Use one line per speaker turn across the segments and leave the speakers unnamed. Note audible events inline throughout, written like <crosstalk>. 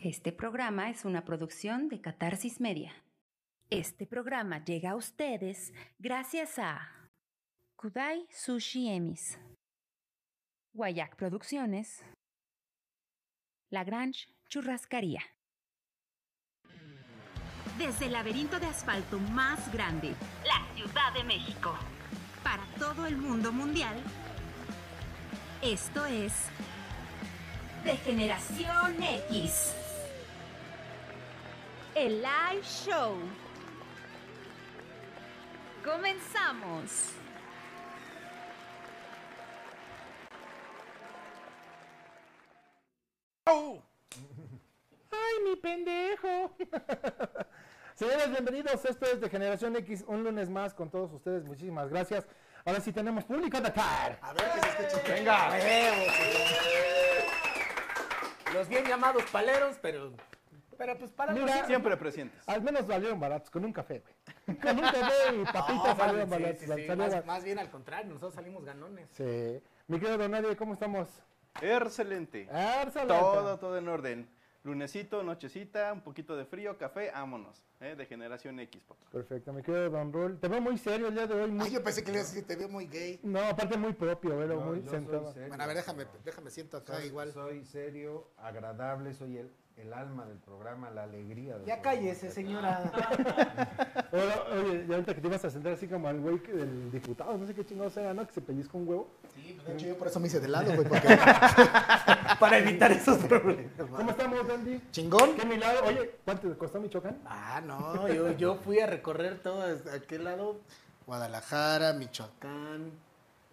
Este programa es una producción de Catarsis Media. Este programa llega a ustedes gracias a Kudai Sushi Emis, Guayac Producciones, Lagrange Churrascaría.
Desde el laberinto de asfalto más grande, la Ciudad de México, para todo el mundo mundial, esto es de Generación X. El live show. Comenzamos.
¡Au! Oh. ¡Ay, mi pendejo! <laughs> Señores, bienvenidos. Esto es de Generación X, un lunes más con todos ustedes. Muchísimas gracias. Ahora sí tenemos público de par.
A ver que se escuche.
Venga.
Los bien llamados paleros, pero. Pero pues para
Mira,
Siempre
<laughs>
presentes.
al menos valieron baratos con un café, güey. Con
<laughs>
un café <laughs> y papitas salieron baratos. salieron
más,
baratos.
más bien al contrario, nosotros salimos ganones.
Sí. Mi querido Donadio, ¿cómo estamos?
Excelente.
Excelente.
Todo, todo en orden. Lunesito, nochecita, un poquito de frío, café, vámonos. ¿eh? De generación X, papá.
Perfecto, mi querido Don Rul. Te veo muy serio el día de hoy. Muy...
Ay, yo pensé que le ibas a decir, te veo muy gay.
No, aparte muy propio, pero
No,
muy
yo
sentado.
soy serio.
Bueno, a ver, déjame, déjame siento acá
Soy-
igual.
Soy serio, agradable, soy el, el alma del programa, la alegría. Del
Ya
programa.
cállese,
<laughs>
señora.
Ahora, oye, y ahorita que te ibas a sentar así como al güey que- del diputado, no sé qué chingados era, ¿no? Que se pellizca un huevo.
Sí, pues, de hecho, yo por eso me hice de lado, güey,
<laughs>
porque.
Para evitar esos problemas.
¿Cómo estamos, Andy?
¿Chingón?
¿Qué milagro? Oye, ¿cuánto te costó Michoacán?
Ah,
<laughs>
no, yo, yo fui a recorrer todo desde aquel lado. Guadalajara, Michoacán,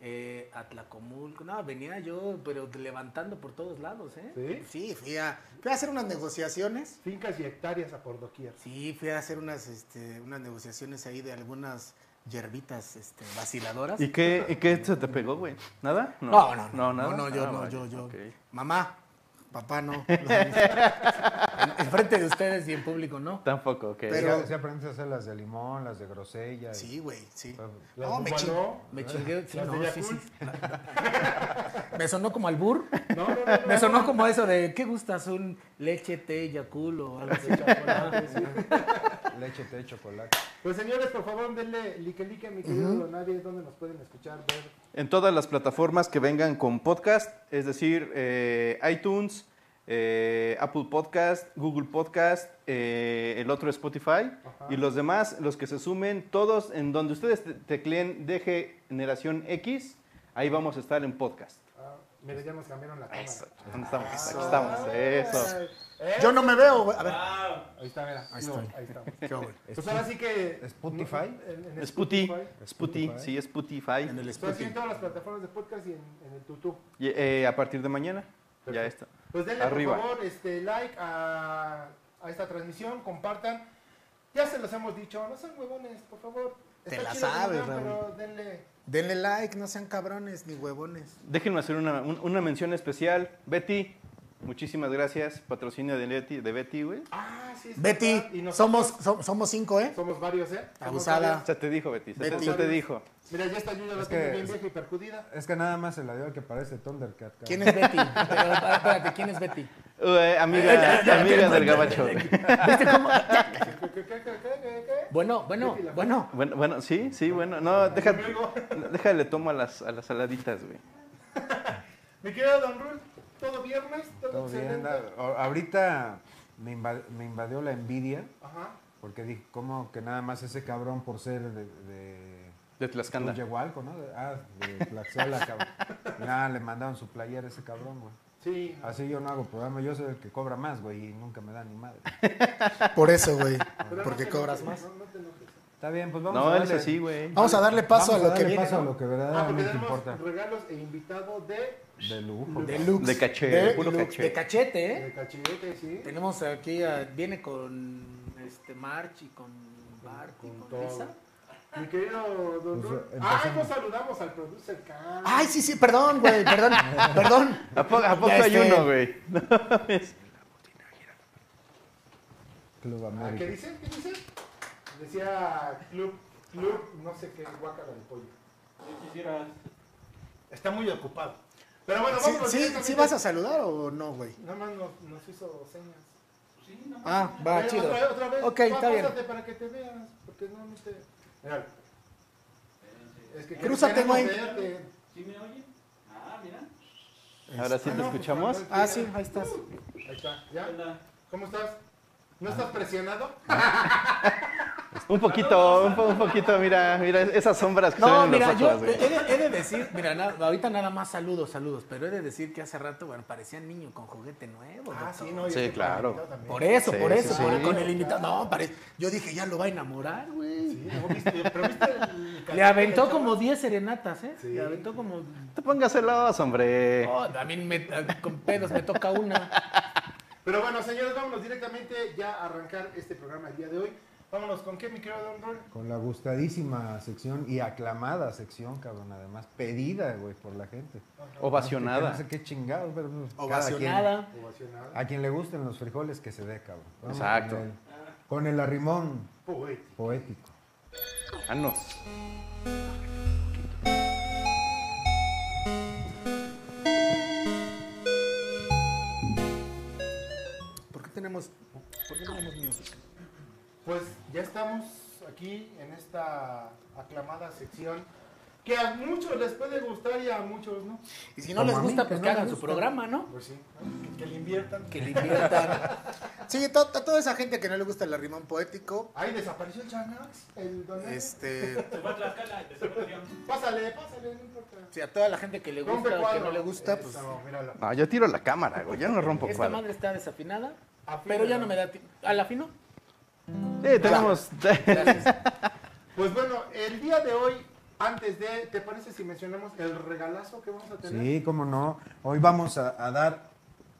eh, Atlacomulco. No, venía yo, pero levantando por todos lados, ¿eh?
¿Sí?
Sí, fui a, fui a hacer unas negociaciones.
Fincas y hectáreas a por doquier.
Sí, fui a hacer unas, este, unas negociaciones ahí de algunas hierbitas este, vaciladoras.
¿Y qué, ¿Y qué se te pegó, güey? ¿Nada?
No, no, no, no,
nada.
no, yo,
Ah,
no,
vaya,
yo, yo.
ok.
Mamá, papá, no. <laughs> En- Enfrente de ustedes y en público, no.
Tampoco, ok.
Pero-
Si, aprendes a hacer las de limón, las de grosella. y-
Sí, güey, sí.
Las
No, me, chin-
Bubaló,
me chingué. sí,
las de
no, sí,
Yakult.
sí. <laughs> Me sonó como albur.
No, no, no.
Me sonó como eso de, ¿qué gustas? ¿Un leche, té, yacul o algo así?
<laughs> Leche, té, chocolate.
Pues señores, por favor, denle like like a mi querido Donadio, es donde nos pueden escuchar, ver.
En todas las plataformas que vengan con podcast, es decir, eh, iTunes, eh, Apple Podcast, Google Podcast, eh, el otro Spotify y los demás, los que se sumen, todos en donde ustedes te- tecleen de generación X, ahí vamos a estar en podcast.
Ah, mira, ya nos cambiaron la cámara.
Eso. ¿Dónde estamos? Aquí estamos. Eso.
Ah, Yo no me veo, güey. A ver.
Ahí está, mira. Ahí,
estoy.
ahí estamos.
<laughs> Qué bueno.
Pues ahora sí que...
Spotify.
En, en
Sputi,
Spotify.
Sputi, sí, Spotify.
En el
Pero pues, sí en
Sputnik.
todas las plataformas de podcast y en, en el tutú.
Y, eh, a partir de mañana, ya
Perfecto.
está.
Pues denle
Arriba.
por favor este, like a, a esta transmisión, compartan. Ya se los hemos dicho, no sean huevones, por favor.
Te
Está
la
chido el
sabes,
programa,
Raúl.
Pero denle.
Denle like, no sean cabrones ni huevones.
Déjenme hacer una, un- una mención especial. Betty, muchísimas gracias. Patrocinio de Betty, de Betty, güey.
Ah, sí, es
Betty,
verdad. Y nosotros
somos, som- somos cinco, ¿eh?
Somos varios, ¿eh? Somos
Abusada.
varios.
Se te dijo, Betty. Se, te-
Betty.
se te dijo.
Mira, ya esta lluvia la
Es
tiene
que-
bien vieja y perjudida.
Es que nada más se la dio al que parece Thundercat. cabrón.
¿Quién es Betty? Pero, espérate, ¿quién es Betty?
Eh, amiga amiga del gabacho. güey.
¿Qué, qué, qué, qué, qué, qué?
Bueno, bueno, bueno.
Bueno, bueno, sí, sí, bueno. No, déjale, déjale tomo a las, a las saladitas, güey.
Mi querido Don Rul, todo viernes, todo,
Todo bien.
excelente.
da- o- Ahorita me, invad- me invadió la envidia
Ajá.
porque dije, ¿cómo que nada más ese cabrón por ser de- de
De Tlaxcala.
Yehualco, ¿no? Ah, de Tlaxcala, cabrón. Nah, le mandaron su playera a ese cabrón, güey.
Sí.
Así yo no hago programa, yo soy el que cobra más, güey, y nunca me da ni
<laughs>
madre.
Por eso, güey.
Pero no
Porque
te
cobras
enojes,
más.
No, no te enojes.
Está bien, pues vamos a
No, él es
darle-
así, güey.
Vamos a darle paso
vamos
a lo que
darle
viene.
paso a
¿no?
lo que
Ah, porque
verdaderamente
tenemos
importa.
regalos e invitado de,
De lujo.
De lux.
De caché, puro caché.
De cachete,
de
¿eh?
cachete, sí.
Tenemos aquí, a- viene con este March y con Bart y con
todo.
Lisa.
Mi querido Don
Pues,
Rul.
eh,
Ay,
empezamos.
nos saludamos al producer Carlos.
Ay, sí, sí, perdón, güey, perdón, perdón.
¿A poco, a poco
Ya,
hay
este,
uno, güey? <laughs> No mames.
Club
Ah, ¿Qué
América.
dice? ¿Qué dice? Decía Club, Club, no sé qué, guácala de pollo. Está muy ocupado. <laughs> Pero bueno,
Sí,
vamos
sí, sí vas a saludar o no, güey?
Nada más nos, nos hizo señas.
Ah, va,
Pero
chido.
Otra, otra vez.
Ok,
Pa-
está bien.
pásate para que te veas, porque no, no te... Mira. Es que
Crúzate,
queremos
güey.
verte.
Ahora sí te
Ah, no, pues,
escuchamos.
cuando él
Ah,
quiera.
sí, ahí estás.
Ahí está, ¿ya? ¿Cómo estás? ¿No estás presionado?
Un poquito, un, po- un poquito, mira, mira esas sombras que
No,
salen en
mira,
los
yo
ojos, güey.
he de, he de decir, mira, na- ahorita nada más saludos, saludos, pero he de decir que hace rato, bueno, parecía niño con juguete nuevo. doctor.
Ah, no. y
Sí,
es que
claro.
para el invitado también.
Por eso,
Sí,
por
sí,
eso,
sí.
por- con el invitado. No, pare- yo dije, ya lo va a enamorar, güey.
Sí, ¿no? ¿Viste? Pero viste el...
Le aventó como 10 serenatas, ¿eh?
Sí.
Le aventó como...
No te pongas celoso, hombre.
Oh, a mí me- con pedos me toca una.
Pero bueno, señores, vámonos directamente ya a arrancar este programa el día de hoy. Vámonos, ¿con qué, mi querido Don Ron?
Con la gustadísima sección y aclamada sección, cabrón, además, pedida, güey, por la gente.
Ovacionada.
No sé qué chingados, pero. pues, cada quien-
Ovacionada.
Ovacionada.
A quien le gusten los frijoles, que se dé, cabrón. Vamos
Exacto.
Con el, con el arrimón
Uy.
poético.
Ah, no.
¿Por qué tenemos, por qué tenemos música?
Pues ya estamos aquí en esta aclamada sección que a muchos les puede gustar y a muchos no.
Y si no
Como
les
a mí,
gusta,
que
pues
no
que
me
hagan su
gusta.
programa, ¿no?
Pues sí, ¿no? que le inviertan.
Que le
<laughs>
inviertan. Sí, to- a toda esa gente que no le gusta el arrimón poético,
Ahí desapareció el Chanax, el don Alex. <laughs>
este...
Pásale, pásale, no importa.
sí, a toda la gente que le gusta o que no
cuadro.
le gusta, pues...
Eso, míralo.
No, yo tiro la cámara, güey. Yo no rompo
Esta
cuadro.
madre está desafinada,
Afínala.
pero ya no me da tiempo. ¿A la fino?
Sí, tenemos.
Gracias.
<laughs> Pues bueno, el día de hoy, antes de, ¿te parece si mencionamos el regalazo que vamos a tener?
Sí, cómo no. Hoy vamos a, a dar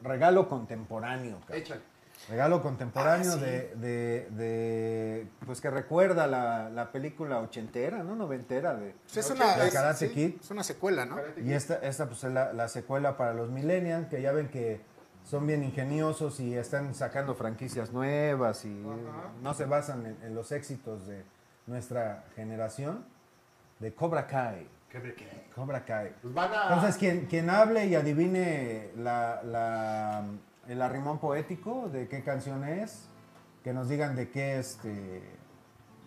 regalo contemporáneo, cabrón.
Échale.
Regalo contemporáneo
Ah,
de, de- de, Pues que recuerda la, la película ochentera, ¿no? Noventera de.
Pues es una,
De Karate Kid.
secuela, ¿no?
Y esta, esta pues es la, la secuela para los millennials, que ya ven que son bien ingeniosos y están sacando franquicias nuevas y
Ajá.
no se basan en, en los éxitos de nuestra generación, de Cobra Kai.
¿Qué de qué?
Cobra Kai.
Pues van a...
Entonces, quien, quien hable y adivine la, la- el arrimón poético de qué canción es, que nos digan de qué este.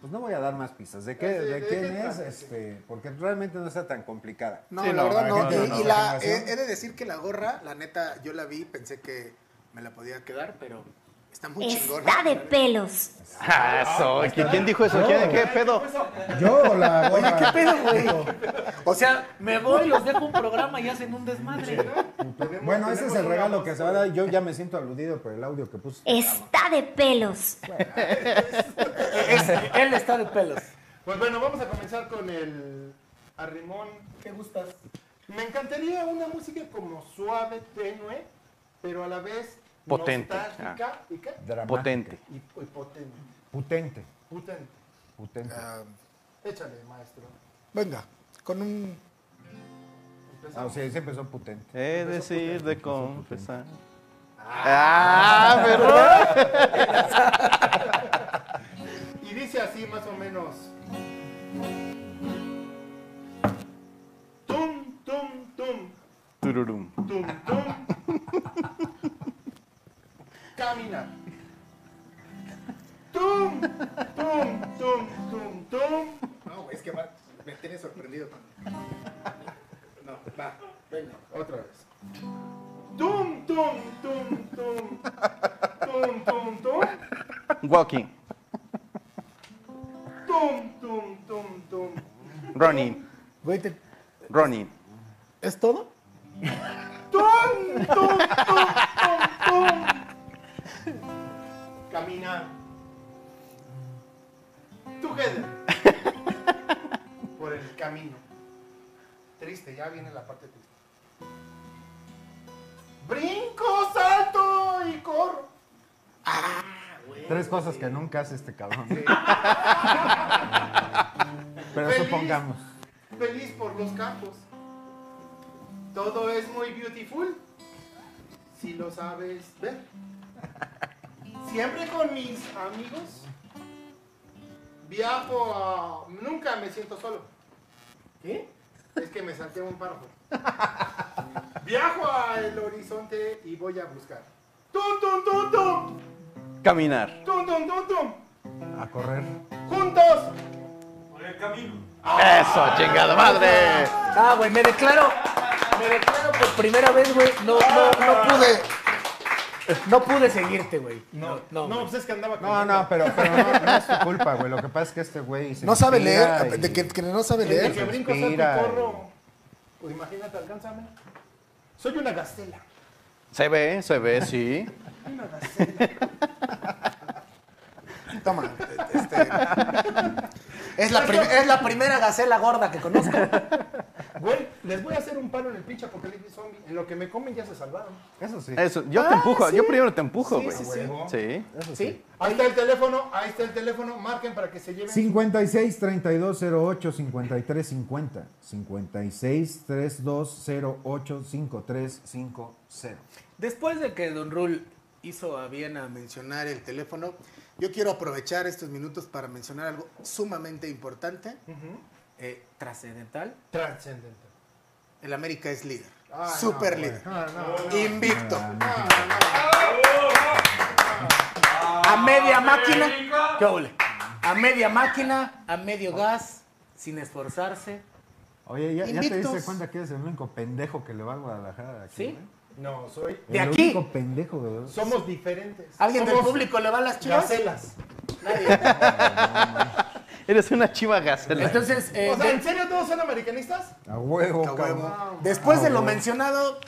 Pues no voy a dar más pistas, de qué,
Sí,
de
de
quién
qué
es,
trata, <laughs>
este, <laughs> porque realmente no está tan complicada.
No,
Sí,
la
no, para
verdad no.
que
Y-
entiendan
y
la
la,
generación.
he, he de decir que la gorra, la neta, yo la vi, pensé que me la podía quedar, pero está muy chingona.
Está de pelos.
Ah, eso. ¿Qui- ¿Quién dijo eso?
Oh.
¿Quién? ¿Qué pedo?
Yo o la gorra.
O sea, me voy, los dejo un programa y hacen un desmadre.
Tenemos-
Bueno, ese es
tenemos
el
una
regalo
voz
que se va a dar. Yo ya me siento aludido por el audio que puse.
Está de pelos.
Es- él está de pelos.
Pues bueno, vamos a comenzar con el arrimón.
¿Qué gustas?
Me encantaría una música como suave, tenue, pero a la vez
Potente.
Ah.
nostálgica y qué?
Dramática.
Potente.
Y, y potente.
Potente. Ah,
Potente.
Potente.
Ah,
Échale, maestro.
venga, con un.
Ah, o
Empezamos.
sea, ese empezó potente.
He de decir de confesar. <laughs> Ah, perdón.
<laughs> Y dice así más o menos. Tum, tum, tum,
<laughs> Tururum.
tum, tum. Camina. Tum, tum, tum, tum, tum.
No, es que va, me tiene sorprendido. No, va, venga.
Otra vez. Tum, tum, tum, tum. Tum, tum, tum.
Walking.
Tum, tum, tum, tum.
Running.
Güey, te-
Running.
¿es todo?
Tum, tum, tum, tum, tum. Camina. Together. Por el camino. Triste, ya viene la parte triste. Brinco, salto y corro.
Tres cosas que nunca hace este cabrón. Pero
Feliz.
supongamos.
Feliz por los campos. Todo es muy beautiful. Si lo sabes ver. Siempre con mis amigos. Viajo a... Nunca me siento solo.
¿Qué?
Es que me salté un párrafo. Viajo al horizonte y voy a buscar. ¡Tum, tum, tum, tum!
Caminar.
¡Tum, tum, tum, tum!
A correr.
¡Juntos!
¡Eso, chingada madre!
Ah, güey, me declaro. Me declaro por primera vez, güey. No, no, no pude. No pude seguirte, güey. No, no.
No, pues es que andaba con.
No, no, pero, pero no, no es tu culpa, güey. Lo que pasa es que este güey se
No sabe
inspira
leer,
y-
de que, que no sabe
El que
Pues
leer.
brinco, salto y
Respira,
corro. Pues imagínate, alcánzame. Soy una gacela.
Se ve, se ve, sí.
Una gacela.
<laughs>
Toma.
<laughs>
Este,
Es la, prim- es la primera gacela gorda que conozco.
Güey, les voy a hacer un paro en el pinche apocalipsis zombie. En lo que me comen ya se salvaron.
Eso sí.
Eso, yo te empujo, yo primero te empujo,
Ah, Sí,
güey.
sí, sí.
Sí.
Eso
Ah, ¿Sí?
Ahí está el teléfono, ahí está el teléfono. Marquen para que se lleven.
56 32 08 53 50 56 32 08 53 50
Después de que Don Rul hizo a bien a mencionar.
mencionar el teléfono. Yo quiero aprovechar estos minutos para mencionar algo sumamente importante.
Ujú.
eh, trascendental.
Transcendental.
El América es líder.
Ah,
super
no, güey.
líder.
No, no, no. Ah,
Invicto.
Ah,
A media máquina. ¿Qué ole? A media máquina, a medio
Oh.
gas, sin esforzarse.
Oye, ¿ya, ya te
Invictos.
diste cuenta que eres el único pendejo que le va a Guadalajara aquí?
¿Sí?
güey?
No, soy.
¿De
el
aquí?
único pendejo, güey.
Somos diferentes.
¿Alguien del
Somos
público le va a las chivas?
Gacelas.
Eres una chiva gacela.
Entonces, eh,
O sea, ¿en
de-
serio todos son americanistas?
A huevo,
A huevo.
cabrón.
después de lo mencionado,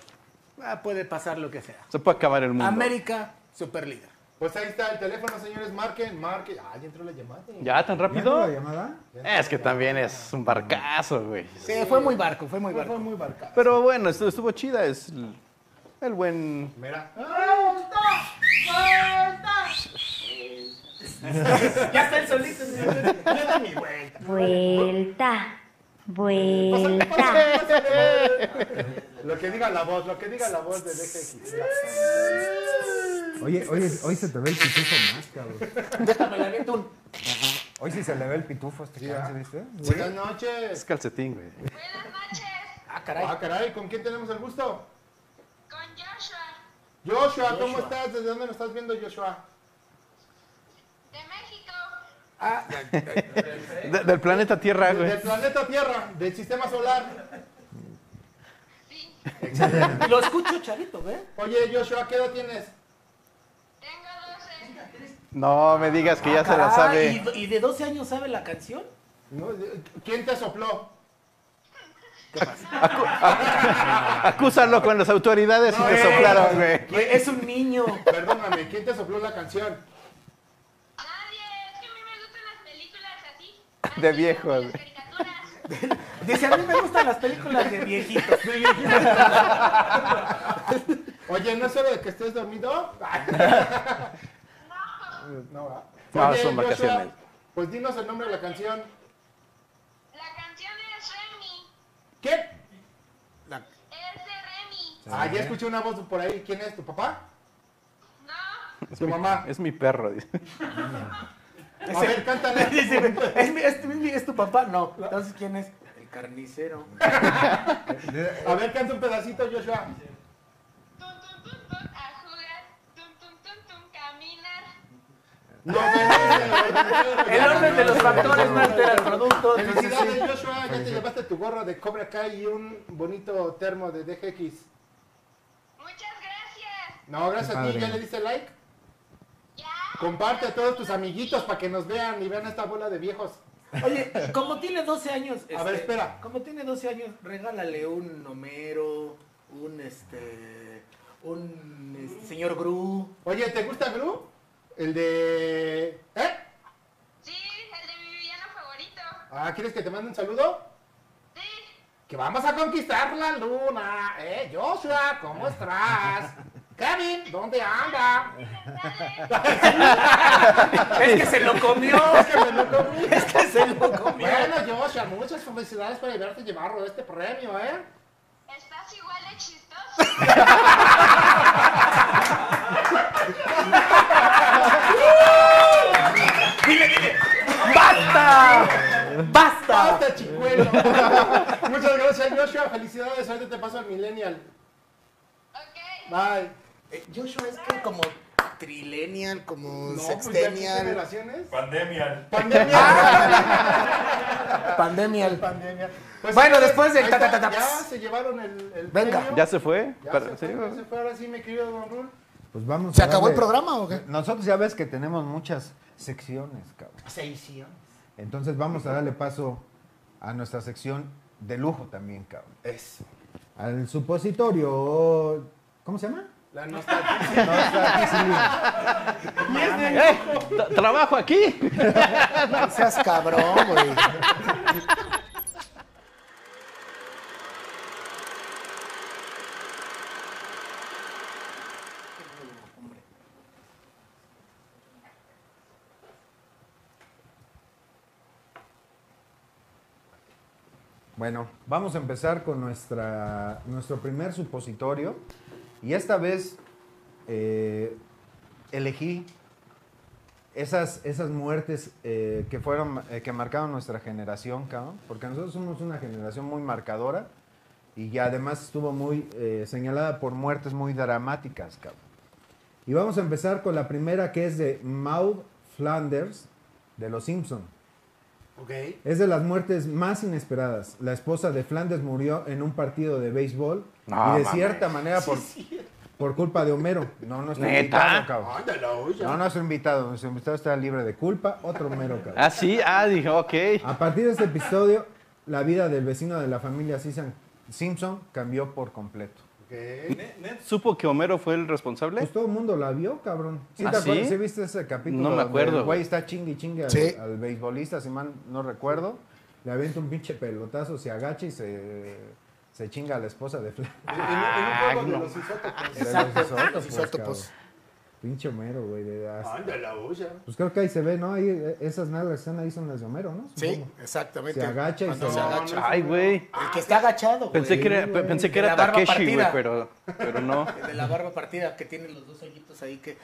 ah, puede pasar lo que sea.
Se puede acabar el mundo.
América, super líder.
Pues ahí está el teléfono, señores. Marquen, marquen. Ah, ya entró la llamada.
¿Ya tan
¿Ya entró
rápido?
la llamada?
Es que también es un barcazo, güey.
Sí, fue muy barco, fue muy
Fue- Fue
barco.
muy barcada.
Pero bueno, estuvo, estuvo chida. Es el, el buen.
Mira. <laughs>
Ya está el solito.
Vuelta. Vuelta.
Lo que diga la voz, lo que diga la voz de DGX.
Oye, oye, hoy se te ve el pitufo más, cabrón.
Déjame la aviento un-
Hoy sí se le ve el pitufo a este cabrón, ¿viste?
Buenas
Es
noches.
calcetín,
<laughs>
güey.
Ah, caray.
Ah, caray, ¿con quién tenemos el gusto?
Con Joshua,
Joshua, ¿cómo
Joshua.
estás? ¿Desde dónde nos estás viendo, Joshua?
de México.
Ah.
<laughs> De- del planeta Tierra, güey.
Del planeta Tierra, del sistema solar.
Sí,
Lo escucho, Charito, ¿eh?
Oye, Joshua, ¿qué edad tienes?
tengo 12.
<laughs> No me digas que ya se la
Caray,
sabe.
Ah, ¿Y, y de 12 años sabe la canción?
No, de- ¿Quién te sopló?
Acúsalo con las autoridades y te soplaron, güey.
Güey, eh, Es un niño.
Perdóname, ¿quién te sopló la canción?
Nadie, es que a mí me gustan las películas así.
De
así
viejos.
como Las caricaturas.
Dice, a mí me gustan las películas de viejitos.
Oye, ¿no es hora de que estés dormido? No, ¿verdad?
No,
Oye,
son
Joshua,
vacaciones.
Pues dinos el nombre de la canción.
La canción es Remy.
¿Qué?
Es de Remy.
Ah, ya escuché una voz por ahí. ¿Quién es? ¿Tu papá?
No,
¿Tu mamá?
Es mi perro, dice.
A ver, cántale.
<laughs> Dice, ¿es, mi- es, mi- es tu papá? No. Entonces, ¿quién es? El carnicero.
A ver, canta un pedacito, Joshua.
tum, tum, tum, tum, a jugar. Tum, tum, tum, tum, caminar.
No, felicidades.
El orden de los factores no altera el producto. Entonces, sí.
Felicidades, Joshua. Ya te llevaste tu gorro de Cobra Kai y un bonito termo de DGX.
Muchas gracias.
No, gracias a ti.
Padre.
¿Ya le diste like?
Ya.
Comparte a todos tus amiguitos para que nos vean y vean esta bola de viejos.
Oye, como tiene 12 años. este,
A ver, espera.
Como tiene 12 años, regálale un Homero, un este. Un este, señor Gru.
Oye, ¿te gusta Gru? El de... ¿Eh?
Sí, el de mi villano favorito.
Ah, ¿quieres que te mande un saludo?
Sí,
Que vamos a conquistar la luna. ¿Eh? Joshua, ¿cómo estás? Kevin, ¿dónde anda?
¡Es que se lo comió!
Es que me lo comí.
¡Que se lo comió!
Bueno, Joshua, muchas felicidades por haberte llevado este premio, ¿eh?
estás igual de chistoso.
¡Dile, dile! ¡Basta! ¡Basta!
¡Basta, chicuelo! <laughs> muchas gracias, Joshua. Felicidades. Ahorita te paso al Millennial.
ok.
Bye.
Eh, Joshua es que como trilenial, como
No, pues ya aquí
sextenial. <laughs>
generaciones.
Pandemia.
<laughs>
Pandemial.
Pandemia. Pues,
Bueno,
sí,
después del
ahí
ta,
está,
ta, ta,
Ya
pss.
se llevaron el. el
Venga.
premio.
¿Ya se fue?
Ya
Para-
se
sí,
fue, ya se fue. Ahora sí, mi querido Don Rul.
Pues vamos.
¿Se
a
acabó el
darle-
programa o qué?
Nosotros ya ves que tenemos muchas secciones, cabrón.
Se hicieron.
Entonces vamos a darle paso a nuestra sección de lujo también, cabrón.
Eso.
Al supositorio. ¿Cómo se llama?
<laughs>
La nostalgia. Y es de-
¡Eh! tra- <laughs> ¡Trabajo aquí!
No seas cabrón, güey.
Bueno, vamos a empezar con nuestra, nuestro primer supositorio. Y esta vez eh, elegí esas, esas muertes eh, que fueron eh, que marcaron nuestra generación, cabrón. Porque nosotros somos una generación muy marcadora y ya además estuvo muy eh, señalada por muertes muy dramáticas, cabrón. Y vamos a empezar con la primera que es de Maud Flanders de Los Simpson.
Ok.
Es de las muertes más inesperadas. La esposa de Flanders murió en un partido de béisbol
No,
y de
mames.
cierta manera por, por culpa de Homero. No, no es invitado,
¿Neta?
cabrón.
Ándala, oye.
No, no es invitado. Nuestro invitado está libre de culpa. Otro Homero, cabrón.
Ah, sí, ah, dije, ok.
A partir de este episodio, la vida del vecino de la familia Simpson- Simpson cambió por completo.
Ok.
¿Supo que Homero fue el responsable?
Pues todo el mundo la vio, cabrón. ¿Sí
¿Ah,
te acuerdas?
sí?
¿Sí viste ese capítulo?
No me
donde
acuerdo,
El güey
güey.
está chingue y chingue al,
Sí.
al beisbolista, si mal no recuerdo. Le avienta un pinche pelotazo, se agacha y se, se chinga a la esposa de Flan.
En- en- en un juego de
no.
los isótopos.
De los isótopos,
los
pues,
isótopos.
cabrón. Pinche Homero, güey. de- hasta-
Ándala, oye.
Pues creo que ahí se ve, ¿no? Ahí, eh, esas nalgas que están ahí son las de Homero, ¿no?
Sí,
Supongo.
exactamente.
Se agacha y
Cuando
se-
se agacha.
Ay, güey.
El que está agachado, güey.
Pensé que era,
güey.
pensé que
De la
era
barba
Takeshi, güey,
partida.
pero, pero no.
El <laughs> de la barba partida, que tiene los dos hoyitos ahí que.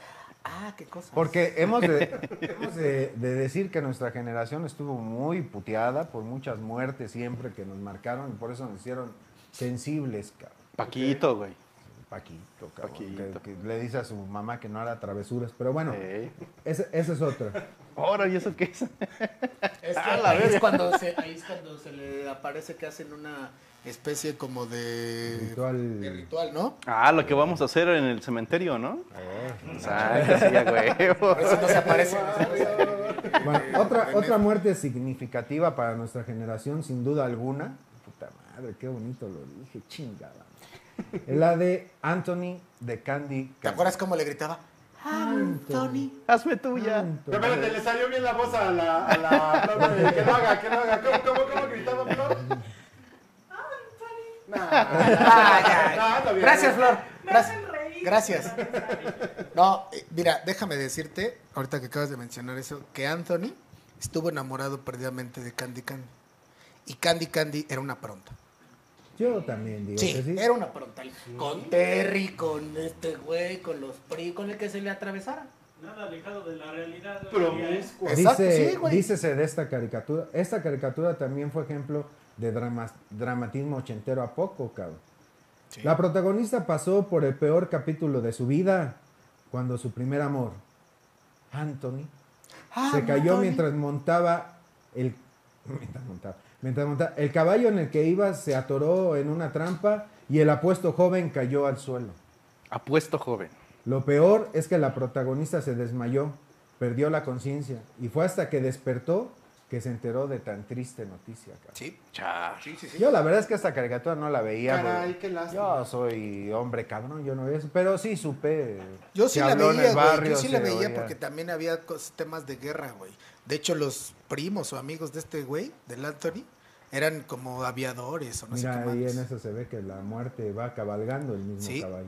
Ah, qué cosa. <laughs>
Porque hemos, de, hemos de- de decir que nuestra generación estuvo muy puteada por muchas muertes siempre que nos marcaron y por eso nos hicieron sensibles, cabrón.
Paquito, güey.
Paquito, cabrón,
Paquito.
Que, que le dice a su mamá que no hará travesuras, pero bueno,
Ey.
ese- esa es otra.
Ahora, ¿y eso qué es?
Es que
Ah, la
ahí,
verga.
es cuando se, ahí es cuando se le aparece que hacen una especie como de
Ritual.
de ritual, ¿no?
Ah, lo que vamos a hacer en el cementerio, ¿no? Ah, sí, a
Por eso
huevo.
no se aparece.
Bueno, otra, otra muerte significativa para nuestra generación, sin duda alguna. Puta madre, qué bonito lo dije, chingada. Es la de Anthony de Candy.
¿Te acuerdas cómo le gritaba?
Anthony.
Hazme tuya.
Pero espérate, le salió bien la voz a la, a la Flor de que lo haga, que lo haga. ¿Cómo, cómo, cómo gritaba Flor?
Ah, ya.
No, no, bien.
Gracias, Flor. Gracias. Gracias. No, eh, mira, déjame decirte, ahorita que acabas de mencionar eso, que Anthony estuvo enamorado perdidamente de Candy Candy. Y Candy Candy era una pronta.
Yo también digo
Sí,
que sí.
era una pronta. Con Terry, con este güey, con los PRI, con el que se le atravesara.
Promiscua.
Exacto,
Dice,
sí, güey.
dícese de esta caricatura. Esta caricatura también fue ejemplo de dramas- dramatismo ochentero a poco, cabrón.
Sí.
La protagonista pasó por el peor capítulo de su vida cuando su primer amor, Anthony,
Ah,
se cayó
Anthony.
mientras montaba el <laughs> mientras montaba, mientras montaba- el caballo en el que iba se atoró en una trampa y el apuesto joven cayó al suelo.
Apuesto joven.
Lo peor es que la protagonista se desmayó, perdió la conciencia y fue hasta que despertó que se enteró de tan triste noticia. cabrón.
Sí,
Char.
sí, sí. sí.
Yo la verdad es que esta caricatura no la veía.
Caray,
porque
qué lástima.
Yo soy hombre cabrón, yo no veía eso, pero sí supe.
Yo
se
sí la
habló en el
veía, güey.
barrio,
Yo sí la
se
veía
oía.
porque también había cos- temas de guerra, güey. De hecho, los primos o amigos de este güey, del Anthony, eran como aviadores o no sé
Mira, eh,
qué
ahí
más.
en eso se ve que la muerte va cabalgando el mismo
Sí.
caballo.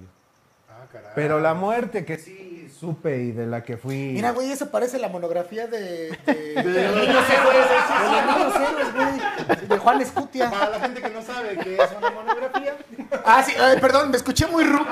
Ah, caray.
Pero la muerte que sí supe y de la que fui.
Mira, güey, eso parece la monografía de, de, <laughs> de,
De-
los niños héroes, de los niños héroes, güey. De Juan Escutia.
Para la gente que no sabe que es una monografía,
Ah, sí, ay, perdón, me escuché muy <laughs> ruco.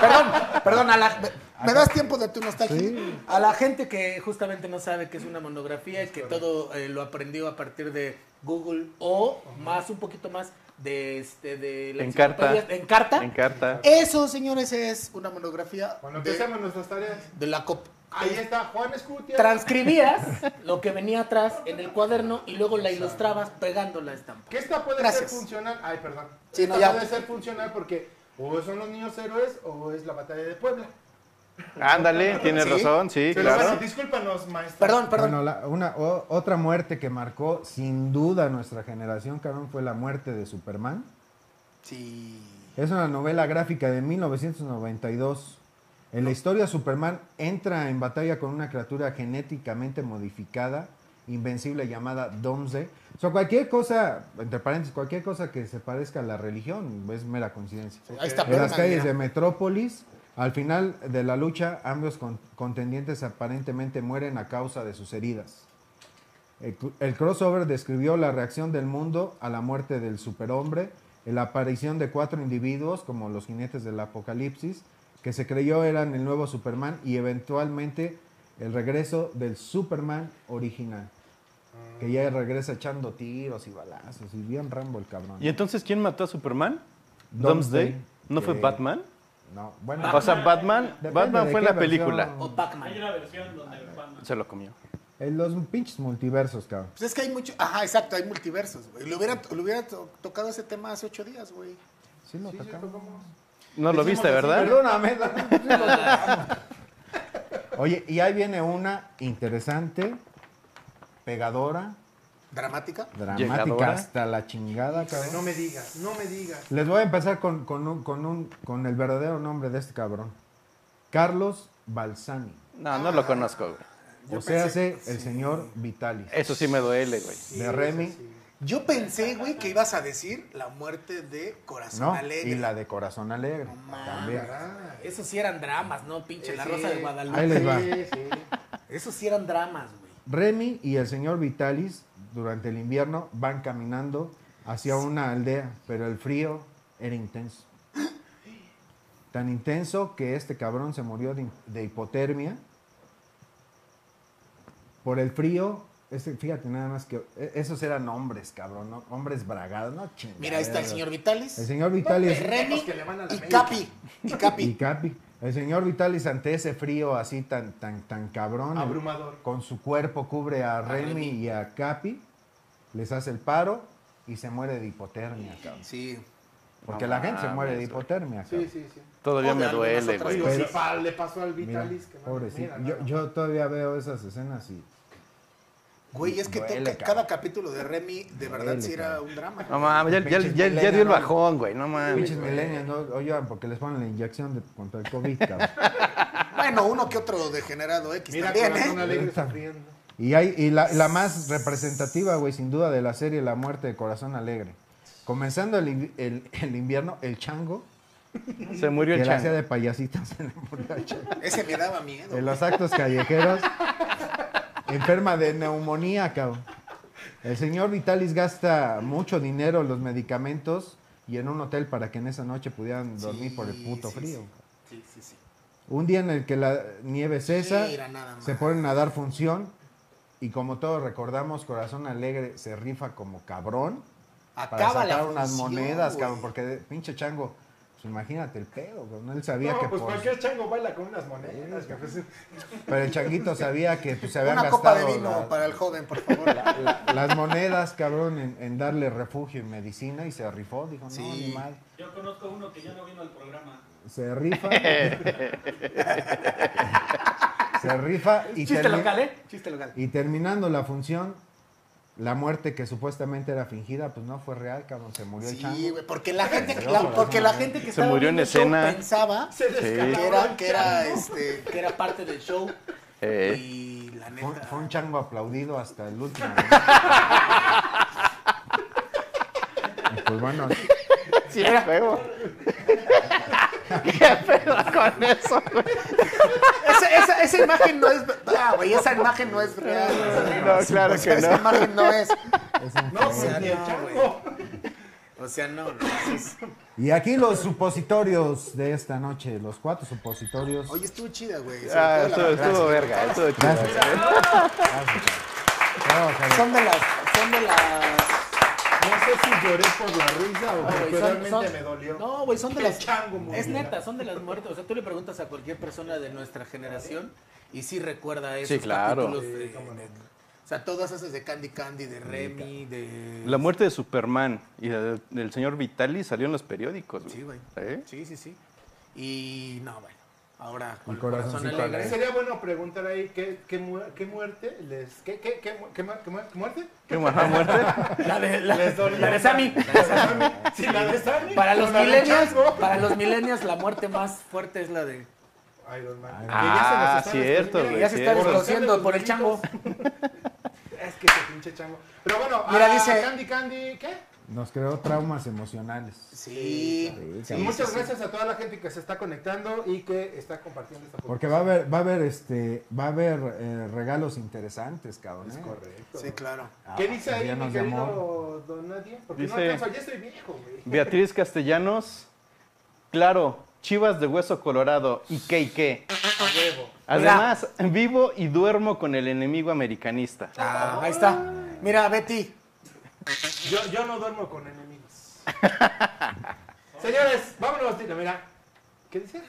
perdón, perdón, a la- me, me das tiempo de tu nostalgia?
Sí.
A la gente que justamente no sabe que es una monografía y que todo eh, lo aprendió a partir de Google o más, un poquito más, de, este, de la
En carta.
enciclopedia- En carta.
En carta.
Eso, señores, es una monografía
Cuando
de-
empecemos nuestras tareas.
de la COP.
Ahí está, Juan Escutia.
transcribías lo que venía atrás en el cuaderno y luego la ilustrabas pegando la estampa.
<laughs> Que esta puede
Gracias.
ser funcional. Ay, perdón.
Sí, no,
Esta
ya.
puede ser funcional porque o son los niños héroes o es la batalla de Puebla.
Ándale, tienes
Sí.
razón, sí,
Pero bueno,
claro.
discúlpanos, maestro.
Perdón, perdón.
Bueno, la- una, o- otra muerte que marcó sin duda nuestra generación, cabrón, fue la muerte de Superman.
Sí.
Es una novela gráfica de 1992. En la historia, Superman entra en batalla con una criatura genéticamente modificada, invencible, llamada Domsday. O sea, cualquier cosa, entre paréntesis, cualquier cosa que se parezca a la religión es mera coincidencia.
Ahí está
En las
Birdman,
calles
mira.
de Metrópolis, al final de la lucha, ambos con- contendientes aparentemente mueren a causa de sus heridas. El, cru- el crossover describió la reacción del mundo a la muerte del superhombre, en la aparición de cuatro individuos como los jinetes del apocalipsis, que se creyó eran el nuevo Superman y eventualmente el regreso del Superman original, que ya regresa echando tiros y balazos y bien Rambo el cabrón.
¿Y entonces quién mató a Superman?
Domesday.
Domesday. ¿No fue
Eh,
Batman?
No, bueno,
O sea, Batman,
depende
Batman
de
fue en
qué
la película.
O
versión.
Pac-Man.
Hay una versión donde Batman-
Se lo comió.
En los pinches multiversos, cabrón.
Pues es que hay mucho. Ajá, exacto, hay multiversos, güey. Le hubiera, le hubiera to- tocado ese tema hace ocho días, güey.
Sí lo tocamos.
No lo viste, ¿verdad?
Perdóname. Oye, y ahí viene una interesante, pegadora,
Dramática.
dramática
Llegadora.
hasta la chingada, cabrón.
No me digas, no me digas.
Les voy a empezar con, con un- con un- con el verdadero nombre de este cabrón. Carlos Balsani.
No, no lo conozco, güey.
o sea, hace el señor Vitalis.
Eso sí me duele, güey.
de Remy.
Yo pensé, güey, que ibas a decir la muerte de Corazón
¿no?
Alegre.
Y la de Corazón Alegre. también.
Ah, Esos sí eran dramas, ¿no? Pinche La Rosa de Guadalupe.
Ahí les va.
Esos sí eran dramas, güey.
Remy y el señor Vitalis durante el invierno van caminando hacia una aldea, pero el frío era intenso. Tan intenso que este cabrón se murió de, de hipotermia. Por el frío, este, fíjate nada más que e- esos eran hombres, cabrón, ¿no? hombres bragados, no chingados.
Mira, ahí está el señor Vitalis.
El señor Vitalis
Remy
que le van a la
y
América.
Capi. Y
y
Capi.
Capi. El señor Vitalis ante ese frío así tan tan tan cabrón, el-
Abrumador.
con su cuerpo cubre a Remy,
Remy.
y a Capi, les hace el paro y se muere de hipotermia, cabrón.
Sí.
Porque
No
la gente se
mames,
muere de
güey.
hipotermia,
Sí,
cabrón.
sí, sí.
Todavía
O de
me
algunas
duele,
otras
güey.
Digo,
Pero-
sí, pa- le pasó al
Mira,
Vitalis. que no,
pobrecito.
mira,
yo,
no, no.
yo todavía veo esas escenas y
Güey, es que to-
Duele,
ca-
cabrón.
cada capítulo de Remy de verdad
Duele,
sí era
cabrón.
un drama.
No mames, ya, ya- ya- ya dio el bajón, güey. No mames.
pinches milenios no oigan porque les ponen la inyección de- contra el COVID, cabrón.
Bueno, uno que otro degenerado X
Mira,
también,
Corazón
¿eh?
Alegre
Ahorita.
sufriendo.
Y, hay, y la, la más representativa, güey, sin duda, de la serie La Muerte de Corazón Alegre. Comenzando el, invi- el- el invierno, el chango,
Se murió
que
el
la hacía
chango.
de payasita, <laughs> se le murió al chango.
Ese me daba miedo.
En los actos callejeros, enferma de neumonía, cabrón. El señor Vitalis gasta mucho dinero en los medicamentos y en un hotel para que en esa noche pudieran dormir por el
Sí,
puto
sí,
frío.
sí. Sí, sí, sí.
Un día en el que la nieve cesa,
Mira, nada más.
se ponen a dar función y como todos recordamos, Corazón Alegre se rifa como cabrón para
Acaba la
sacar unas
función,
monedas,
güey.
cabrón, porque de- pinche chango, pues imagínate el pedo, cabrón, él sabía que
No, pues
por-
cualquier chango baila con unas monedas. que pues-
pero el changuito sabía que pues, se habían
Una
gastado
copa de vino
la-
para el joven, por
<laughs>
favor.
la- las monedas, cabrón, en, en darle refugio y medicina y se rifó, dijo, no,
Sí.
ni mal,
Yo conozco uno que ya no vino al programa. <laughs>
se rifa. se rifa y
Chiste
termi-
local, ¿eh? Chiste local.
Y terminando la función, la muerte que supuestamente era fingida, pues no fue real, cabrón, se murió el chango.
Sí, güey, porque la gente,
Se
la-
murió Corazón
porque la
Alegre.
gente que
Se
estaba
murió en
viendo el show
escena.
pensaba
Se descalabró
que
el
era, que era,
chango.
este, que era parte del show.
Eh.
Y la
Fue,
neta.
fue un chango aplaudido hasta el
<laughs>
último. ¿no? Y pues bueno,
Sí, era feo. ¿Qué pedo con eso, güey?
Esa, esa, esa imagen no es. Ah, güey, esa imagen no es <laughs> real.
No, claro
O sea,
que
esa
no.
imagen no es.
es un
No,
cabrón.
pues ni el
no,
chango.
O sea, no. no, es-
Y aquí los supositorios de esta noche, los cuatro supositorios.
Oye, estuvo chida, güey. sobre
Ah,
todo la
estuvo,
canción.
estuvo verga, estuvo chido.
Gracias. Gracias. Bravo, Javier.
Son de las. Son de las.
sé si lloré por la risa o
No, güey,
porque
son-
realmente
son-
me dolió.
No, güey, son de
El
las.
chango murió.
es neta, son de las muertes. O sea, tú le preguntas a cualquier persona de nuestra generación y sí recuerda esos
Sí, claro.
capítulos de- de- o sea, todas esas de Candy Candy, de Remy, de.
La muerte de Superman y la del, del señor Vitali salió en los periódicos. güey.
Sí, güey.
¿Eh?
Sí, sí, sí. Y no, bueno. Ahora, con
El
el corazón
corazoncito
alegre.
Sería bueno preguntar ahí qué, qué, muer- qué muerte les. ¿Qué, qué, qué, mu- qué, mu- qué mu- qué muerte?
¿Qué mala muerte?
<laughs>
<laughs>
La de, la,
Les
<laughs>
dolió.
la de Sammy.
Si la de Sammy.
Para
o
los
la de
millennials,
Chango.
para los millennials la muerte más fuerte es la de.
Iron Man. Que
Ah,
ya se nos están
cierto,
escondiendo.
güey,
Ya se está
cierto.
descosiendo por el chango.
<laughs> Es que ese pinche chango. Pero bueno,
Mira,
ah,
dice-
Candy Candy, ¿qué?
Nos creó traumas emocionales.
Sí.
Y muchas gracias a toda la gente que se está conectando y que está compartiendo esta
Porque va a haber, va a haber, este, va a haber eh, regalos interesantes, cabrón. ¿eh?
Correcto.
Sí, claro.
Ah,
¿Qué dice ahí, mi
llenos de amor.
querido Don Nadie? Porque no
Dice-
alcanzo, ya estoy viejo, güey.
Beatriz Castellanos. Claro, Chivas de Hueso Colorado y KK.
A huevo.
Además, vivo y duermo con el enemigo americanista.
Ah, ahí está. Mira, Betty.
Yo, <laughs> yo no duermo con enemigos. Señores, vámonos, Tito, mira. ¿Qué dice?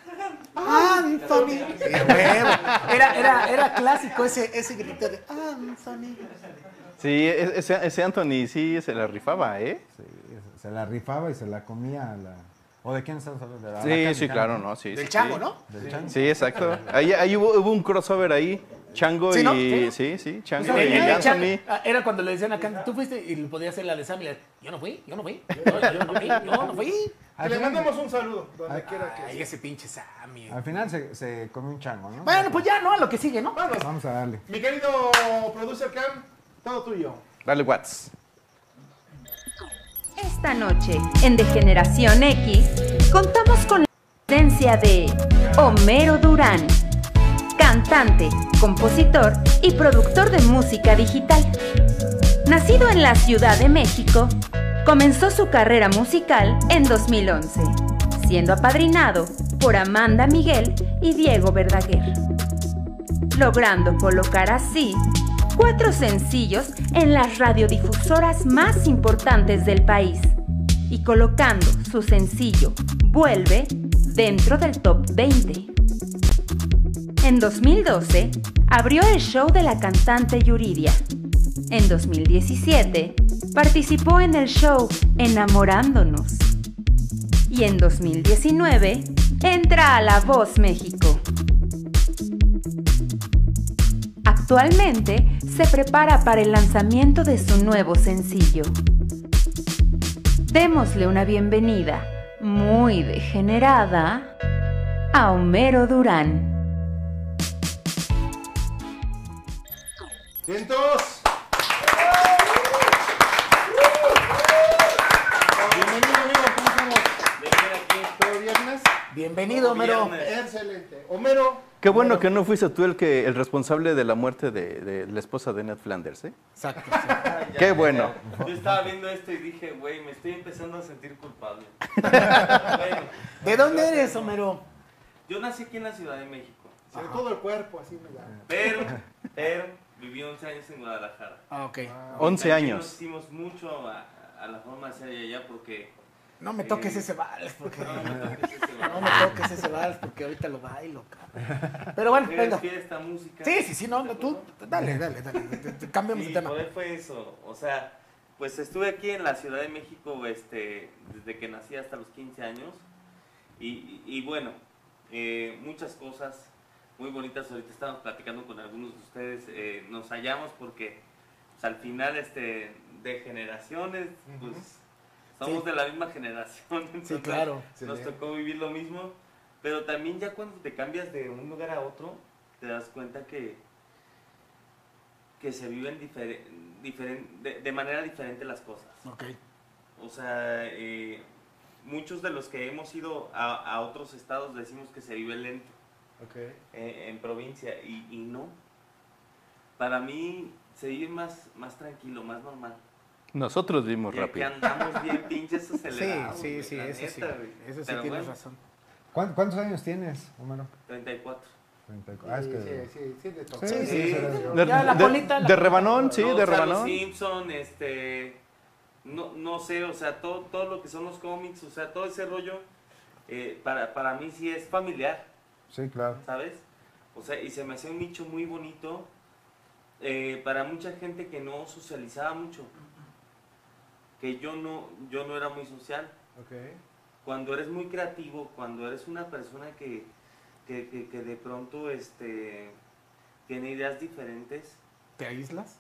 Anthony. Sí, a huevo. Ah,
<laughs>
Era, era, era clásico ese, ese grito de "Ah, Anthony.
Sí, e- ese, ese Anthony sí se la rifaba, ¿eh?
Sí, se la rifaba y se la comía a la... ¿O de quién estamos hablando? De la
Sí,
vaca
sí,
mexicana,
claro, ¿no? Sí,
Del
sí,
chango,
sí.
¿no?
Del chango.
Sí, exacto. Ahí, ahí hubo, hubo un crossover ahí. Chango
Sí,
y.
¿no?
Sí, sí, Chango y Anthony.
Ah, Era cuando le decían a Candy, tú fuiste y le podía hacer la de Sammy. le- Yo no fui, yo no fui, yo, yo no fui, yo no fui.
Que
Al
le
final-
mandamos un saludo, donde quiera que
Ah, Ay, ese pinche Sammy.
Al final se, se comió un chango, ¿no?
Bueno, pues ya, ¿no? A lo que sigue, ¿no?
Vámonos.
Vamos a darle.
Mi querido producer Cam, todo tuyo.
Dale, Watts.
Esta noche, en Degeneración X, contamos con la presencia de Homero Durán, cantante, compositor y productor de música digital. Nacido en la Ciudad de México, comenzó su carrera musical en 2011, siendo apadrinado por Amanda Miguel y Diego Verdaguer, logrando colocar así cuatro sencillos en las radiodifusoras más importantes del país y colocando su sencillo Vuelve dentro del top 20. En 2012 abrió el show de la cantante Yuridia. En 2017 participó en el show Enamorándonos. Y en 2019 entra a La Voz México. Actualmente se prepara para el lanzamiento de su nuevo sencillo. Démosle una bienvenida muy degenerada a Homero Durán.
¡Cientos! Bienvenido, amigo, ¿cómo estamos? ¿Todo viernes?
Bienvenido, Homero.
Excelente. Homero,
Qué bueno que no fuiste tú el que el responsable de la muerte de, de la esposa de Ned Flanders, ¿eh?
Exacto.
<laughs> Qué bueno.
Yo estaba viendo esto y dije, güey, me estoy empezando a sentir culpable. Bueno,
¿De dónde eres, Homero?
yo nací aquí en la Ciudad de México,
sobre todo el cuerpo, así me da.
pero, pero viví 11 años en Guadalajara.
Ah, ok.
11
Aquí
años.
Nos hicimos mucho a, a la forma de ser allá, allá porque... eh,
No me toques ese vals, porque
No,
no
no toques ese barrio.
me toques ese vals, porque ahorita lo bailo, cabrón. Pero bueno,
Pero es
venga.
fiesta, música.
Sí, sí, sí, no, no, tú, dale, dale, dale, te- te- cambiamos
Sí,
de tema.
joder, fue eso. O sea, pues estuve aquí en la Ciudad de México este, desde que nací hasta los 15 años. Y, y bueno, eh, muchas cosas muy bonitas. Ahorita estábamos platicando con algunos de ustedes. eh, nos hallamos porque pues, al final este, de generaciones, pues somos
Sí.
de la misma generación. <laughs> entonces,
claro.
Nos tocó vivir lo mismo. Pero también ya cuando te cambias de un lugar a otro, te das cuenta que, que se viven difere- diferen- de, de manera diferente las cosas.
Ok.
O sea, eh, muchos de los que hemos ido a, a otros estados decimos que se vive lento
Ok.
eh, en provincia y, y no. Para mí se vive más, más tranquilo, más normal.
Nosotros vimos
Y aquí
rápido.
andamos bien
<laughs>
pinches
Sí,
acelerados.
sí,
güey,
sí,
la
eso sí.
neta, güey.
Eso sí
Pero
tienes
bueno,
razón.
¿Cuán- ¿Cuántos años tienes, Homero?
34.
34. Ah, es
Sí,
que...
sí, sí, sí, de todo.
Sí, sí,
sí.
de todo.
De,
Ya, la
de-
colita, la-
de rebanón, sí,
No, o
de
sea, los
rebanón.
Simpson, este. no, no sé, o sea, todo, todo lo que son los cómics, o sea, todo ese rollo, eh, para, para mí sí es familiar,
Sí, claro.
¿sabes? O sea, y se me hacía un nicho muy bonito eh, para mucha gente que no socializaba mucho, que yo no, yo no era muy social. Cuando eres muy creativo, cuando eres una persona que, que, que- que de pronto este, tiene ideas diferentes.
¿Te aíslas?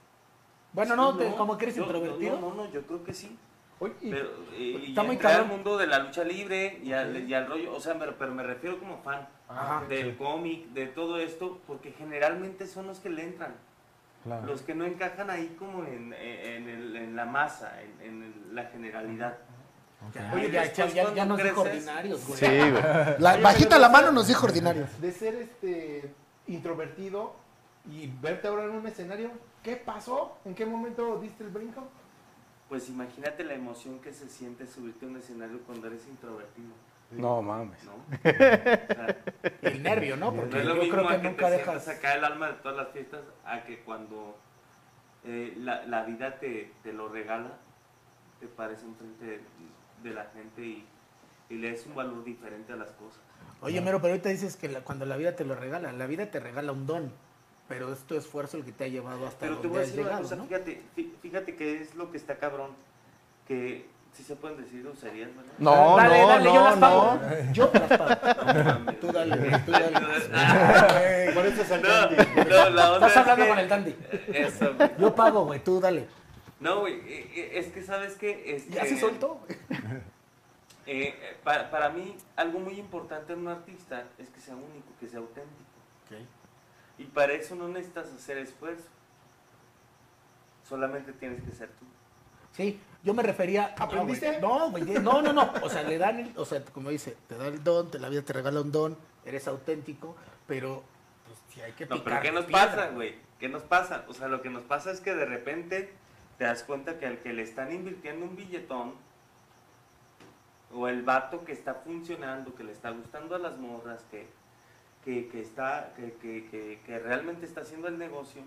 Bueno, no, te- como que eres
yo- yo-
introvertido.
No, no, no, yo creo que sí. Pero, eh, y
está muy
entré al
cabrón.
mundo de la lucha libre y al, y al rollo, o sea, me- pero me refiero como fan
Ajá.
del cómic, de todo esto, porque generalmente son los que le entran,
Claro.
los que no encajan ahí como en, en el- en la masa, en, en la generalidad.
Oye, ya, ya, ya, ya nos dijo ordinarios, güey. <laughs> La-
Oye,
bajita
pero
la
de
mano
ser-
nos dijo ordinarios.
De ser este introvertido y verte ahora en un escenario, ¿qué pasó? ¿En qué momento diste el brinco?
Pues imagínate la emoción que se siente subirte a un escenario cuando eres introvertido.
No mames.
¿No? O sea,
El nervio, ¿no?
no
Porque
es lo
yo
mismo
creo
a
que
que
nunca
te
dejas.
sientas acá el alma de todas las fiestas a que cuando eh, la, la vida te, te lo regala, te pares enfrente de, de la gente y, y le des un valor diferente a las cosas.
Oye, Mero, pero ahorita dices que la- cuando la vida te lo regala, la vida te regala un don, pero es tu esfuerzo el que te ha llevado hasta
Pero te
donde
voy a
has
decir una
llegado,
cosa,
¿no?
fíjate, fí- fíjate que es lo que está cabrón, que si se pueden decir groserías, ¿verdad?
No,
Ah, Dale,
no,
dale,
no,
yo las pago.
no.
Yo te las pago.
mames.
Tú dale, tú dale.
<laughs> Ah,
Por eso es el
no,
dandy.
no, la onda
Estás
es
hablando
que-
con el dandy.
<laughs> Eso, güey.
Yo pago, güey, tú dale.
No, güey, eh, eh, es que sabes que... Este,
Ya se soltó.
<laughs> Eh, eh, para, para mí, algo muy importante en un artista es que sea único, que sea auténtico. Y para eso no necesitas hacer esfuerzo. Solamente tienes que ser tú.
Sí, yo me refería.
¿Aprendiste?
No, güey, no, no, no. O sea, le dan el, o sea, como dice, te da el don, te la vida te regala un don, eres auténtico, pero pues sí hay que
No, pero
picar
¿qué nos
piedra.
pasa, güey? ¿Qué nos pasa? O sea, lo que nos pasa es que de repente te das cuenta que al que le están invirtiendo un billetón, o el vato que está funcionando, que le está gustando a las morras, que, que, que está, que, que- que- que realmente está haciendo el negocio,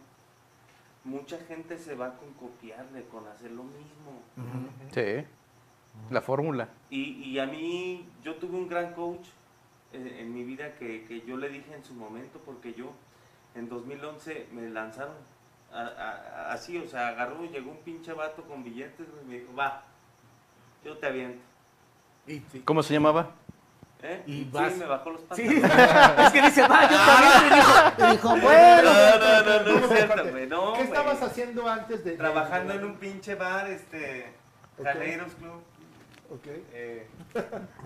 mucha gente se va con copiarle, con hacer lo mismo.
Sí. La fórmula.
Y, y a mí, yo tuve un gran coach eh, en mi vida que, que yo le dije en su momento, porque yo en 2011 me lanzaron a- a- a- así, o sea, agarró, llegó un pinche vato con billetes güey, y me dijo, va, yo te aviento.
Y, sí.
¿Cómo se llamaba?
¿Eh?
Y
Sí,
vas.
me bajó los
Sí.
pantalones.
<laughs>
Ah.
es que dice, va, yo también. <laughs> Y dijo, y dijo, bueno.
No, no, no, no,
Vamos,
es cierto,
espérate.
güey, no,
¿Qué
güey.
estabas haciendo antes de...?
Trabajando en un pinche bar, este,
Ok.
Jaleiros Club.
Ok.
eh,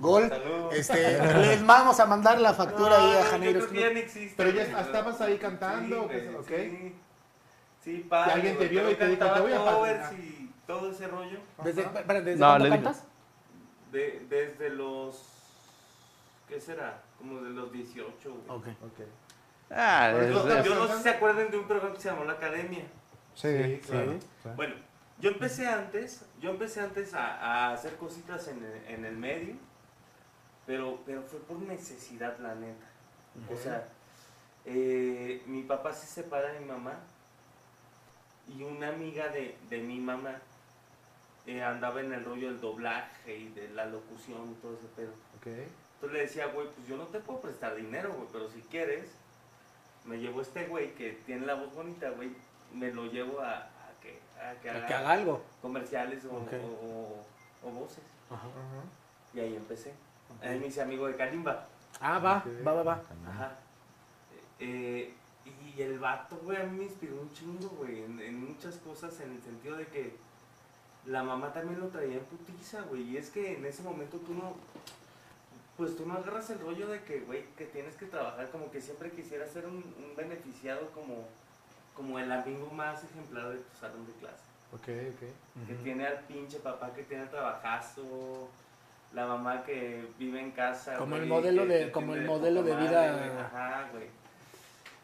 Gol.
Salud. <laughs>
Este, les vamos a mandar la factura
No,
ahí a
yo
Janeiro.
creo que ya no existe,
Pero ya
güey,
estabas ahí cantando,
Sí,
¿o qué?
güey,
Ok.
sí. Sí, padre.
Y alguien te
güey,
vio
pero
y te dijo,
cantaba
"Te voy a Ah.
covers
patrocinar".
y todo ese rollo.
¿Desde,
Ajá.
espera, ¿desde
No,
cuándo
le digo.
cantas?
De- desde los. ¿Qué será? Como de los 18. güey.
Ok.
Ok.
Ah,
Yo-
es-
yo,
es-
no sé si se acuerdan de un programa que se llamó La Academia.
Sí,
claro.
claro.
Bueno, yo empecé antes, yo empecé antes a, a hacer cositas en el, en el medio, pero, pero fue por necesidad, la neta. O sea, eh, mi papá se separa de mi mamá y una amiga de, de mi mamá eh, andaba en el rollo del doblaje y de la locución y todo ese pedo.
Ok.
Entonces le decía, güey, pues yo no te puedo prestar dinero, güey, pero si quieres, me llevo este güey que tiene la voz bonita, güey, me lo llevo a, a que, a que
A
haga
Que haga algo.
comerciales o,
Ok.
o- o- o voces.
Ajá.
Y ahí empecé. Ahí me hice amigo de Kalimba.
Ah, va,
Ok.
va, va, va.
Ajá. Eh, y el vato, güey, a mí me inspiró un chingo, güey, en, en muchas cosas, en el sentido de que la mamá también lo traía en putiza, güey. Y es que en ese momento tú no, pues tú no agarras el rollo de que, güey, que tienes que trabajar, como que siempre quisiera ser un, un beneficiado como, como el amigo más ejemplar de tu salón de clase
Ok, ok.
que tiene al pinche papá que tiene trabajazo, la mamá que vive en casa.
Como
güey,
el modelo
que-
de-
que
como el
tiene poca
modelo de vida.
güey. Ajá, güey.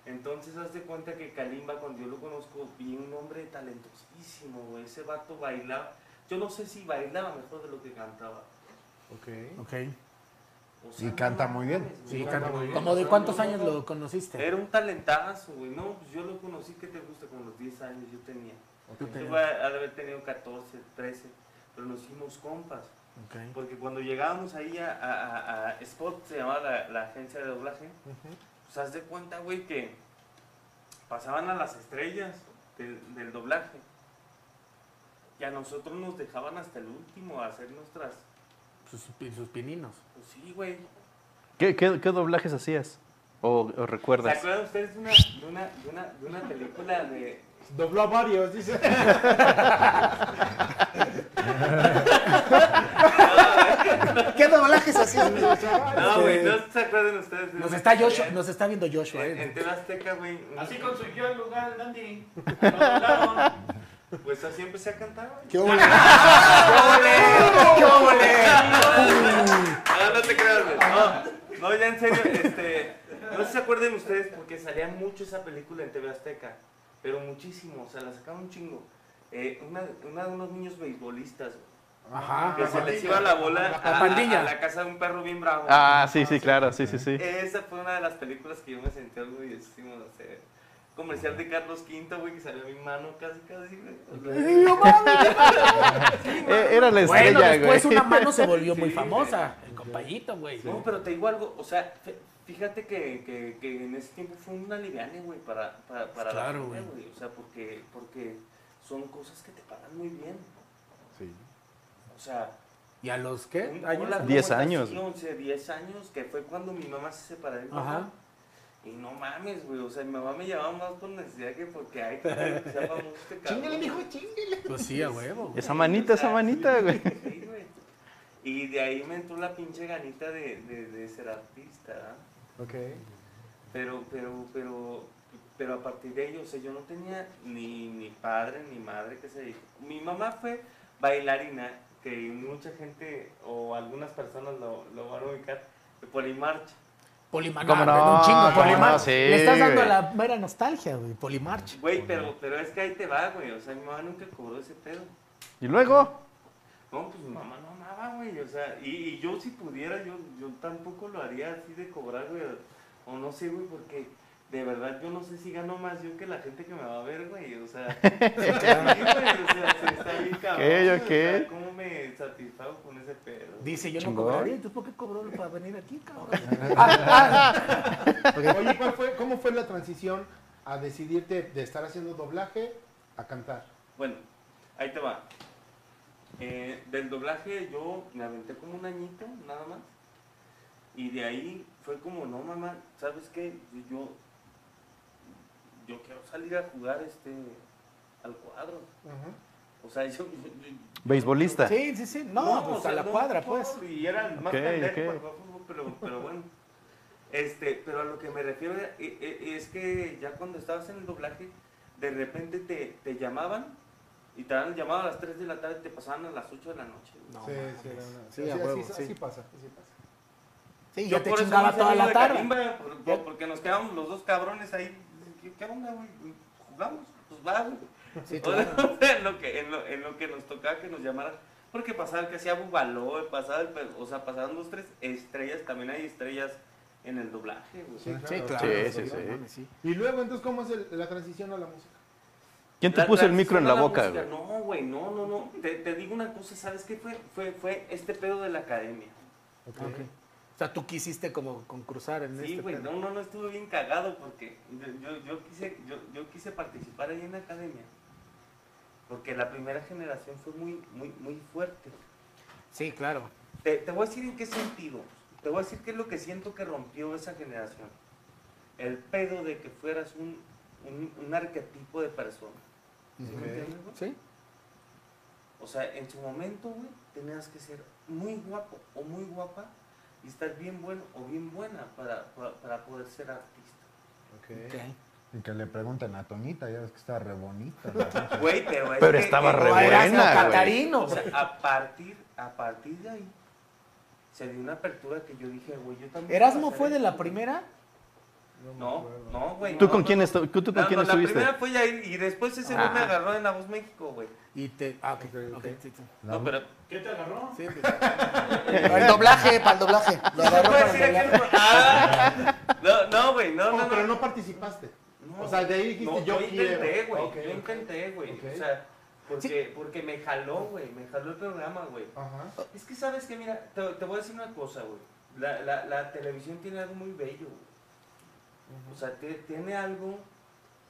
Entonces, haz de cuenta que Kalimba, cuando yo lo conozco, vi un hombre talentosísimo, güey. Ese vato bailaba. Yo no sé si bailaba mejor de lo que cantaba.
Ok.
Ok.
O
Y canta
no
muy bien.
mames, güey,
Sí,
Pues no
canta
mames,
muy bien.
güey.
¿Como
O
de
sea,
cuántos
no, no,
años
no.
lo conociste?
Era <laughs> un talentazo, güey. No, pues yo lo conocí que te gusta como los 10 años yo tenía.
Tú
Yo
tenías-
voy a, ha de haber tenido 14, 13. pero nos hicimos compas. Porque cuando llegábamos ahí a, a- a- a Spot, se llamaba la, la agencia de doblaje, pues haz de cuenta, güey, que pasaban a las estrellas del, del doblaje. Y a nosotros nos dejaban hasta el último a hacer nuestras.
Sus, sus pininos.
Pues sí, güey.
¿Qué, qué, qué doblajes hacías? ¿O, o
¿Se
recuerdas?
acuerdan ustedes de una, de una, de una, de una película de.
Dobló a varios, dice.
¿Qué doblajes hacían?
No, güey,
Este,
no se acuerdan ustedes. de
Nos
una-
está, Joshua, nos está viendo Joshua. eh.
<laughs> En TV Azteca, güey.
Así consiguió el lugar, Nandi.
Pues así empecé a cantar, güey. <laughs>
¡Qué
ole! ¡Qué ole! No, no te creas, güey. No, no, ya en serio, este. No sé si se acuerden ustedes porque salía mucho esa película en TV Azteca. Pero muchísimo, o sea, la sacaban un chingo. Eh, una, una de unos niños beisbolistas, güey.
Ajá,
Que
la
se les
pandilla.
iba la bola a,
La
a-
pandilla.
a la casa de un perro bien bravo.
Ah, sí, sí, claro, sí, sí, sí.
Esa fue una de las películas que yo me sentí orgullosísimo de hacer. Comercial de Carlos V, güey, que salió a mi mano casi, casi, güey.
¡No
<laughs>
mames!
Sí,
Eh, era la estrella,
Bueno, después
güey.
una mano se volvió muy
Sí,
famosa.
güey.
El compañito, güey.
No, pero te digo algo, o sea, fe- fíjate que, que- que en ese tiempo fue un aliviane, güey, para, para, para la
Claro,
gente,
güey.
O sea, porque, porque son cosas que te pagan muy bien.
Sí.
O sea,
¿Y a los qué?
un-
¿Años?
hola, ¿cómo
Diez
estás?
años.
Sí, 11, 10 años, que fue cuando mi mamá se separó de mi
Ajá.
papá. Y no mames, güey, o sea, mi mamá me llamaba más por necesidad que porque hay que sea
<laughs>
famoso este cabrón.
Chíngale, mijo, chíngale.
Pues sí, a huevo. güey.
Esa manita, esa manita, güey.
Sí, güey. Y de ahí me entró la pinche ganita de, de- de ser artista, ¿verdad?
Ok.
Pero, pero, pero, pero a partir de ello, o sea, yo no tenía ni, ni padre ni madre que se dedique. Mi mamá fue bailarina, que mucha gente o algunas personas lo, lo van a ubicar, de Polimarcha.
Polimar.
¿Cómo no?
un chingo,
¿Cómo
Polimar.
no? Sí,
Le estás dando
güey.
la mera nostalgia, güey. Polimarch.
Güey, pero, pero es que ahí te va, güey, o sea, mi mamá nunca cobró ese pedo.
Y luego,
No, pues mi mamá no amaba, güey. O sea, y, y yo si pudiera, yo, yo tampoco lo haría así de cobrar, güey. O no sé, güey, porque de verdad yo no sé si gano más yo que la gente que me va a ver, güey.
<laughs>
O sea, sí, güey, o sea, sí está bien cabrón. güey,
ok.
o sea, ¿Cómo me satisfago con ese pedo?
Dice, yo
Chingón.
no cobraría. Entonces, ¿por qué cobró para venir aquí, cabrón? Ah,
Oye, ¿cuál fue, ¿cómo fue la transición a decidirte de estar haciendo doblaje a cantar?
Bueno, ahí te va. Eh, del doblaje yo me aventé como un añito, nada más. Y de ahí fue como, no mamá, ¿sabes qué? Yo, yo, yo quiero salir a jugar este al cuadro. O sea, <laughs> yo...
beisbolista.
Sí, sí, sí. No, pues
o sea,
a la
no,
cuadra,
no,
pues.
Y era más
Ok,
pendejo
ok.
para jugar fútbol, pero, pero bueno. Este, pero a lo que me refiero e- e- es que ya cuando estabas en el doblaje, de repente te, te llamaban y te daban el llamado a las 3 de la tarde y te pasaban a las 8 de la noche. güey.
No,
sí,
mames.
sí, era una-
Sí,
así-
a huevo,
así,
sí.
así pasa, así pasa.
Sí,
Yo
ya te
por eso
chingaba
hice
toda
amigo
la
de
tarde.
Kalimba, por- por- porque nos quedamos los dos cabrones ahí. ¿Qué, qué onda, güey? ¿Jugamos? Pues va, güey.
Sí,
O
claro.
sea, <laughs> en, lo que, en, lo, en lo que nos tocaba que nos llamaran. Porque pasaba el que hacía Bubaló, pasaba el pe- o sea, pasaban dos, tres estrellas. También hay estrellas en el doblaje, güey.
Sí,
Sí, claro.
Sí, sí, sí.
No mames, sí.
Y luego, entonces, ¿cómo es el- la transición a la música?
¿Quién te
La
puso el micro en la
transición a
boca,
música,
güey?
No, güey, no, no, no. Te, te digo una cosa, ¿sabes qué fue? Fue, fue este pedo de la academia.
Ok. O sea, tú quisiste como concursar en
Sí,
este
güey,
pedo.
no, no, no estuve bien cagado porque yo, yo- yo quise, yo, yo quise participar ahí en la academia. Porque la primera generación fue muy, muy, muy fuerte.
Sí, claro.
Te, te voy a decir en qué sentido. Te voy a decir qué es lo que siento que rompió esa generación. El pedo de que fueras un, un, un arquetipo de persona. ¿Sí me entiendes, güey?
Sí.
O sea, en su momento, güey, tenías que ser muy guapo o muy guapa y estar bien bueno o bien buena para, para, para poder ser artista.
Ok.
Y que le pregunten a Tonita, ya ves que está re bonita. la
Güey, pero es
Pero
que-
estaba
que-
re
o sea,
buena,
Erasmo
güey.
Catarino,
O sea, a partir, a partir de ahí se dio una apertura que yo dije, güey, yo también.
Erasmo
puedo
fue
hacer
de la
esto.
primera.
No, no, güey.
¿Tú
no,
con
no.
quién, estu- tú, tú con
No,
quién
no,
estuviste?
La primera fue ya y y después ese güey me agarró en La Voz México, güey.
Y te. Ah, ok, ok. sí, sí.
No, pero.
¿Qué te agarró?
Sí, pues.
Para el doblaje, para el
<laughs>
doblaje. Lo
¿Se
agarró
puede
para
decir
el
aquí el
doblaje.
Ah, No, no, güey, no,
No,
no,
pero
no.
no participaste.
No,
o sea, de ahí dijiste,
no,
yo
intenté,
quiero.
güey.
Ok,
Yo
ok.
intenté, güey.
Ok.
O sea, Porque, porque me jaló, güey. Me jaló el programa, güey. Es que sabes que, mira, te, te voy a decir una cosa, güey. La, la- la televisión tiene algo muy bello, güey. O sea, te- tiene algo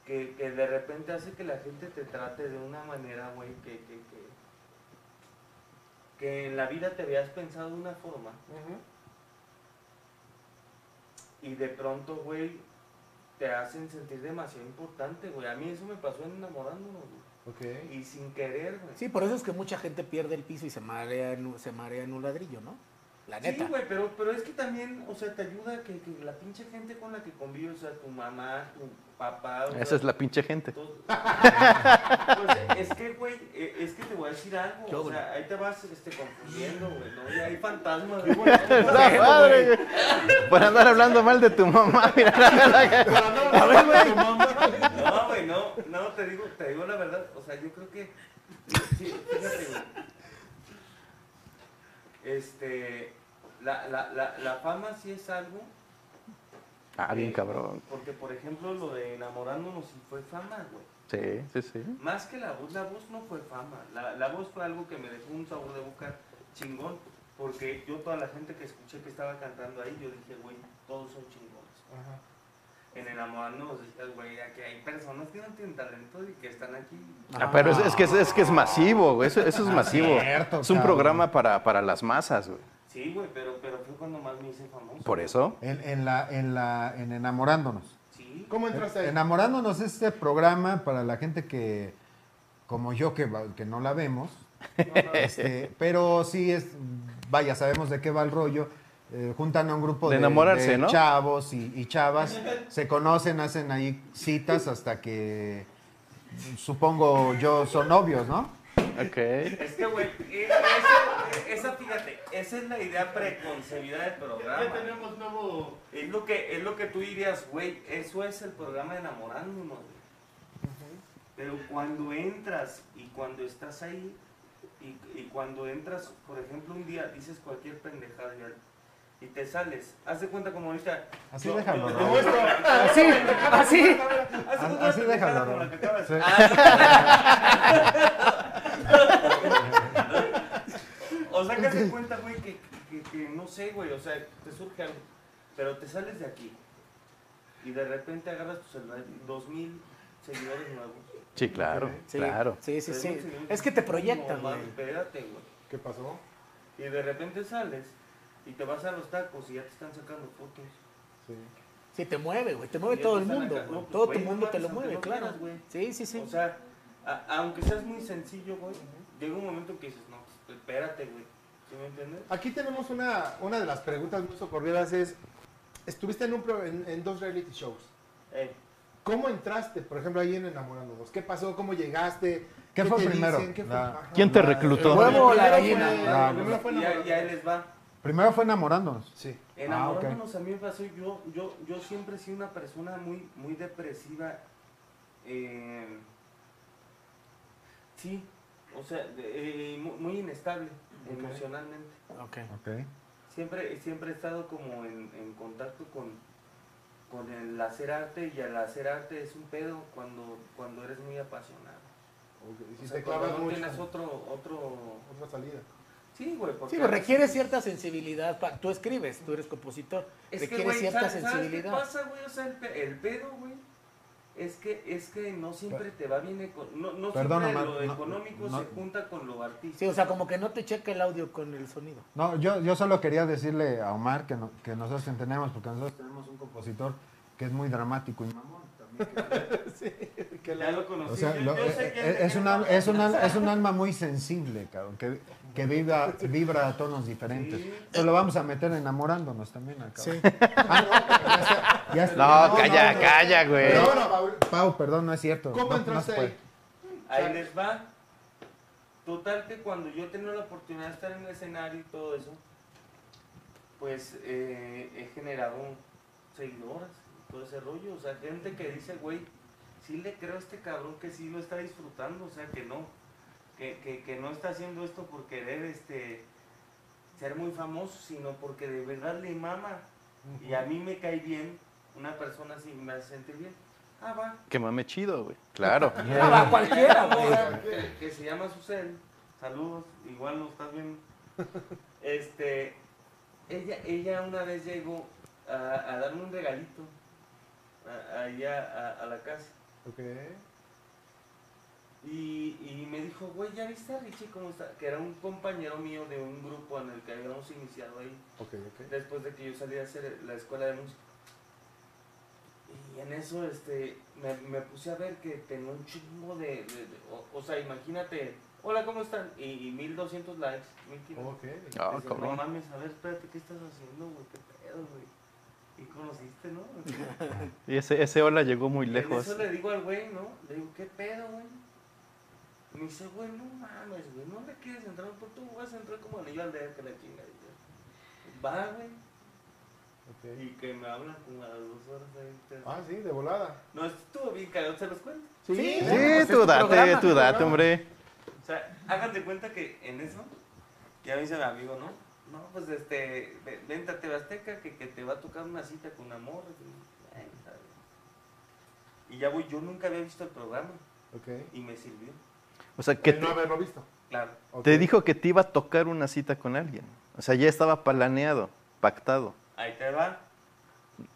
que, que de repente hace que la gente te trate de una manera, güey, que, que, que- que en la vida te habías pensado de una forma. Y de pronto, güey, te hacen sentir demasiado importante, güey. A mí eso me pasó en enamorándonos, güey. Y sin querer, güey.
Sí, por eso es que mucha gente pierde el piso y se marea en, un- se marea en un ladrillo, ¿no? La neta.
Sí, güey, pero, pero es que también, o sea, te ayuda que, que la pinche gente con la que convives, o sea, tu mamá, tu papá. o
Esa
sea,
es la pinche gente.
todo- <laughs> Pues, es que, güey, eh, es que te voy a decir algo.
Qué
o
bueno.
sea, ahí te vas este, confundiendo, güey, ¿no? Y
<laughs>
hay fantasmas. güey.
Está padre, güey. Pues Por andar hablando mal de tu mamá, <laughs> mira. A ver, güey.
No, güey, no, no, te digo, te digo la verdad, o sea, yo creo que, sí, fíjate, güey. Este, la, la, la, la fama sí es algo,
Ah, bien cabrón.
porque por ejemplo lo de enamorándonos sí fue fama, güey.
Sí, sí, sí.
Más que la voz, la voz no fue fama, la, la voz fue algo que me dejó un sabor de boca chingón, porque yo toda la gente que escuché que estaba cantando ahí, yo dije, güey, todos son chingones. En enamorándonos, decías, güey, aquí hay personas que no tienen talento y que están aquí.
Ah, pero es, es que, es, es que es masivo, güey. Eso, eso es
Ah,
No es
masivo.
cierto,
Es un
cabrón.
programa para, para las masas, güey.
Sí, güey, pero, pero fue cuando más me hice famoso.
Por eso.
En, en la, en la, en enamorándonos.
¿Cómo entraste ahí?
Enamorándonos es este programa para la gente que, como yo, que, va- que no la vemos. Este, pero sí es, vaya, sabemos de qué va el rollo. Eh, juntan a un grupo
De enamorarse,
de
¿no?
chavos y, y chavas, se conocen, hacen ahí citas hasta que, supongo yo, son novios, ¿no?
Ok.
Es que, güey, e- esa- esa, fíjate, esa es la idea preconcebida del programa.
Ya tenemos nuevo.
Es lo que, es lo que tú dirías, güey, eso es el programa de enamorándonos, güey. Pero cuando entras y cuando estás ahí, y, y cuando entras, por ejemplo, un día dices cualquier pendejada y, y te sales, haz de cuenta como ahorita.
Así
yo-
déjalo,
yo-
¿no?
te muestro.
Así, así.
Haz de cuenta
Ah,
una
Así
pendejada
déjalo,
como
¿no?
la que acabas.
Sí.
<laughs> O sea, que haz de cuenta, güey, que, que- que no sé, güey, o sea, te surge algo, pero te sales de aquí y de repente agarras tu celular, dos mil seguidores nuevos.
Sí, claro,
Sí,
claro.
sí, sí,
Dos
sí.
mil seguidores.
Es que te proyecta,
No, mames,
güey.
Espérate, güey.
¿Qué pasó?
Y de repente sales y te vas a los tacos y ya te están sacando fotos.
Sí, te mueve, güey. Te mueve
Ya
todo
te
el
están
mundo.
acá,
güey.
no, pues,
todo
güey,
tu
no
mundo te
mames,
lo
aunque
mueve,
no
claro.
quieras, güey.
Sí, sí, sí.
O sea, a- aunque seas muy sencillo, güey, llega un momento que dices, no, pues, espérate, güey. ¿Sí me entiendes?
Aquí tenemos una, una de las preguntas muy socorridas es, estuviste en, un pro- en, en dos reality shows.
Ey.
¿Cómo entraste, por ejemplo, ahí en Enamorándonos? ¿Qué pasó? ¿Cómo llegaste?
¿Qué fue
te
primero?
dicen? ¿Qué fue-
La-
Ajá.
¿Quién te reclutó?
¿El huevo o la
Primero
gallina?
fue-
La-
primero fue
Ya-
enamorándonos. ya les va.
Primero fue enamorándonos.
Sí.
Enamorándonos a mí me pasó, yo, yo, yo siempre he sido una persona muy, muy depresiva. eh, sí, o sea, de- eh, mu- muy inestable
Ok.
emocionalmente.
Ok.
Siempre, siempre he estado como en, en contacto con, con el hacer arte y al hacer arte es un pedo cuando, cuando eres muy apasionado.
Si
O sea,
te
cuando
clavas
no
mucho.
tienes otro, otro...
Otra salida.
Sí, güey, porque...
Sí, güey, requiere cierta sensibilidad. pa- Tú escribes, tú eres compositor.
Es que,
requiere
güey,
cierta
¿sabes- sabes
sensibilidad.
qué pasa, güey? O sea, el, pe- el pedo, güey, es que, es que no siempre te va bien... eco- No, no
Perdón,
siempre
Omar,
lo
no-
económico
no-
se junta con lo artístico.
Sí, o
<laughs>
sea, como que no te checa el audio con el sonido.
No, yo, yo solo quería decirle a Omar que, no- que nosotros entendemos, porque nosotros tenemos un compositor que es muy dramático y mamón.
que
ya lo conocí.
O sea,
yo,
lo-
yo sé
eh,
quién
eh,
te
es, un al-
quiere
es, un
más.
al- es un alma muy sensible, cabrón, que, que vibra, vibra a tonos diferentes. Entonces lo vamos a meter enamorándonos también al cabrón. Ah, no, ya está-
No, calla, calla, güey.
Pero
Pero bueno,
Paul-
Pau, perdón, no es cierto.
¿Cómo
No- no
entraste
se puede.
ahí?
Ahí les va. Total que cuando yo tenía la oportunidad de estar en el escenario y todo eso, pues eh, he generado seguidoras, todo ese rollo. O sea, gente que dice, güey, sí le creo a este cabrón que sí lo está disfrutando, o sea, que no, que, que- que no está haciendo esto por querer este, ser muy famoso, sino porque de verdad le mama. Y a mí me cae bien, una persona así me hace sentir bien. Ah, va.
Que mame chido, güey.
<laughs>
Claro.
Ah,
Que, que se llama Susel. Saludos, igual nos estás viendo. Este, ella, ella una vez llegó a, a darme un regalito a- allá a, a la casa. Y, y me dijo, güey, ¿ya viste a Richie cómo está? Que era un compañero mío de un grupo en el que habíamos iniciado ahí.
Ok, ok.
Después de que yo salí a hacer la escuela de música. Y en eso este, me, me puse a ver que tenía un chingo de... de- de- o, o sea, imagínate, hola, ¿cómo están? Y, y 1200 likes, 1500.
Ok.
Ah,
Dices, no
cabrón.
mames, a ver, espérate, ¿qué estás haciendo, güey? ¿Qué pedo, güey? Y conociste, ¿no?
<laughs>
Y ese, ese hola llegó muy
Y en
lejos.
Eso le digo al güey, ¿no? Le digo, ¿qué pedo, güey? Me dice, güey, no mames, güey, no le quieres entrar, por tú vas a entrar como anillo al dedo que la chinga. Y yo, Va, güey. Y que me habla como a las dos horas ahí. te-
Ah, sí, de volada.
No, estuvo bien cagado, ¿se los cuento?
Sí,
Sí,
pues es
tú
tu
date,
programa,
tú
tu
date,
programa.
hombre.
O sea, hagan de cuenta que en eso, ya me dice mi amigo, ¿no? No, pues este, ve- vente a TV Azteca que, que te va a tocar una cita con amor. Y ya voy, yo nunca había visto el programa. Y me sirvió,
O sea, que
El
te,
no haberlo visto.
claro.
te dijo que te iba a tocar una cita con alguien. O sea, ya estaba planeado, pactado.
Ahí te va.
No,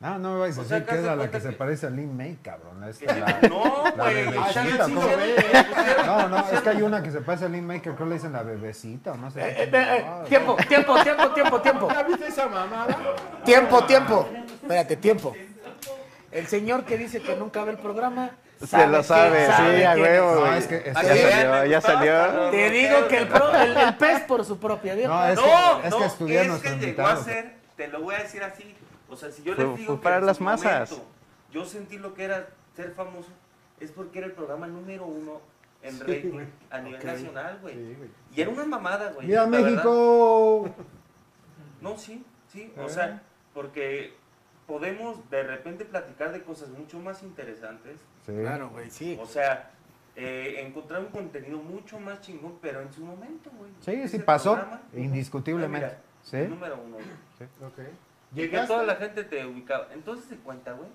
Ah, no me vais a
O sea,
decir
que
que es
hace
a la
cuenta
que, se parece a Lin May, cabrón. Esta,
<laughs>
la,
Que- No,
la
güey,
bebecita,
ya sí
¿cómo?
se ve, ya pusieron-
No, no, es que hay una que se parece a Lin May que creo le dicen la bebecita o no sé.
Eh, eh, eh, tiempo, tiempo, tiempo, tiempo, tiempo.
¿Ya viste esa mamada?
Tiempo, tiempo. Espérate, tiempo. El señor que dice que nunca ve el programa.
Se lo
quién-
sabe, sí, a
quién
huevo,
es.
güey. ya salió, ya salió.
Te digo que el, pro- el- el pez por su propia vida.
No, es que-
No,
es
no,
que estudié a
es
nuestro
que llegó a
invitado.
ser, te lo voy a decir así, o sea, si yo
Fue-
les digo
fue
que
para
en
las
su
masas.
momento yo sentí lo que era ser famoso, es porque era el programa número uno en
Sí,
rating
güey.
a nivel
Ok.
nacional, güey.
Sí, güey.
Y era una mamada, güey.
¡Viva
la verdad.
México! <laughs>
No, sí, sí,
Eh.
Ah.
o sea, porque podemos de repente platicar de cosas mucho más interesantes.
Sí.
Claro, güey, sí.
O sea, eh, encontrar un contenido mucho más chingón, pero en su momento, güey.
Sí, sí
Ese
pasó,
programa,
indiscutiblemente.
Ah, mira,
¿Sí?
Número uno. güey.
Ok.
Y que
Llegaste.
toda la gente te ubicaba. Entonces se cuenta, güey,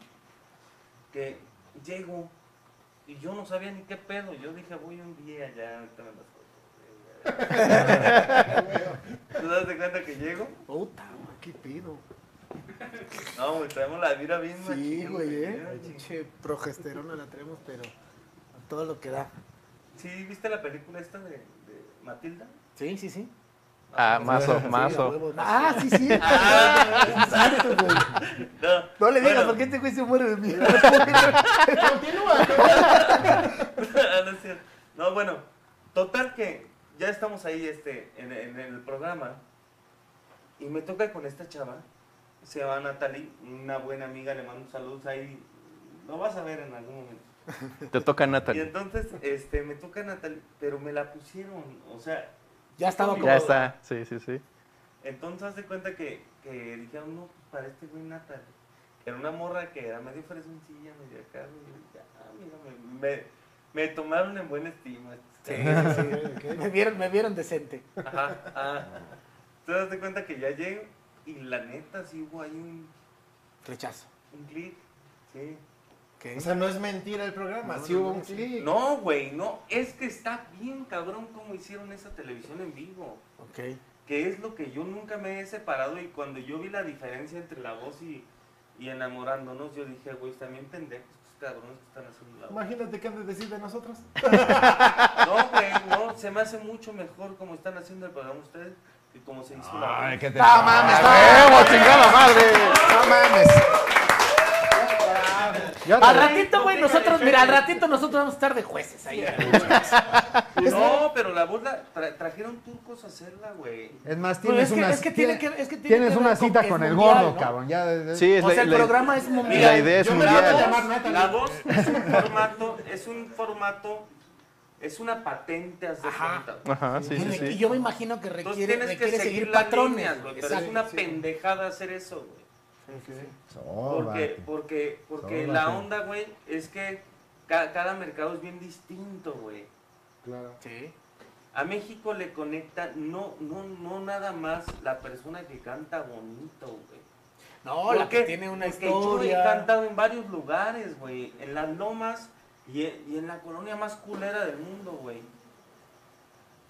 que llego y yo no sabía ni qué pedo. Yo dije, voy un día allá, ahorita me las
<laughs>
¿Tú das de cuenta que llego?
Puta, güey, qué pido.
No, güey, traemos la vibra bien
Sí,
machín,
güey,
bien
eh.
machín.
Pinche progesterona la tenemos, pero a todo lo que da.
¿Sí viste la película esta de, de Matilda?
Sí, sí, sí.
Ah, mazo,
Sí, a
mazo.
huevo. Ah, sí, sí.
Ah.
Es cierto, güey.
No,
No le digas
bueno.
porque este güey se muere
<laughs>
de miedo. <laughs>
<laughs> Ah, no, es cierto. No, bueno, total que ya estamos ahí este, en, en el programa y me toca con esta chava, se llama Natalie, una buena amiga, le mando saludos ahí, lo vas a ver en algún momento.
<laughs> Te toca
Y
Natalie.
entonces este, me toca Natalie, pero me la pusieron, o sea...
Ya estaba como-
Ya está, sí, sí, sí.
Entonces haz de cuenta que, que dijeron, no, para este güey Natalie. Era una morra que era medio fresoncilla, medio acá, güey, y dije, ah, mira, me, me- me tomaron en buen estima. <laughs>
Sí, sí, sí. Me vieron, me vieron decente.
Ajá, ajá. Entonces das de cuenta que ya llego y la neta sí hubo ahí un,
Rechazo.
un clic. Sí.
¿Qué?
O sea, no es mentira el programa, sí hubo un clic.
No, güey, no. Es que está bien cabrón cómo hicieron esa televisión en vivo.
Ok.
Que es lo que yo nunca me he separado y cuando yo vi la diferencia entre la voz y, y enamorándonos, yo dije, güey, también pendejos, estos cabrones que están haciendo la voz.
Imagínate qué han de decir
<laughs>
de nosotros.
<laughs> No, güey, no. Se me hace mucho mejor como están haciendo el programa ustedes que como se hizo la voz.
Ay, ¿qué te
No mames, no.
chingada madre!
No mames.
Ya
Al
te-
ratito, güey, nosotros, mira, al ratito nosotros vamos a estar de jueces ahí. <laughs>
No, pero la voz la tra- trajeron turcos a hacerla, güey.
Es más,
Pero
tienes
es que-
una,
es que tiene que- es que tiene
tienes
que
una
ver con
cita
que
con
es
el
mundial,
gordo,
¿no?
cabrón. Ya, eh,
Sí, es
O
la,
sea, el
la-
programa es
la
mundial.
idea es
Yo me la voy a
mundial.
llamar Natalie.
La voz es un formato, es un formato, es una patente haz de cuenta, güey.
Ajá, sí, sí,
Y
sí.
yo me imagino que
Entonces
requiere,
tienes
requiere
que
seguir,
seguir las
patrones.
líneas, güey, pero es
Exacto.
una pendejada hacer eso, güey. Porque,
Sóbate.
porque, porque la
Sóbate.
onda, güey, es que ca- cada, mercado es bien distinto, güey.
Claro.
Sí.
A México le conecta no, no, no nada más la persona que canta bonito, güey.
No, la que tiene una
Porque
historia.
Yo he cantado en varios lugares, güey. En las lomas y en, y en la colonia más culera del mundo, güey.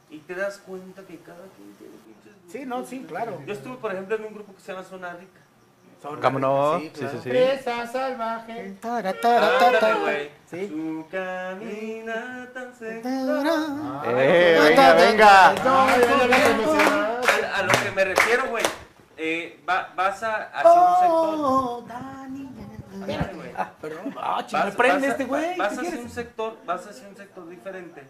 Y te das cuenta que cada quien tiene pinches
Sí, no, sí, claro.
Yo estuve, por ejemplo, en un grupo que se llama Zona Rica.
¿Cómo no? Sí, sí, sí.
Presa salvaje.
Ándale, güey. Su camina tan segura.
Eh, venga, venga.
A, a lo que me refiero, güey. eh, va- vas a, hacia un sector. Espérate, güey.
Ah,
Vas-
me prende
vas a-
este güey.
Vas
¿qué
hacia
quieres?
un sector, vas hacia un sector diferente.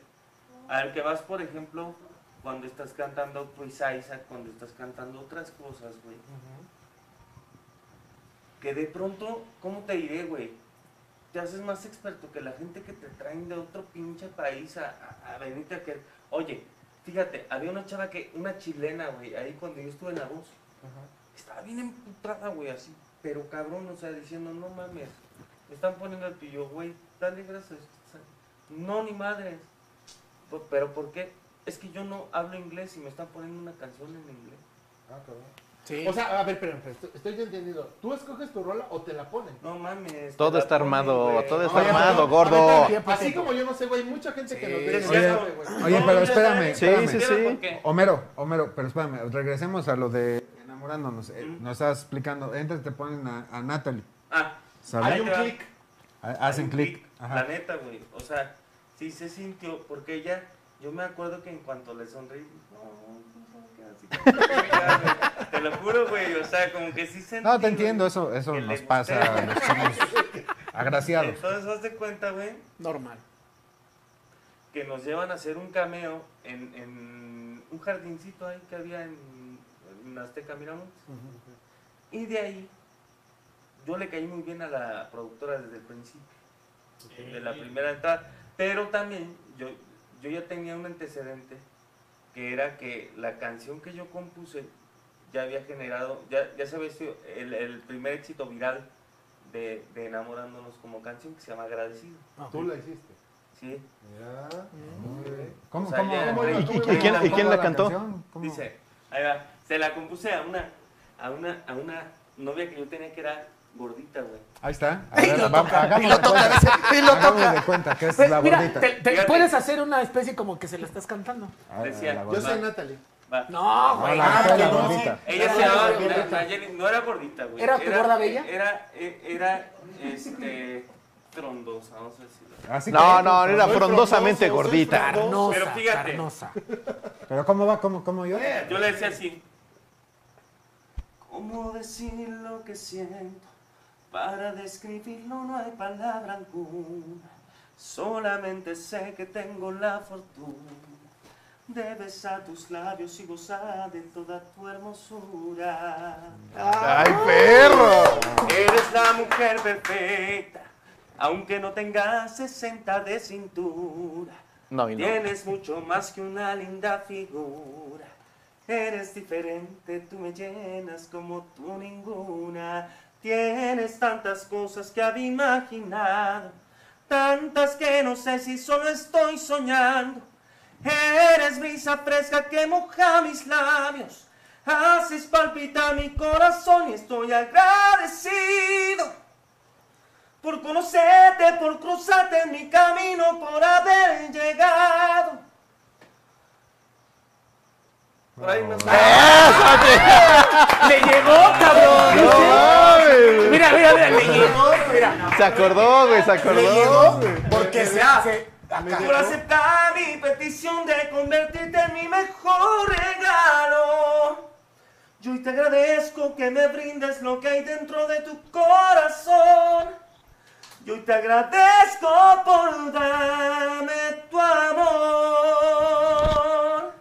Al que vas, por ejemplo, cuando estás cantando Isaac, cuando estás cantando otras cosas, güey. Que de pronto, ¿cómo te diré, güey? Te haces más experto que la gente que te traen de otro pinche país a, a, a venirte a que. Oye, fíjate, había una chava que, una chilena, güey, ahí cuando yo estuve en la voz. Estaba bien emputada, güey, así. Pero cabrón, o sea, diciendo, no mames. Me están poniendo el pillo, güey. Dale gracias. No, ni madres. Pues, Pero ¿por qué? Es que yo no hablo inglés y me están poniendo una canción en inglés.
Ah, cabrón.
Sí.
O sea, a ver, espérame, espérame, estoy- estoy entendido. ¿Tú escoges tu rola o te la ponen?
No mames.
Todo está armado, todo está
Oye,
armado,
pero-
gordo.
Así como yo no sé, güey, hay mucha gente que nos ve. y no
Oye,
sabe, güey.
oye,
No,
pero
ya
espérame,
sabes,
espérame.
güey.
Homero, Homero, pero espérame, regresemos a lo de enamorándonos. Eh, Nos estás explicando, entonces te ponen a, a Natalie.
Ah,
¿sabes?
ahí te va. clic.
Ha- Hacen clic.
La neta, güey. O sea, sí se sintió, porque ella, yo me acuerdo que en cuanto le sonreí, no, no, no, que así <laughs> como- Te lo juro, güey. O sea, como que sí sentí.
No, te
güey.
entiendo, eso, eso
que le
nos pasa,
gusté.
los somos
<laughs>
agraciados.
Entonces, haz de cuenta, güey. Normal. Que nos llevan a hacer un cameo en, en un jardincito ahí que había en, en Azteca Miramontes. Y de ahí, yo le caí muy bien a la productora desde el principio, de la primera entrada. Pero también, yo, yo ya tenía un antecedente que era que la canción que yo compuse ya había generado, ya, ya se había sido el, el primer éxito viral de, de Enamorándonos como canción que se llama Agradecido.
Ah,
Tú la hiciste.
Sí.
¿Cómo,
O sea,
Mm. cómo?
ya-
¿Y-
ya-
y- y quién- y quién la cantó? ¿Cómo?
Dice, ahí va, se la compuse a una, a una, a una novia que yo tenía que era gordita, güey.
Ahí está.
Y lo toca,
hagamos
y lo
de
toca,
cuenta.
dice, y lo
Hagamos
toca.
de cuenta que es
Pues,
la
mira,
gordita.
te, te puedes hacer una especie como que se la estás cantando.
Decía,
Yo soy
Natalie.
No, güey.
Ah,
no,
la
no.
gordita. Ella se llamaba Nayeli, no era gordita, güey.
¿Era tu gorda bella?
Era, e- era, este, trondosa, vamos a decirlo.
Así
No,
que-
no, era
Soy
frondosamente
frondoso, soy
gordita.
frondoso.
Pero fíjate.
Pero ¿cómo va? ¿Cómo, cómo yo?
Yo le decía así. ¿Cómo decir lo que siento? Para describirlo no hay palabra alguna. Solamente sé que tengo la fortuna de besar tus labios y gozar de toda tu hermosura.
¡Ay, perro!
Eres la mujer perfecta, aunque no tengas 60 de cintura.
No, y no.
Tienes mucho más que una linda figura. Eres diferente, tú me llenas como tú ninguna. Tienes tantas cosas que había imaginado, tantas que no sé si solo estoy soñando. Eres brisa fresca que moja mis labios, haces palpitar mi corazón y estoy agradecido por conocerte, por cruzarte en mi camino, por haber llegado. Por ahí me
¡Le llegó, cabrón!
No mames.
Mira, mira, mira, le llegó, mira.
Se acordó, güey, se acordó.
Le llegó porque se hace.
Por aceptar mi petición de convertirte en mi mejor regalo. Yo hoy te agradezco que me brindes lo que hay dentro de tu corazón. Yo hoy te agradezco por darme tu amor.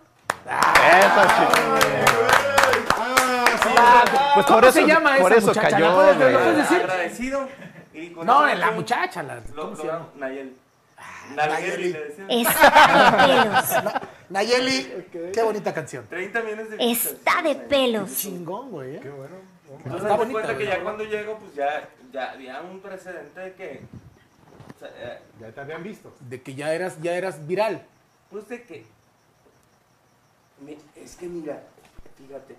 Pues por
¿Cómo
eso-
se llama
por
esa
eso
muchacha?
cayó,
¿La puedes, ¿la
güey.
puedes decir?
Agradecido. Y con
No,
eso
la
fue-
muchacha, la.
Lo,
¿cómo se
lo-
llama?
Nayeli.
Ah,
Nayeli. le decían.
<laughs>
<laughs>
Na- Nayeli, qué bonita canción.
30 millones de
Está de pelos.
Chingón, güey. Qué
bueno.
Entonces
Está
me
bonita,
cuenta que
güey.
ya cuando llego, pues ya, ya había un precedente de que. o sea, eh,
Ya te habían visto.
De que ya eras, ya eras viral.
pues de que. me- es que mira, fíjate.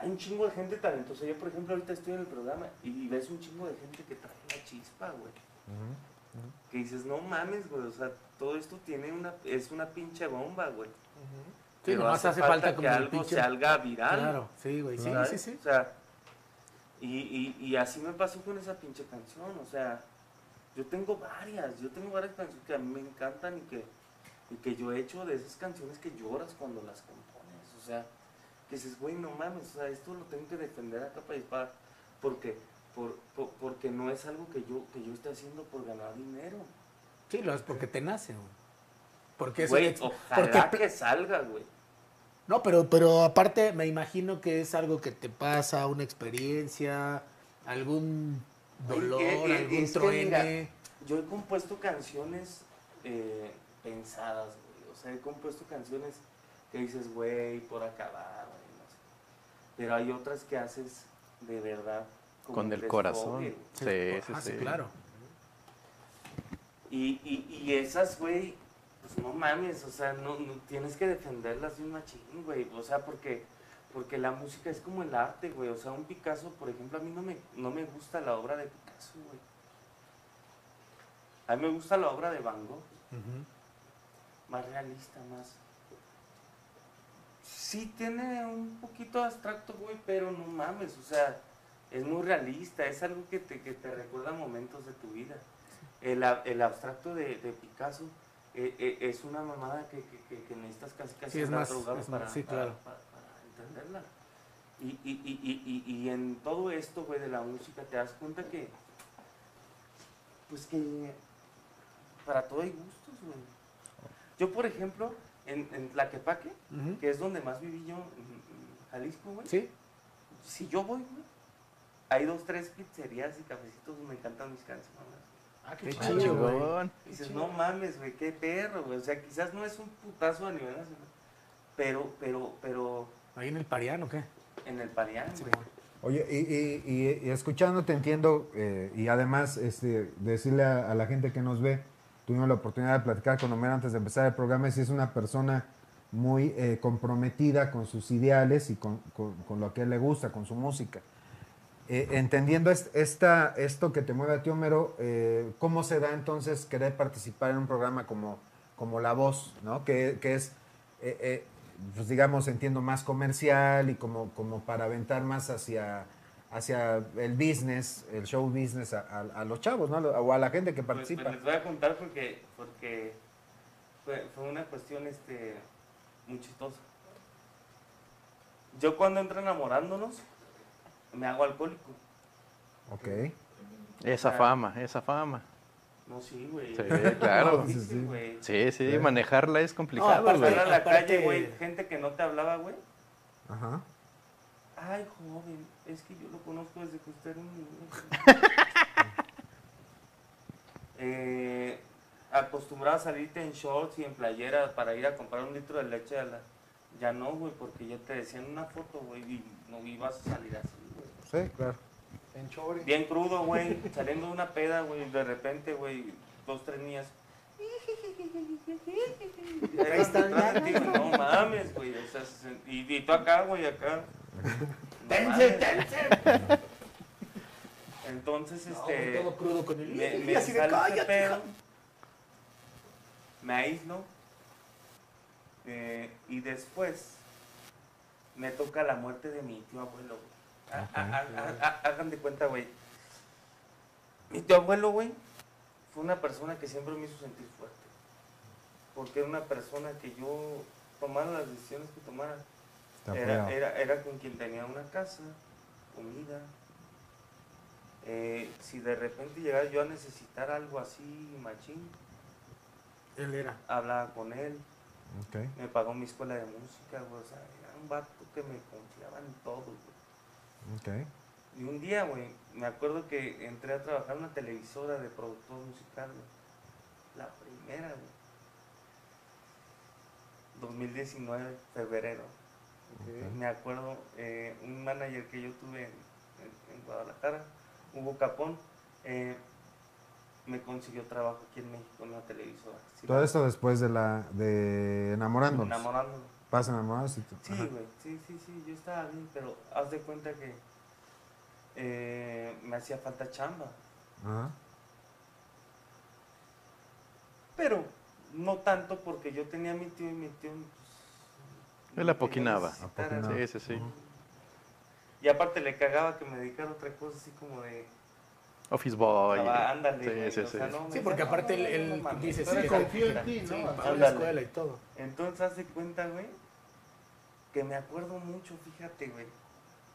hay un chingo de gente talentosa. Yo, por ejemplo, ahorita estoy en el programa y ves un chingo de gente que trae la chispa, güey. Que dices, no mames, güey. O sea, todo esto tiene una, es una pinche bomba, güey.
Sí,
Pero
nomás hace falta
que
como el
algo
pinche-
salga viral.
Claro, sí, güey, sí,
¿Sabes?
sí, sí.
O sea, y, y, y así me pasó con esa pinche canción. O sea, yo tengo varias, yo tengo varias canciones que a mí me encantan y que, y que yo he hecho de esas canciones que lloras cuando las compones. O sea, que dices, güey, no mames, o sea, esto lo tengo que defender a capa y espada. Porque, por, por- porque no es algo que yo, que yo esté haciendo por ganar dinero.
Sí, lo haces porque te nace, güey. Porque eso
Güey,
es-
ojalá
porque-
que salga, güey.
No, pero, pero aparte me imagino que es algo que te pasa, una experiencia, algún dolor,
Eh, eh,
algún
es que, mira,
truene.
yo he compuesto canciones eh, pensadas, güey. O sea, he compuesto canciones que dices, güey, por acabar, güey, no sé. Pero hay otras que haces de verdad. como
Con
un
el
desfogue,
corazón.
güey.
Sí, sí,
Ah, sí,
sí.
claro.
Y, y, y esas, güey, pues no mames, o sea, no, no- tienes que defenderlas de un machín, güey. O sea, porque, porque la música es como el arte, güey. O sea, un Picasso, por ejemplo, a mí no me, no me gusta la obra de Picasso, güey. A mí me gusta la obra de Van Gogh, más realista, más... Sí tiene un poquito abstracto, güey, pero no mames, o sea, es muy realista, es algo que te, que te recuerda momentos de tu vida. El, ab- el abstracto de, de Picasso eh, eh, es una mamada que, que- que- que necesitas casi casi
Sí, es
estar
más-
drogado
es más-
para-
sí,
para-
claro.
para- para entenderla. Y, y- y- y- y- y en todo esto, güey, de la música, te das cuenta que, pues que para todo hay gustos, güey. Yo, por ejemplo, en, en Tlaquepaque,
Ujú.
que es donde más viví yo, en, en Jalisco, güey.
Sí.
Si yo voy, güey, hay dos, tres pizzerías y cafecitos donde me encantan mis canciones.
Ah, qué Qué chido, chingón. güey.
Y Dices, no mames, güey, qué perro, güey. O sea, quizás no es un putazo a nivel nacional, pero, pero, pero
¿Ahí en el Parián o qué?
en el Parián, güey.
Oye, y, y- y- y escuchándote entiendo, eh, y además este, decirle a, a la gente que nos ve, tuvimos la oportunidad de platicar con Homero antes de empezar el programa, y si es una persona muy eh, comprometida con sus ideales y con, con- con lo que a él le gusta, con su música. Eh, entendiendo es- esta, esto que te mueve a ti, Homero, eh, ¿cómo se da entonces querer participar en un programa como, como La Voz, ¿no? que, que es eh, eh, pues digamos, entiendo, más comercial y como, como para aventar más hacia, hacia el business, el show business a, a- a los chavos, ¿no? O a la gente que
Pues, pues,
participa.
les voy a contar porque, porque fue, fue una cuestión este, muy chistosa. Yo cuando entro enamorándonos, me hago alcohólico.
Ok.
Esa fama, esa fama.
<laughs> No, sí, güey.
Sí,
Es
claro.
difícil, güey.
Sí, sí, manejarla es complicado,
No, aparte
güey.
era la calle, güey, gente que no te hablaba, güey.
Ajá.
Ay, joven, es que yo lo conozco desde que usted era un niño. Eh, acostumbrado a salirte en shorts y en playera para ir a comprar un litro de leche a la... Ya no, güey, porque ya te decían una foto, güey, y no ibas a salir así, güey.
Sí, claro.
En chore.
Bien crudo,
<laughs>
güey, saliendo de una peda, güey, de repente, güey, dos, tres niñas.
Ahí están.
Detrás de ti, güey, No mames, güey, o sea, se sent- y, y tú acá, güey, acá. No
Dense,
mames.
dense.
Entonces,
No,
este.
todo crudo con el-
Me, me
Así de,
sale ese
"Cállate,
pedo,
hija".
Me aíslo. eh, y después me toca la muerte de mi tío abuelo, güey. Ha- ha- ha- ha- ha- Hagan de cuenta, güey. Mi tío abuelo, güey, fue una persona que siempre me hizo sentir fuerte. Porque era una persona que yo tomara las decisiones que tomara.
Está
Era,
feo.
era, era con quien tenía una casa, comida. Eh, si de repente llegara yo a necesitar algo así, machín,
Él era.
hablaba con él.
Ok.
Me pagó mi escuela de música, güey, O sea, era un vato que me confiaba en todo, güey.
Ok.
Y un día, güey, me acuerdo que entré a trabajar en una televisora de productor musical, güey. La primera, güey. 2019, febrero.
Ok.
Me acuerdo, eh, un manager que yo tuve en, en- en Guadalajara, Hugo Capón, eh, me consiguió trabajo aquí en México en la televisora. Sí,
Todo esto después de la de enamorándonos.
Enamorándonos.
Vas enamorados y tú.
Sí,
ajá.
güey, sí, sí, sí, yo estaba bien, pero haz de cuenta que eh, me hacía falta chamba.
Ajá.
Pero no tanto porque yo tenía a mi tío y mi tío. pues,
Él
me
apoquinaba.
quería visitar,
Apoquinaba.
así.
Sí, sí, sí.
Y aparte le cagaba que me dedicara a otra cosa así como de.
Office Boy.
Ah, ándale, güey,
Sí,
o
sí, sí.
sea, no, me
Sí, porque
decía,
aparte
no, no,
él-
no,
él
mames,
dice,
tú
sí,
eres
confío en
cultura.
ti, ¿no?
Sí,
Vas a la
ándale.
escuela y todo.
Entonces hace cuenta, güey, que me acuerdo mucho, fíjate, güey.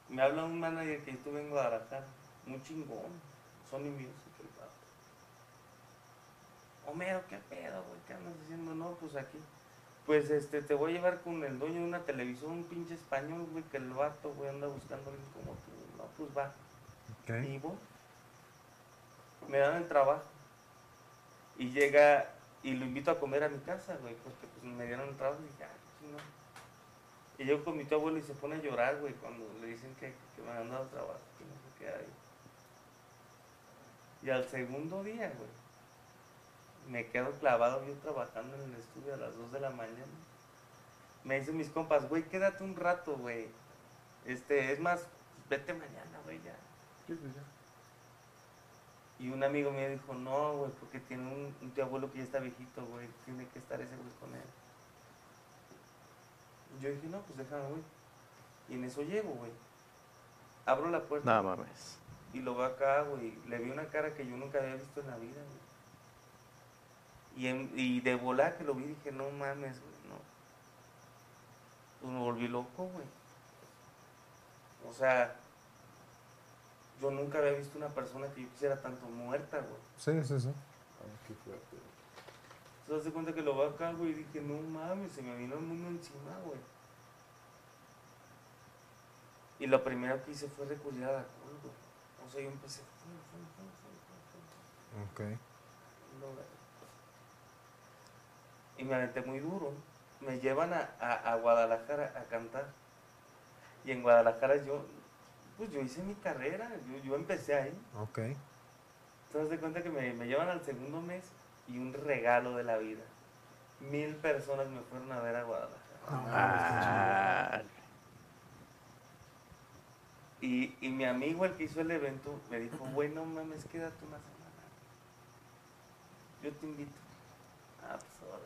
Me habla un manager que estuve en Guadalajara, muy chingón, Sony Music, el vato. Homero, ¿qué pedo, güey? ¿Qué andas diciendo? No, pues aquí. Pues este, te voy a llevar con el dueño de una televisión, un pinche español, güey, que el vato, güey, anda buscando a alguien como tú. No, pues va. Y voy. Me dan el trabajo. Y llega, y lo invito a comer a mi casa, güey, porque pues me dieron el trabajo y dije, ah, pues, no. Y yo con mi tío abuelo y se pone a llorar, güey, cuando le dicen que, que me han dado trabajo, que no sé qué hay. Y al segundo día, güey, me quedo clavado yo trabajando en el estudio a las 2 de la mañana. Me dicen mis compas, güey, quédate un rato, güey. Este, es más, vete mañana, güey, ya. Y un amigo mío dijo, no, güey, porque tiene un, un tío abuelo que ya está viejito, güey, tiene que estar ese güey con él. Yo dije, no, pues déjame, güey. Y en eso llego, güey. Abro la puerta.
No mames.
Y lo veo acá, güey. Le vi una cara que yo nunca había visto en la vida, güey. Y, en- y de volar que lo vi, dije, no mames, güey, no. Pues me volví loco, güey. O sea, yo nunca había visto una persona que yo quisiera tanto muerta, güey.
Sí, sí, sí.
Entonces, de cuenta que lo veo acá, güey, y dije, no mames, se me vino el mundo encima, güey. Y lo primero que hice fue recurrir al alcohol, güey. O sea, yo empecé. "Fum, fum, fum, fum, fum, fum".
Ok.
Y me aventé muy duro. Me llevan a, a- a Guadalajara a cantar. Y en Guadalajara yo, pues yo hice mi carrera, yo, yo empecé ahí.
Ok.
Entonces de cuenta que me, me llevan al segundo mes y un regalo de la vida. Mil personas me fueron a ver a Guadalajara.
Ah,
Y, y mi amigo, el que hizo el evento, me dijo, güey, no mames, quédate una semana. Yo te invito. Ah, pues órale.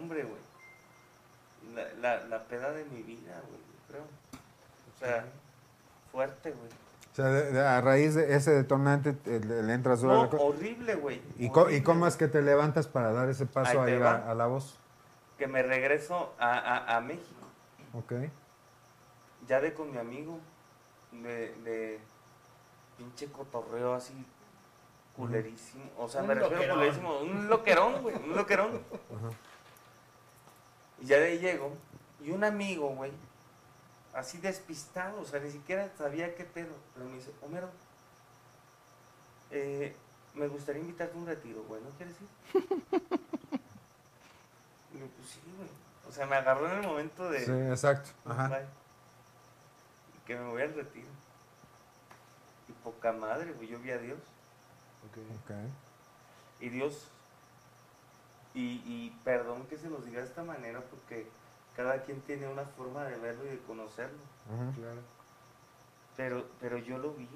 Hombre, güey. La, la, la peda de mi vida, güey, yo creo. O sea, fuerte, güey.
O sea, de- de- a raíz de ese detonante te- le, le entras duro a
No,
la co-
horrible, güey.
¿Y, co- ¿Y cómo es que te levantas para dar ese paso
Ahí
ahí
te
a,
va.
a la voz?
Que me regreso a, a, a México.
Ok.
ya de con mi amigo, de, de pinche cotorreo así culerísimo. O sea,
Un
me refiero a
loquerón.
culerísimo, un loquerón, güey, un loquerón. Y ya de ahí llego, y un amigo, güey, así despistado, o sea, ni siquiera sabía qué pedo, pero me dice, Homero, eh, me gustaría invitarte a un retiro, güey, ¿no quieres ir?
<laughs>
Y yo, pues sí, güey. O sea, me agarró en el momento de...
Sí, exacto. Ajá.
Bye. Y que me voy al retiro. Y poca madre, güey, yo vi a Dios.
Ok.
Y Dios, y, y perdón que se los diga de esta manera, porque cada quien tiene una forma de verlo y de conocerlo.
Ujú.
Pero, pero yo lo vi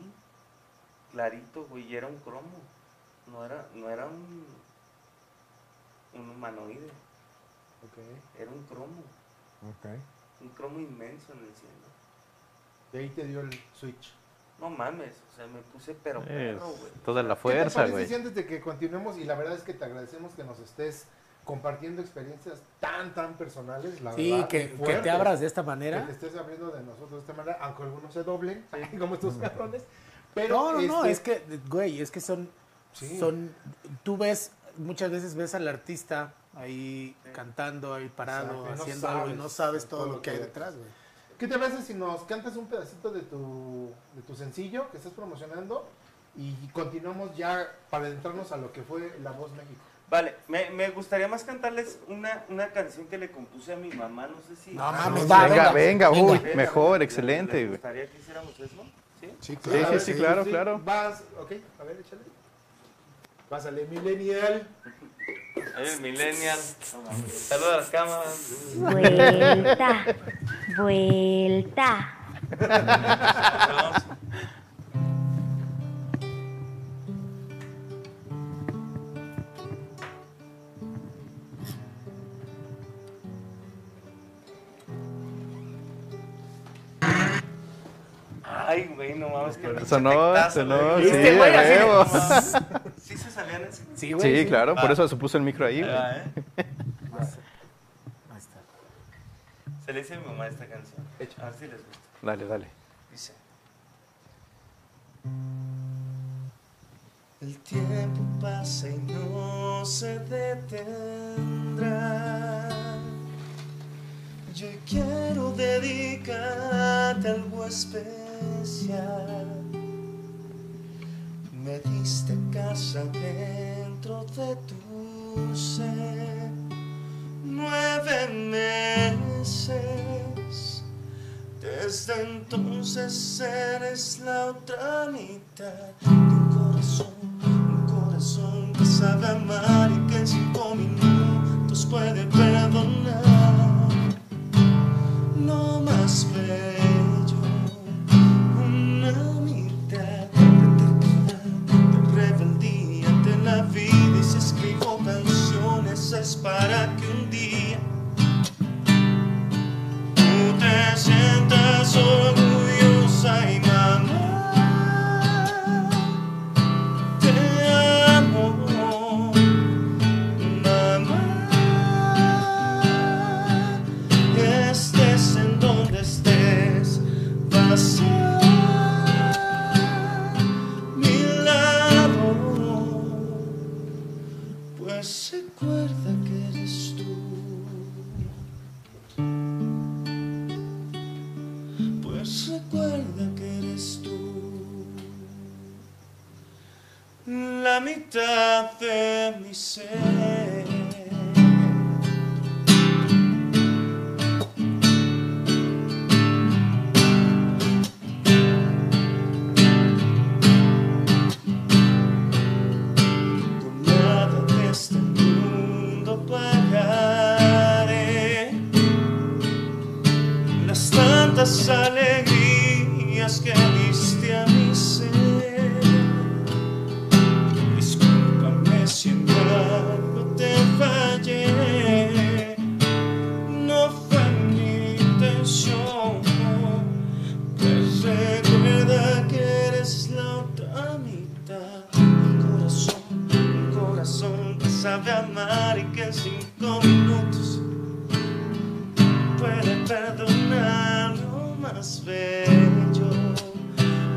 clarito, güey, y era un cromo. No era, no era un, un humanoide. Era un cromo,
Ok.
un cromo inmenso en el cielo.
De ahí te dio el switch.
No mames, o sea, me puse pero
Es
perro, güey.
toda la
¿Qué te
fuerza,
parece
güey.
si antes de que continuemos, y la verdad es que te agradecemos que nos estés compartiendo experiencias tan, tan personales, la
Sí,
verdad,
que-
y
que te
fuertes.
abras de esta manera.
Que te estés abriendo de nosotros de esta manera, aunque algunos se doblen, <laughs> como estos cabrones. Pero,
no, no, no,
este,
es que, güey, es que son,
Sí.
son, tú ves, muchas veces ves al artista ahí cantando, ahí parado,
Exacto, y no
haciendo algo y
sabes
no sabes todo, lo que hay
hay.
detrás, güey.
¿Qué te parece si nos cantas un pedacito de tu, de tu sencillo que estás promocionando y continuamos ya para adentrarnos a lo que fue La Voz México?
Vale, me, me gustaría más cantarles una, una canción que le compuse a mi mamá, no sé si...
No mames, va, Venga, venga, venga, venga. uy, mejor, excelente,
¿Les
güey.
gustaría que hiciéramos eso? ¿Sí?
Sí, sí, sí, claro, claro.
Vas, ok, a ver, échale.
Pásale, millennial.
Ahí el millennial. Saluda a las cámaras.
Vuelta. Vuelta.
Ay, güey, no mames, que
Sonó, sonó, sí,
Este
de
güey así de-
huevo.
<laughs> ¿Sí se salían así?
Sí, claro, por eso se puso el micro ahí,
Ahí va, ¿eh?
güey. <laughs>
Se le dice a mi mamá esta canción. A ver si les gusta.
Dale, dale.
Dice.
El tiempo pasa y no se detendrá. Yo quiero dedicarte algo especial. Me diste casa dentro de tu ser. Nueve meses. Desde entonces eres la otra mitad de un corazón, un corazón que sabe amar y que en cinco minutos puede perdonar. Lo más bello, una mitad de terquedad, de rebeldía ante la vida y si escribo canciones es para que un día Tú te sientas orgullosa y mamá Te amo Mamá Estés en donde estés Vas a mi lado Pues recuerda que eres tú pues recuerda que eres tú la mitad de mi ser. Con nada de este mundo pagaré las tantas alegrías que diste a mi ser. Discúlpame si en algo te fallé, no fue mi intención. Pues recuerda que eres la otra mitad un corazón, un corazón que sabe amar y que en cinco minutos puede perdonar lo más bello.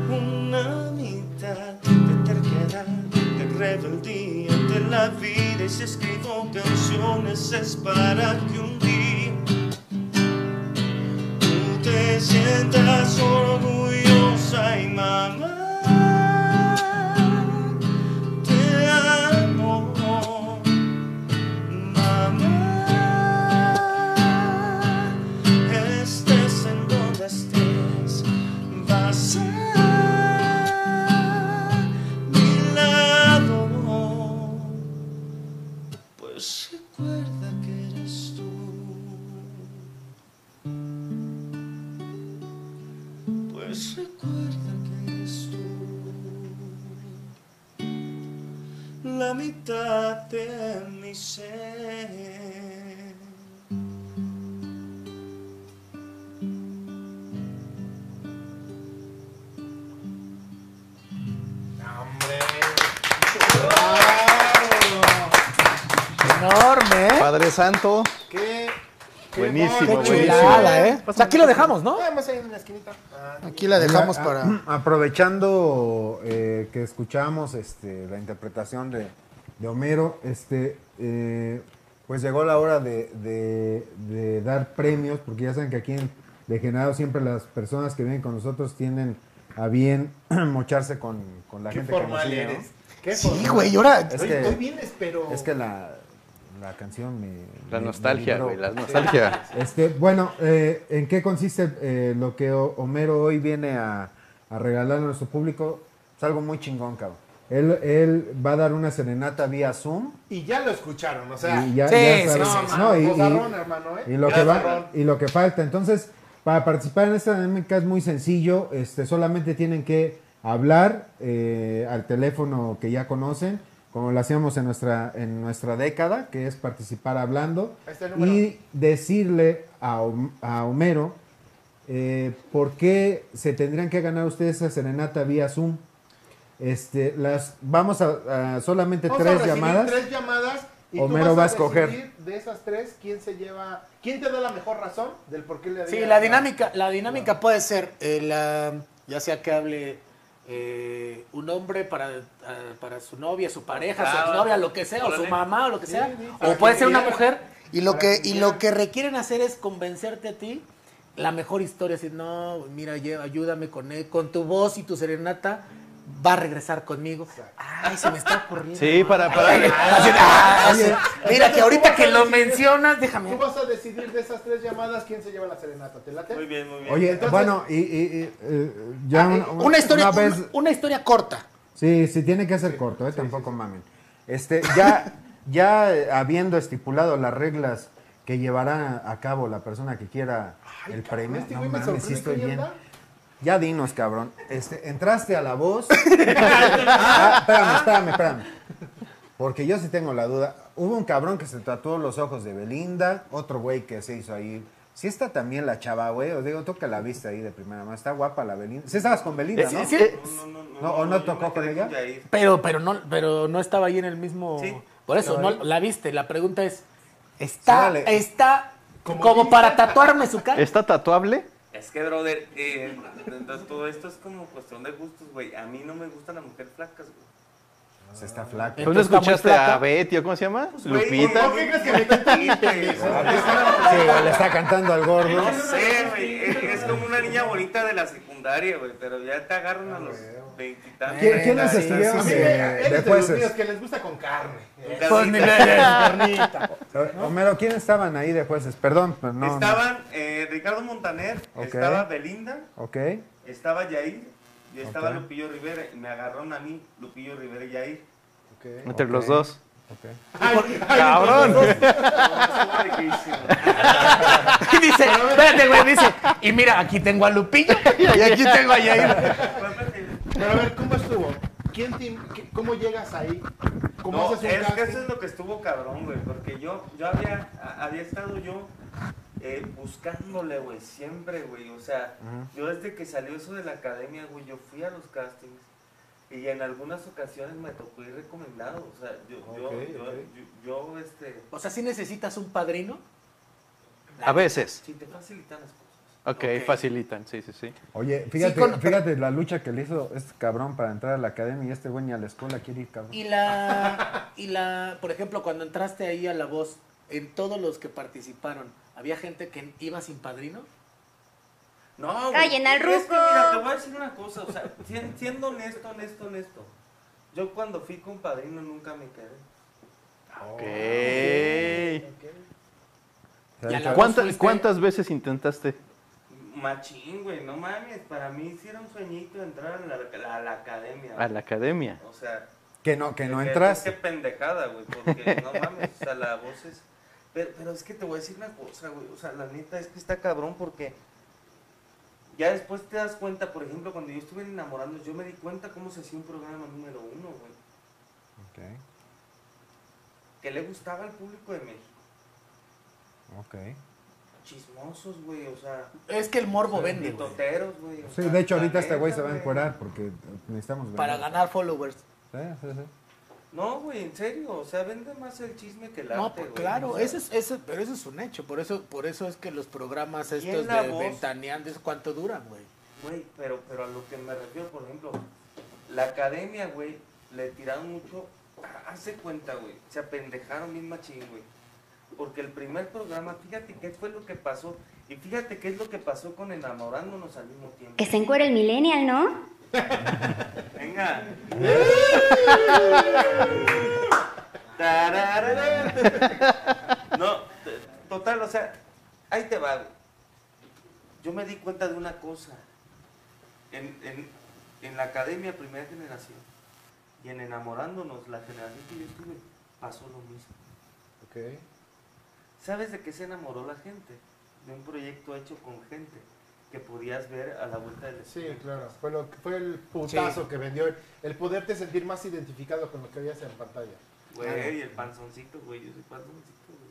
Una mitad de terquedad, de rebeldía ante la vida. Y si escribo canciones es para que un día tú te sientas orgullosa y mamá. Te amo, mamá. Estés en donde estés, vas a mi lado. Pues recuerda que eres tú. Pues recuerda que eres tú. La mitad de mi ser.
Enorme, ¿eh?
Padre Santo.
¿Qué?
Buenísimo,
Qué
buenísimo.
chulada, ¿eh? O sea, aquí lo dejamos, ¿no?
Nada más ahí en la esquinita. Ah,
Aquí la dejamos
Mira,
para.
a- <clears throat> Aprovechando eh, que escuchamos este, la interpretación de, de Homero, este, eh, pues llegó la hora de, de- de dar premios, porque ya saben que aquí en Degenerado siempre las personas que vienen con nosotros tienen a bien <clears throat> mocharse con, con la
Qué
gente que nos
formal
sigue, ¿no?
eres. Qué Sí, formal.
güey, ahora-
Es
Hoy-
que-
hoy vienes, pero-
Es que la, la canción me...
La
me-
nostalgia,
me libró.
güey, la nostalgia.
Este, bueno, eh, ¿en qué consiste eh, lo que O- Homero hoy viene a, a regalar a nuestro público? Es algo muy chingón, cabrón. Él, él va a dar una serenata vía Zoom.
Y ya lo escucharon, o sea.
Y ya-
sí,
ya
sí,
sabes.
sí, sí.
No, y-
Bozarrón,
y-
hermano, ¿eh?
y lo que
Bozarrón.
va, y lo que falta. Entonces, para participar en esta dinámica es muy sencillo. Este, solamente tienen que hablar eh, al teléfono que ya conocen, como lo hacíamos en nuestra, en nuestra década, que es participar hablando.
Este número.
Y decirle a, Hom- a Homero eh, por qué se tendrían que ganar ustedes esa serenata vía Zoom. Este, las, vamos a, a solamente
Vamos a
tres
recibir
llamadas.
Tres llamadas. Y tú
Homero va a escoger.
decidir De esas tres, ¿quién se lleva? ¿Quién te da la mejor razón del por qué le
Sí,
haría-
la dinámica, la dinámica puede ser, eh, la- ya sea que hable eh, un hombre para, ah, para su novia, su pareja,
Ah,
su novia, lo que sea, o su
órale.
mamá, o lo que
Sí,
sea,
sí,
o
para
puede
que
ser una
vieran.
mujer. Y lo
Para
que
que
y lo que requieren hacer es convencerte a ti la mejor historia, decir, no, mira, lle- ayúdame con él, con tu voz y tu serenata va a regresar conmigo. Ay, se me está ocurriendo.
Sí, para- para-
Así, ah,
Oye,
sí. Mira que ahorita
<laughs>
que lo mencionas, déjame.
Tú vas a decidir de esas tres llamadas quién se lleva la serenata. ¿Te late? Muy bien, muy
Oye, bueno, y, y- y, eh, ya
Ah,
una,
Una historia,
una vez-
una- una historia corta.
Sí, sí, tiene que ser corto, eh, tampoco mamen. Este, ya, ya eh, habiendo estipulado las reglas que llevará a cabo la persona que quiera el premio.
este
no
güey me
mames, sí
sorprende,
estoy
¿qué
bien.
mierda?
Ya dinos, cabrón. Este, entraste a la voz. Ah, espérame, espérame, espérame. Porque yo sí tengo la duda. Hubo un cabrón que se tatuó los ojos de Belinda, otro güey que se hizo ahí. Sí está también la chava, güey. Os digo, tú que la viste ahí de primera mano. Está guapa la Belinda. Sí estabas con Belinda,
Eh,
¿no?
sí, sí.
no, ¿O no tocó con ella?
Pero, pero no, pero no estaba ahí en el mismo. Por eso,
No,
no, la viste. La pregunta es: ¿está,
Órale.
está como para tatuarme su cara? <laughs>
¿Está tatuable?
Es que, brother, eh, entonces todo esto es como cuestión de gustos, güey. A mí no me gustan las mujeres flacas, güey.
Se está flaca.
¿Tú no escuchaste a Betty o cómo se llama?
Pues, güey,
Lupita.
¿por qué crees que me cantan bien, pendejo?
Sí, güey, le está cantando al gordo.
No sé, güey. Es es como una niña bonita de la secundaria, güey. Pero ya te agarran a los veintitantos.
¿Quién- quiénes
Sí,
estuvieron
sí,
de-
sí.
de
Eres de los
jueces?
míos que les gusta
<laughs>
con carne.
Pues, mi carnita.
Homero, ¿quiénes estaban ahí de jueces? Perdón, pero no. no.
Estaban eh, Ricardo Montaner,
Ok.
estaba Belinda,
Ok.
estaba Yair y estaba
Ok.
Lupillo Rivera. Me agarraron a mí, Lupillo Rivera y Yair.
Entre
Ok.
los dos.
Ok.
¡Cabrón!
<laughs>
Y dice: Espérate, güey, dice. Y mira, aquí tengo a Lupillo y aquí tengo a Yair.
Pero a ver, ¿cómo estuvo? ¿Quién te- qué- ¿Cómo llegas ahí? ¿Cómo
No, es
haces un
que
casting?
eso es lo que estuvo cabrón, güey, porque yo, yo había, a- había estado yo eh, buscándole, güey, siempre, güey, o sea,
Ujú.
yo desde que salió eso de la academia, güey, yo fui a los castings y en algunas ocasiones me tocó ir recomendado, o sea, yo, yo-
Ok,
yo,
ok.
yo, yo, este...
O sea, si necesitas un padrino.
A veces.
Si te facilitan las cosas.
ok, facilitan, sí, sí, sí.
Oye, fíjate, fíjate la lucha que le hizo este cabrón para entrar a la academia y este güey ni a la escuela quiere ir, cabrón.
Y la, y la, por ejemplo, cuando entraste ahí a la voz, en todos los que participaron, había gente que iba sin padrino.
No, güey,
Callen al
es que
ruco.
Mira, te voy a decir una cosa, o sea, sien- siendo honesto, honesto, honesto, yo cuando fui con Padrino nunca me quedé.
Y a la
¿Cuántas-
voz fuiste-
¿Cuántas veces intentaste?
Machín, güey, no mames. Para mí sí era un sueñito entrar a la, a la academia.
A la academia.
O sea.
Que no, que no
qué-
entraste.
Qué pendejada,
<laughs>
güey, porque no mames. O sea, la voz es. Pero, pero es que te voy a decir una cosa, güey. O sea, la neta es que está cabrón porque. Ya después te das cuenta, por ejemplo, cuando yo estuve en enamorando, yo me di cuenta cómo se hacía un programa número uno, güey. Que le gustaba al público de México.
Ok,
Chismosos, güey, o sea.
Es que el morbo vende, güey.
Toteros, güey. o
Sí,
sea,
de hecho,
la
ahorita este güey
neta,
se va a encuerar porque necesitamos ver.
Para ganar followers.
Sí, sí, sí.
No, güey, en serio, o sea, vende más el chisme que el
No,
arte,
pues,
güey.
claro,
O sea,
eso es, eso, pero eso es un hecho. Por eso, por eso es que los programas
en
estos
La
de
Voz?
ventaneantes, ¿cuánto duran, güey?
Güey, pero, pero a lo que me refiero, por ejemplo, la academia, güey, le tiraron mucho, hace cuenta, güey, se apendejaron bien machín, güey. Porque el primer programa, fíjate qué fue lo que pasó, y fíjate qué es lo que pasó con enamorándonos al mismo tiempo.
Que se encuera el millennial, ¿no?
Venga. No, t- total, o sea, ahí te va. güey. Yo me di cuenta de una cosa. En, en- en la academia primera generación, Y en enamorándonos, la generación que yo tuve pasó lo mismo.
Ok.
¿Sabes de qué se enamoró la gente? De un proyecto hecho con gente que podías ver a la vuelta del
Sí, claro. Fue, lo, que- fue el putazo
Sí.
que vendió. el- El poderte sentir más identificado con lo que veías en pantalla.
Güey,
Claro.
el panzoncito, güey, yo soy panzoncito, güey.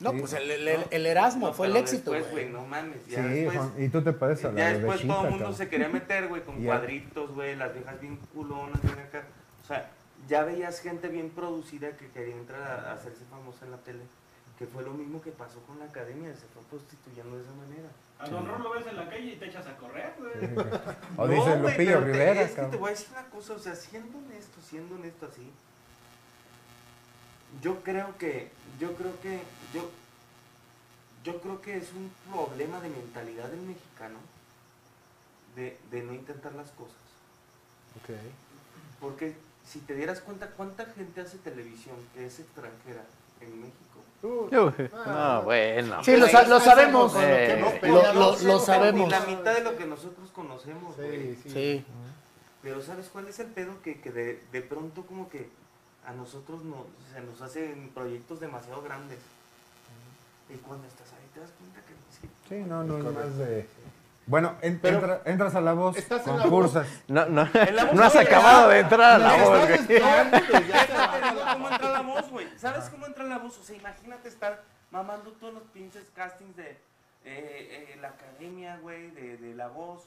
No,
Sí.
pues el, el- el- el Erasmo
No,
fue el
pero
éxito,
después,
güey.
No mames, ya
Sí,
después.
Juan, y tú te pareces a la
Ya después
bebecita,
todo el mundo
cabrón.
se quería meter, güey,
<laughs>
con
Ya.
cuadritos, güey, las viejas bien culonas, bien acá. O sea, ya veías gente bien producida que quería entrar a, a hacerse famosa en la tele. Que fue lo mismo que pasó con la academia, se fue prostituyando de esa manera.
A Don Ron lo ves en la calle y te echas a correr, güey.
<laughs> O
No,
dice
güey,
Lupillo
pero te-
Rivera,
Es que te
cabrón.
voy a decir una cosa, o sea, siendo honesto, siendo honesto así, yo creo que, yo creo que, yo, yo creo que es un problema de mentalidad del mexicano de, de no intentar las cosas.
Ok.
Porque si te dieras cuenta cuánta gente hace televisión que es extranjera en México. Ah.
No,
Ah,
bueno.
Sí, lo, sa- lo sabemos.
Eh,
lo, lo- lo
Ni
sabemos.
la mitad de lo que nosotros conocemos. güey.
sí. Sí.
Pero ¿sabes cuál es el pedo? Que, que de, de pronto como que a nosotros no, se nos hacen proyectos demasiado grandes. Y cuando estás ahí te das cuenta que sí.
Sí, no, no, es más de... Bueno, en- entra- entras a la voz,
Estás en la
concursas.
No, no, no has acabado de entrar a la voz, güey.
Te digo cómo entra la voz, güey. ¿Sabes cómo entra la voz? O sea, imagínate estar mamando todos los pinches castings de eh, eh, la academia, güey, de, de la voz.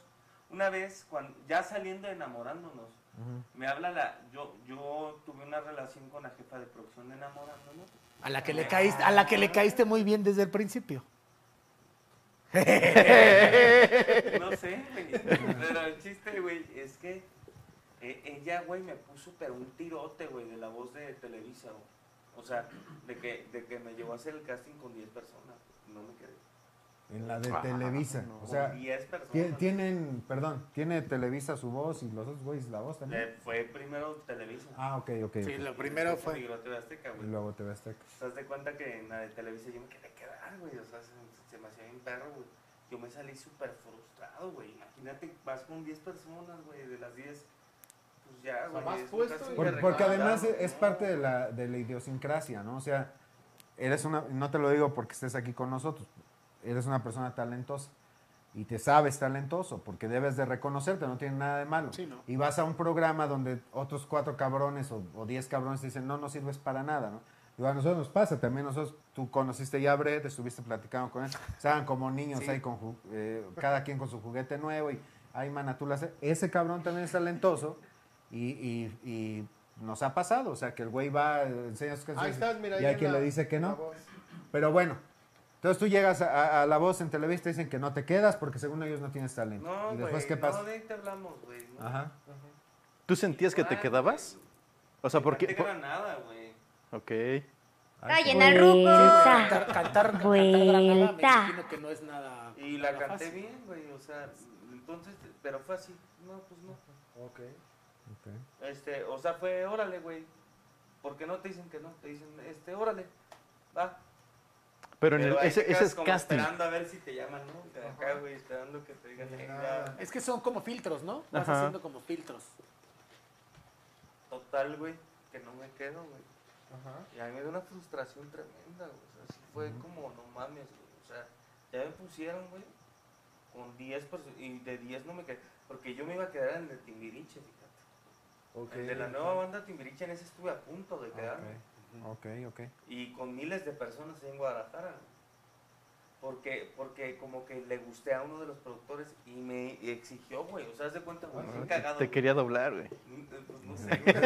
Una vez, cuando, ya saliendo de enamorándonos, me habla la. Yo, yo tuve una relación con la jefa de producción de enamorándonos. Ah.
A la que le caíste, a la que le caíste muy bien desde el principio. <laughs>
No sé, güey. Pero el chiste, güey, es que eh, ella, güey, me puso pero un tirote, güey, de la voz de Televisa, güey. O sea, de que, de que me llevó a hacer el casting con 10 personas. No me quedé.
En la de
Ah,
Televisa.
no.
o sea,
Con 10 personas.
tie- tienen, perdón, tiene Televisa su voz y los otros güeyes la voz también.
Le- Eh, fue primero Televisa.
Ah, ok, ok, Sí, ok. lo primero
Después
fue-
se migró a TV Azteca,
Y
güey.
luego te ves Azteca.
¿Te das de cuenta que en la de Televisa yo me quería quedar, güey? O sea, se, se me hacía bien perro, güey. Yo me salí súper frustrado, güey. Imagínate, vas con 10 personas, güey, de las 10. Pues ya, güey.
más
es un
puesto
casting
y-
de
Por- porque
recomendado,
además eh, es,
¿no?
es parte de la, de la idiosincrasia, ¿no? O sea, eres una, no te lo digo porque estés aquí con nosotros, eres una persona talentosa y te sabes talentoso porque debes de reconocerte, no tiene nada de malo. Y vas a un programa donde otros cuatro cabrones o, o diez cabrones te dicen, no, no sirves para nada, ¿no? Digo, a nosotros nos pasa, también nosotros, tú conociste ya a Brett, estuviste platicando con él, estaban como niños
Sí.
ahí, con, ju- eh, cada quien con su juguete nuevo y, ay, mana, tú la haces. Ese cabrón también es talentoso y, y- y nos ha pasado, o sea, que el güey va, eh, enseña sus canciones
estás, mira,
y
ahí
hay
en
quien
la-
le dice que
la
no.
voz.
Pero bueno, entonces tú llegas a, a- a la voz en Televista y dicen que no te quedas porque según ellos no tienes talento.
No,
y después,
güey,
¿qué pasa?
No, de ahí te hablamos, güey. ¿no?
Ajá.
¿Tú sentías que te
Ah,
quedabas? O sea,
No
porque...
te gana nada, güey.
Ok.
Callen al ruco.
Cantar, cantar, cantar Granada, me
Vuelta.
imagino que no es nada.
Y la
nada
canté
fácil.
bien, güey, o sea, entonces, pero fue así. No, pues no.
Ok.
Este, o sea, fue órale, güey. Porque no te dicen que no, te dicen, este, órale, va.
Pero en el-
ahí
ese-
te
ese
quedas
es
como
casting.
Esperando a ver si te llaman, ¿no? O sea, Acá, güey, esperando que te digan, "Eh, ya".
Es que son como filtros, ¿no? Vas
Ajá.
haciendo como filtros.
Total, güey, que no me quedo, güey. Y a mí me dio una frustración tremenda, güey. O sea, sí fue como, no mames, güey. O sea, ya me pusieron, güey, con 10 perso- y de 10 no me quedé. Porque yo me iba a quedar en el Timbiriche, fíjate. El de la nueva banda Timbiriche, en ese estuve a punto
Ah,
de quedarme.
Ah, Ok, ok.
Y con miles de personas en Guadalajara. güey. Porque, porque como que le gusté a uno de los productores y me exigió, güey. O sea, haz de cuenta, güey, bien cagado.
Ah, Te
güey.
quería doblar, güey.
Mm, eh, <laughs> Pues no sé, <laughs> güey.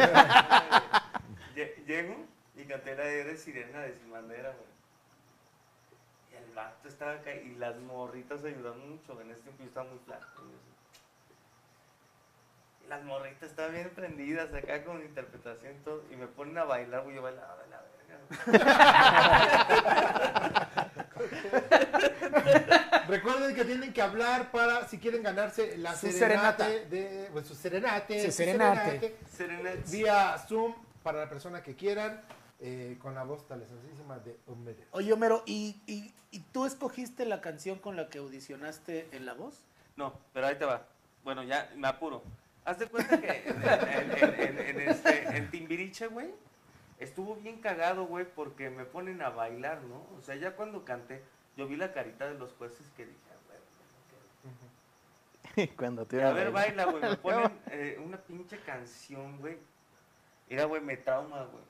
Lle- Llego y canté la de Eres Sirena de Sin Bandera, güey. Y el vato estaba acá y las morritas ayudaron mucho. güey. En ese tiempo yo estaba muy flaco. güey, así. Y las morritas estaban bien prendidas acá con interpretación y todo. Y me ponen a bailar, güey. Yo bailaba de la <laughs> verga. güey.
Recuerden que tienen que hablar para si quieren ganarse la
Su
serenata,
serenata.
de pues, su serenate,
Su
su
serenate.
Serenate.
vía Zoom para la persona que quieran eh, con la voz talentosísima de Homero.
Oye, Homero, ¿y, y, y tú escogiste la <laughs> canción con la que audicionaste en La Voz?
no, pero ahí te va. Bueno, ya me apuro. Haz de cuenta que en, en- en- en- en este- en Timbiriche, güey, estuvo bien cagado, güey, porque me ponen a bailar, ¿no? O sea, ya cuando canté, yo vi la carita de los jueces que dije, "Ah, güey,
<laughs> Cuando
Y
te
a ver, baila, güey.
<laughs>
Me ponen eh, una pinche canción, güey. Mira, güey, me trauma, güey.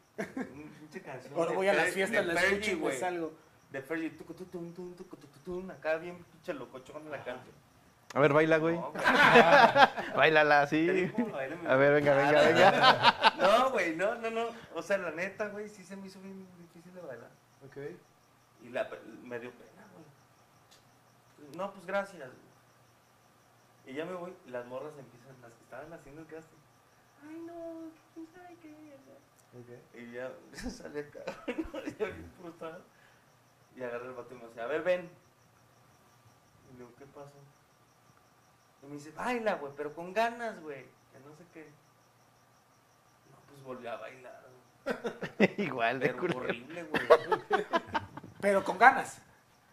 Una pinche canción.
Ahora
de
voy a las
Fer-
fiestas,
de
las
Fergie,
escucho y me
güey.
salgo.
De Fergie, tucu, tu, tum, tum, tucu, tu, tu, tum, acá bien pinche locochón la canción.
A ver, baila, güey. <laughs> Bailala
Te
así.
digo cómo la bailé, mi
A ver, venga, venga, venga.
Ah, No, güey, no, no, no. O sea, la neta, güey, sí se me hizo bien difícil de bailar.
Ok.
Y la, me dio pena, güey. No, pues gracias, güey. Y ya me voy, y las morras empiezan, las que estaban haciendo el casting. Ay, no, quién sabe qué. Y ya <laughs> sale el cabrón, <laughs> ya bien frustrado. Y agarra el vato y me dice, a ver, ven. Y le digo, ¿qué pasó? Y me dice, baila, güey, pero con ganas, güey. Que no sé qué. No, pues volvió a bailar. güey.
<laughs> Igual de
Pero
culero.
horrible, güey. <laughs>
Pero con ganas.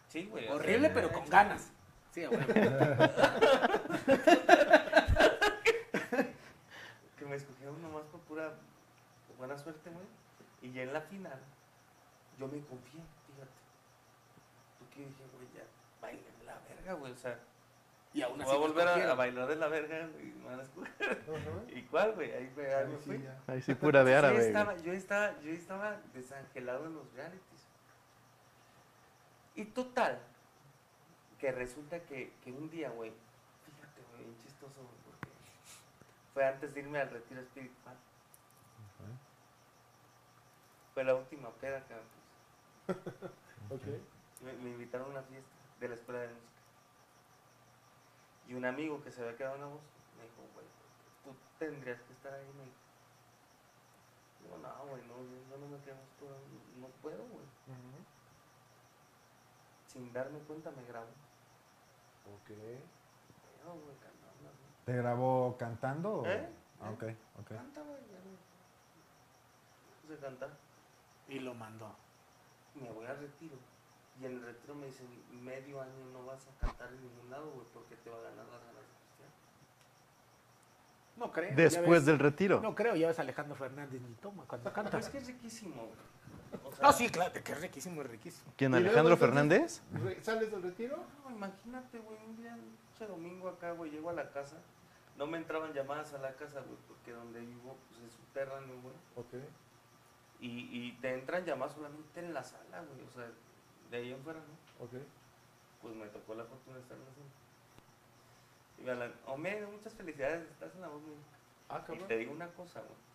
Sí, güey.
Horrible, pero con ganas. Sí, güey.
que me escogieron nomás por pura buena suerte, güey. Y ya en la final, yo me confié, fíjate. Porque dije, güey, ya bailé de la verga, güey, o sea.
Y aún así
Voy a
te
volver a,
escogieron.
a bailar de la verga y me van a escoger. ¿Y cuál, güey? Ahí, me- ahí me fui.
Ahí sí, pura de árabe,
Yo
güey.
estaba, yo, estaba, yo estaba desangelado en los realities. Y total, que resulta que, que un día, güey, fíjate, güey, bien chistoso, güey, porque fue antes de irme al retiro espiritual. Fue la última peda que me
<laughs> Ok.
me, me invitaron a una fiesta de la escuela de música. Y un amigo que se había quedado en la voz me dijo, güey, tú tendrías que estar ahí, me dijo. Digo, no, güey, no, yo- yo no me quedo, en Vox, no- no puedo, güey. Sin darme cuenta me grabó.
Ok.
Pero, güey, cantando, güey.
¿Te grabó cantando? o-
¿Eh?
Ah, ok, ok.
Canta, güey, ya no. No sé cantar.
<laughs> Y lo mandó.
me voy al retiro. Y en el retiro me dicen, medio año no vas a cantar en ningún lado, güey, porque te va a ganar la ganancia.
No creo. ya
Después
ves.
del retiro.
No creo, ya ves a Alejandro Fernández ni toma cuando canta.
Pero es que es riquísimo, güey. O sea,
No, sí, claro, que es riquísimo, es riquísimo.
¿Quién,
Y luego,
Alejandro
entonces,
Fernández?
re- ¿Sales del retiro?
No, imagínate, güey, un día, un pinche domingo acá, güey, llego a la casa. No me entraban llamadas a la casa, güey, porque donde vivo pues, es subterráneo, güey.
Ok.
Y, y te entran llamadas solamente en la sala, güey, o sea, de ahí en fuera, ¿no?
Ok.
Pues me tocó la fortuna de estar en la sala. Y me hablan, Homero, muchas felicidades, estás en la voz, güey.
Ah,
Y
cabrón.
te digo una cosa, güey.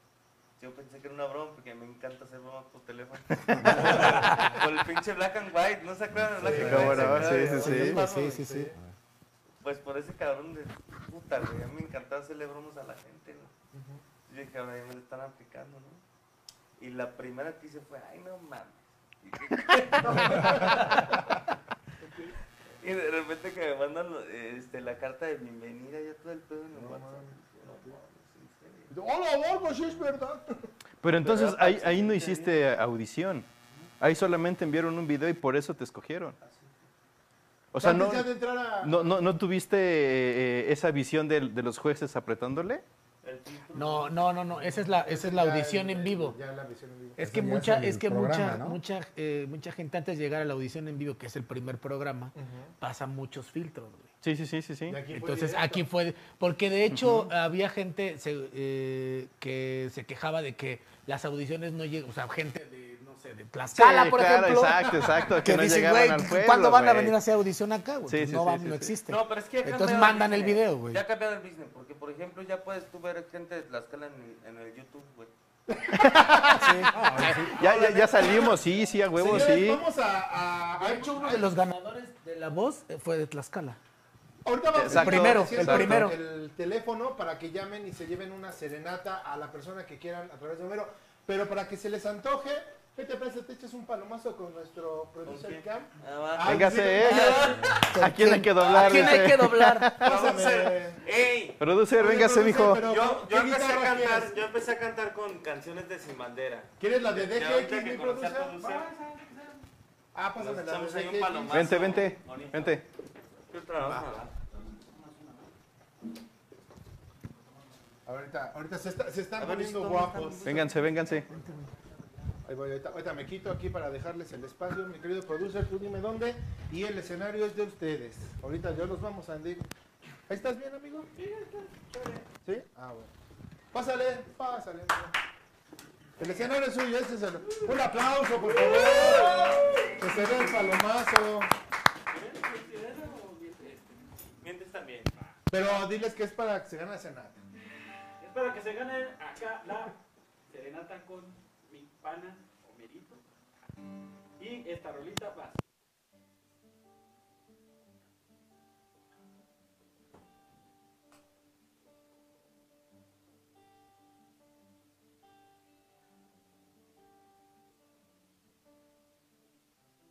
Yo pensé que era una broma porque me encanta hacer bromas por
<laughs>
teléfono. por el pinche black and white, ¿no se acuerdan de black and
cómo
white? ¿Se
no,
acuerdan
sí,
de-
sí,
Oye,
sí.
es más,
Sí,
güey,
sí, sí.
Pues por ese cabrón de puta, güey. A mí me encantaba hacerle bromas a la gente, ¿no? Yo dije, a ver, me lo están aplicando, ¿no? Y la primera que hice fue, ay, no mames. Y dije, Y de repente que me mandan eh, este, la carta de bienvenida, ya todo el pedo en el WhatsApp. Dije, No mames, ¿en serio?
Hola, Volvo, sí es verdad.
Pero entonces ahí, ahí no hiciste audición. Ahí solamente enviaron un video y por eso te escogieron. O sea,
Antes
no,
ya de entrar a-
no, no, ¿no tuviste eh, eh, esa visión de, de los jueces apretándole.
No, no, no, no. Esa es la, esa es la audición en vivo.
Ya la visión en vivo.
Es que
Eso ya
mucha,
es el
es que
programa,
mucha,
¿no?
mucha, eh, mucha gente antes de llegar a la audición en vivo, que es el primer programa, pasa muchos filtros, güey.
Sí, sí, sí, sí, sí.
Entonces aquí fue, porque de hecho había gente se- eh, que se quejaba de que las audiciones no llegan, o sea, gente de, no sé, de Tlaxcala,
Sí,
por
claro,
ejemplo.
exacto, exacto, que no
dicen,
llegaron
güey,
al pueblo,
¿Cuándo van a
güey?"
venir a hacer audición acá, güey?
Sí,
Pues
sí,
no,
sí,
van-
sí,
no
sí.
existe.
No, pero es que ya
Entonces
cambiaron
mandan el
business.
video, güey.
Ya ha cambiado el business, porque por ejemplo ya puedes tú ver gente de Tlaxcala en el, en el YouTube, güey.
Ya, ya, ya salimos, sí, sí, a huevo,
Señores,
sí.
Vamos a. a-
De hecho, uno de los ganadores de La Voz eh, fue de Tlaxcala.
Ahorita vamos
Exacto, El primero,
diciendo
el primero.
El teléfono para que llamen y se lleven una serenata a la persona que quieran a través de Homero. Pero para que se les antoje, ¿qué te parece? Te echas un palomazo con nuestro producer
quién?
Cam.
Ah, va.
Ah, sí,
Véngase, eh.
¿con
¿A quién hay que doblar?
¿A quién hay
dice?
que
<laughs>
doblar?
Pásame.
¡Ey!
Producer, véngase, mijo.
pero-
Yo,
¿qué
yo, empecé a
guitarra
cantar,
quieres?
yo empecé a cantar con canciones de Sin Bandera.
¿Quieres la de
Ya ahorita
DGX,
que
mi
conocí al
producer?
producer,
Ah,
nos
pásame la
echamos
de
ahí un
DGX.
palomazo.
Vente, vente,
Bonito.
vente.
Yo trabajo.
Ahorita, ahorita se, está- se están
A ver,
poniendo
¿dónde
guapos.
estamos?
Vénganse, vénganse.
Ahí voy, ahorita, ahorita me quito aquí para dejarles el espacio, mi querido producer, tú dime dónde. Y el escenario es de ustedes. Ahorita yo los vamos a andar. ¿Ahí estás bien, amigo? ¿Sí? Ah, bueno. Pásale, pásale. El escenario es suyo, ese es el... Un aplauso, por favor. Que se dé el palomazo.
Mientes también.
Pero diles que es para que se gane la cenata.
Es para que se gane acá la serenata con mi pana Homerito. Y esta rolita va.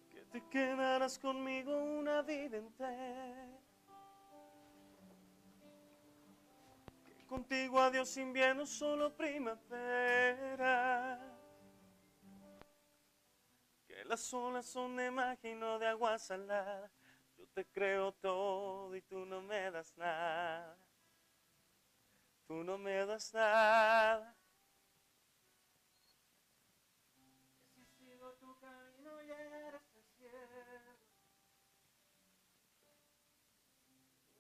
que te quedarás conmigo una vida entera. Que contigo adiós invierno, solo primavera. Que las olas son de máquina de agua salada. Yo te creo todo y tú no me das nada. Tú no me das nada.
sigo tu camino y eres desierto.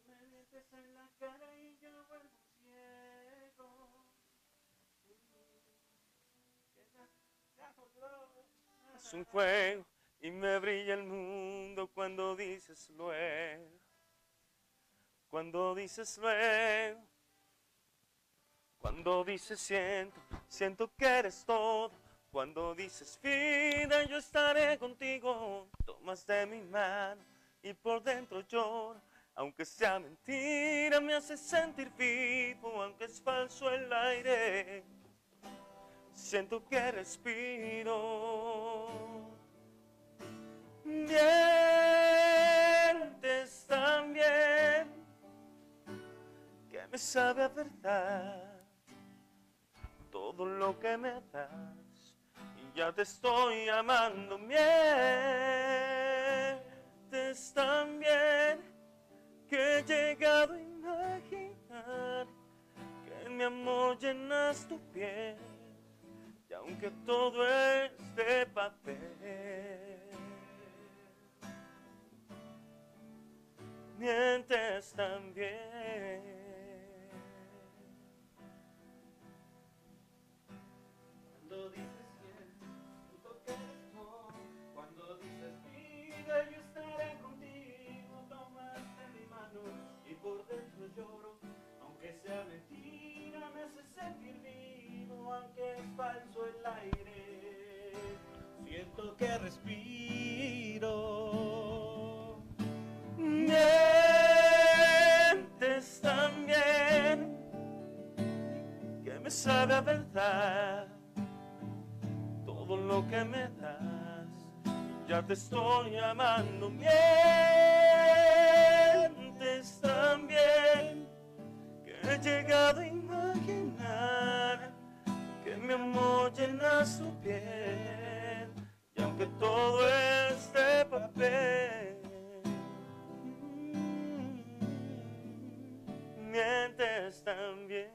Me mientes en la cara y yo vuelvo ciego.
es un juego y me brilla el mundo cuando dices luego, cuando dices luego, cuando dices siento, siento que eres todo, cuando dices vida yo estaré contigo, tomas de mi mano y por dentro lloro, aunque sea mentira me hace sentir vivo, aunque es falso el aire siento que respiro. Mientes también, que me sabe a verdad todo lo que me das y ya te estoy amando. Mientes también, que he llegado a imaginar que mi amor llenas tu piel y aunque todo es de papel, mientes también.
Cuando dices siento que eres tú. Cuando dices vida yo estaré contigo. Tomaste mi mano y por dentro lloro. Aunque sea mentira me hace sentir vivo. Aunque es falso el aire. Siento que respiro.
Mientes también que me sabe a verdad todo lo que me das. Ya te estoy amando. Mientes también que he llegado a imaginar que mi amor llena su piel y aunque todo es de papel. mientes también.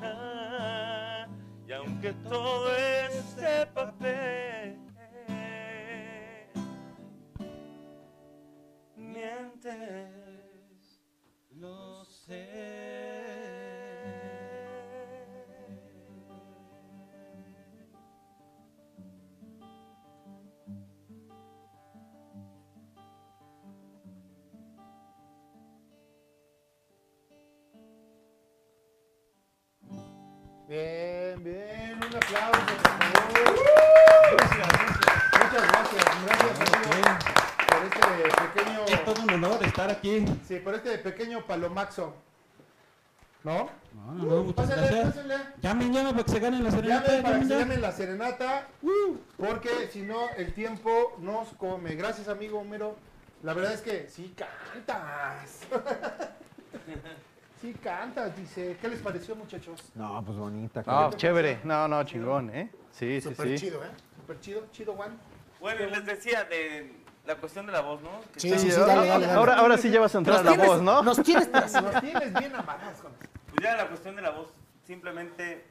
Ah, y aunque todo es de papel, mientes, lo sé.
Bien, bien, un aplauso, por favor. Gracias, muchas gracias, gracias amigo, por este pequeño.
Es todo un honor estar aquí.
Sí, por este pequeño palomaxo. ¿No?
No, no, no, muchas
Pásale,
gracias.
pásale.
Llamen, llamen para que se ganen la serenata. Uh.
Llamen para que se
llamen.
llamen la serenata, porque si no, el tiempo nos come. Gracias, amigo Homero. La verdad es que sí
<laughs>
cantas. sí cantas, dice. ¿Qué les pareció, muchachos?
No, pues bonita.
No,
cabrón.
chévere. No, no, chingón, ¿eh? Sí, sí, sí.
Súper chido, Juan.
Bueno, les decía de, La cuestión de la voz, ¿no? Que
Sí,
está-
sí, sí, dale, dale, dale. Ahora- ahora sí ya vas a entrar Nos a la tienes- voz, ¿no? nos <laughs> tienes-
Nos
tienes bien amarrados con-
Pues ya la cuestión de la voz, simplemente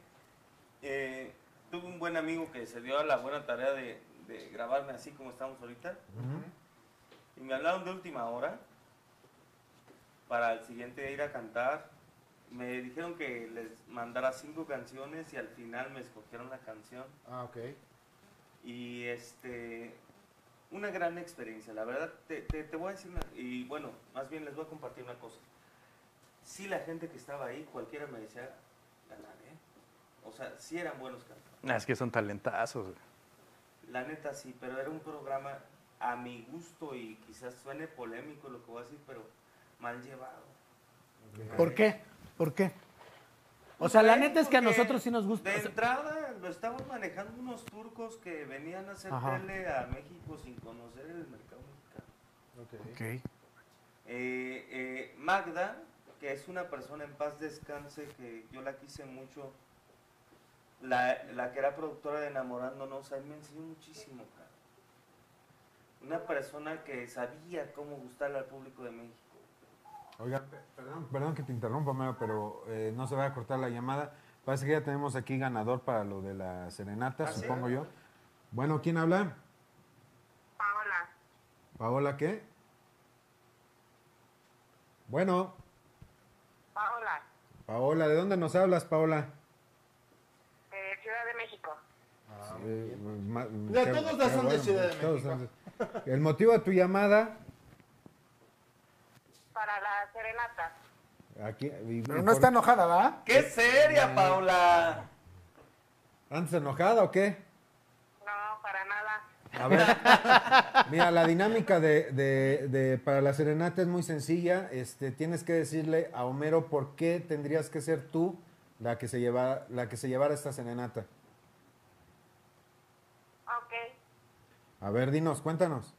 eh, tuve un buen amigo que se dio a la buena tarea de, de grabarme así como estamos ahorita. Y me hablaron de última hora para el siguiente día ir a cantar. Me dijeron que les mandara cinco canciones y al final me escogieron la canción.
Ah, ok.
Y este, una gran experiencia, la verdad, te, te- te voy a decir una, y bueno, más bien les voy a compartir una cosa. Sí, la gente que estaba ahí, cualquiera me decía, ganar, ¿eh? O sea, sí eran buenos cantantes.
Nah, Ah, es que son talentazos. güey.
La neta sí, pero era un programa a mi gusto y quizás suene polémico lo que voy a decir, pero mal llevado.
¿Por qué? ¿Por qué? O sea, la neta es que a nosotros sí nos gusta.
De
o sea,
entrada lo estaban manejando unos turcos que venían a hacer
Ajá.
tele a México sin conocer el mercado mexicano.
Ok.
Eh, eh, Magda, que es una persona en paz descanse, que yo la quise mucho, la, la que era productora de Enamorándonos, a mí me enseñó muchísimo. cara. Una persona que sabía cómo gustarle al público de México.
Oiga, pe- perdón, perdón que te interrumpa, Mario, pero eh, no se va a cortar la llamada. Parece que ya tenemos aquí ganador para lo de la serenata,
¿Ah, sí?
supongo yo. Bueno, ¿quién habla? Paola. ¿Paola qué? Bueno. Paola. Paola, ¿de dónde nos hablas, Paola?
de Ciudad de México. Ah,
Eh, ma-
Ya,
qué-
todos
qué
son de Ciudad de
todos
México.
son de- El motivo de tu llamada,
Para la serenata.
aquí... y-
Pero
y
no
por-
está enojada, ¿verdad?
¡Qué seria, Paola!
¿Andas enojada o qué?
No, para nada.
A ver, mira, la dinámica de, de- de- para la serenata es muy sencilla. Este, tienes que decirle a Homero por qué tendrías que ser tú la que se lleva, la que se llevara esta serenata.
Ok.
A ver, dinos, cuéntanos.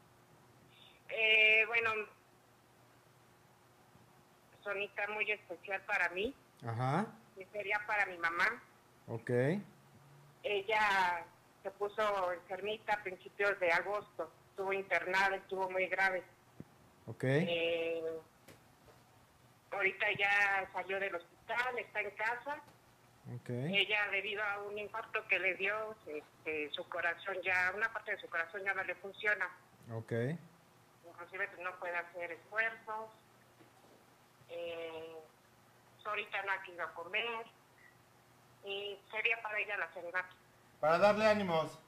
Eh, bueno, sonita muy especial para mí.
Ajá,
y Sería para mi mamá.
ok.
Ella se puso enfermita a principios de agosto. Estuvo internada, estuvo muy grave.
Ok.
Eh, ahorita ya salió del hospital, está en casa. Ella, debido a un infarto que le dio, este, su corazón ya, una parte de su corazón ya no le funciona.
Ok.
Inclusive pues, no puede hacer esfuerzos. Eh, ahorita no ha querido comer. Y sería para ella la serenata,
Para darle ánimos.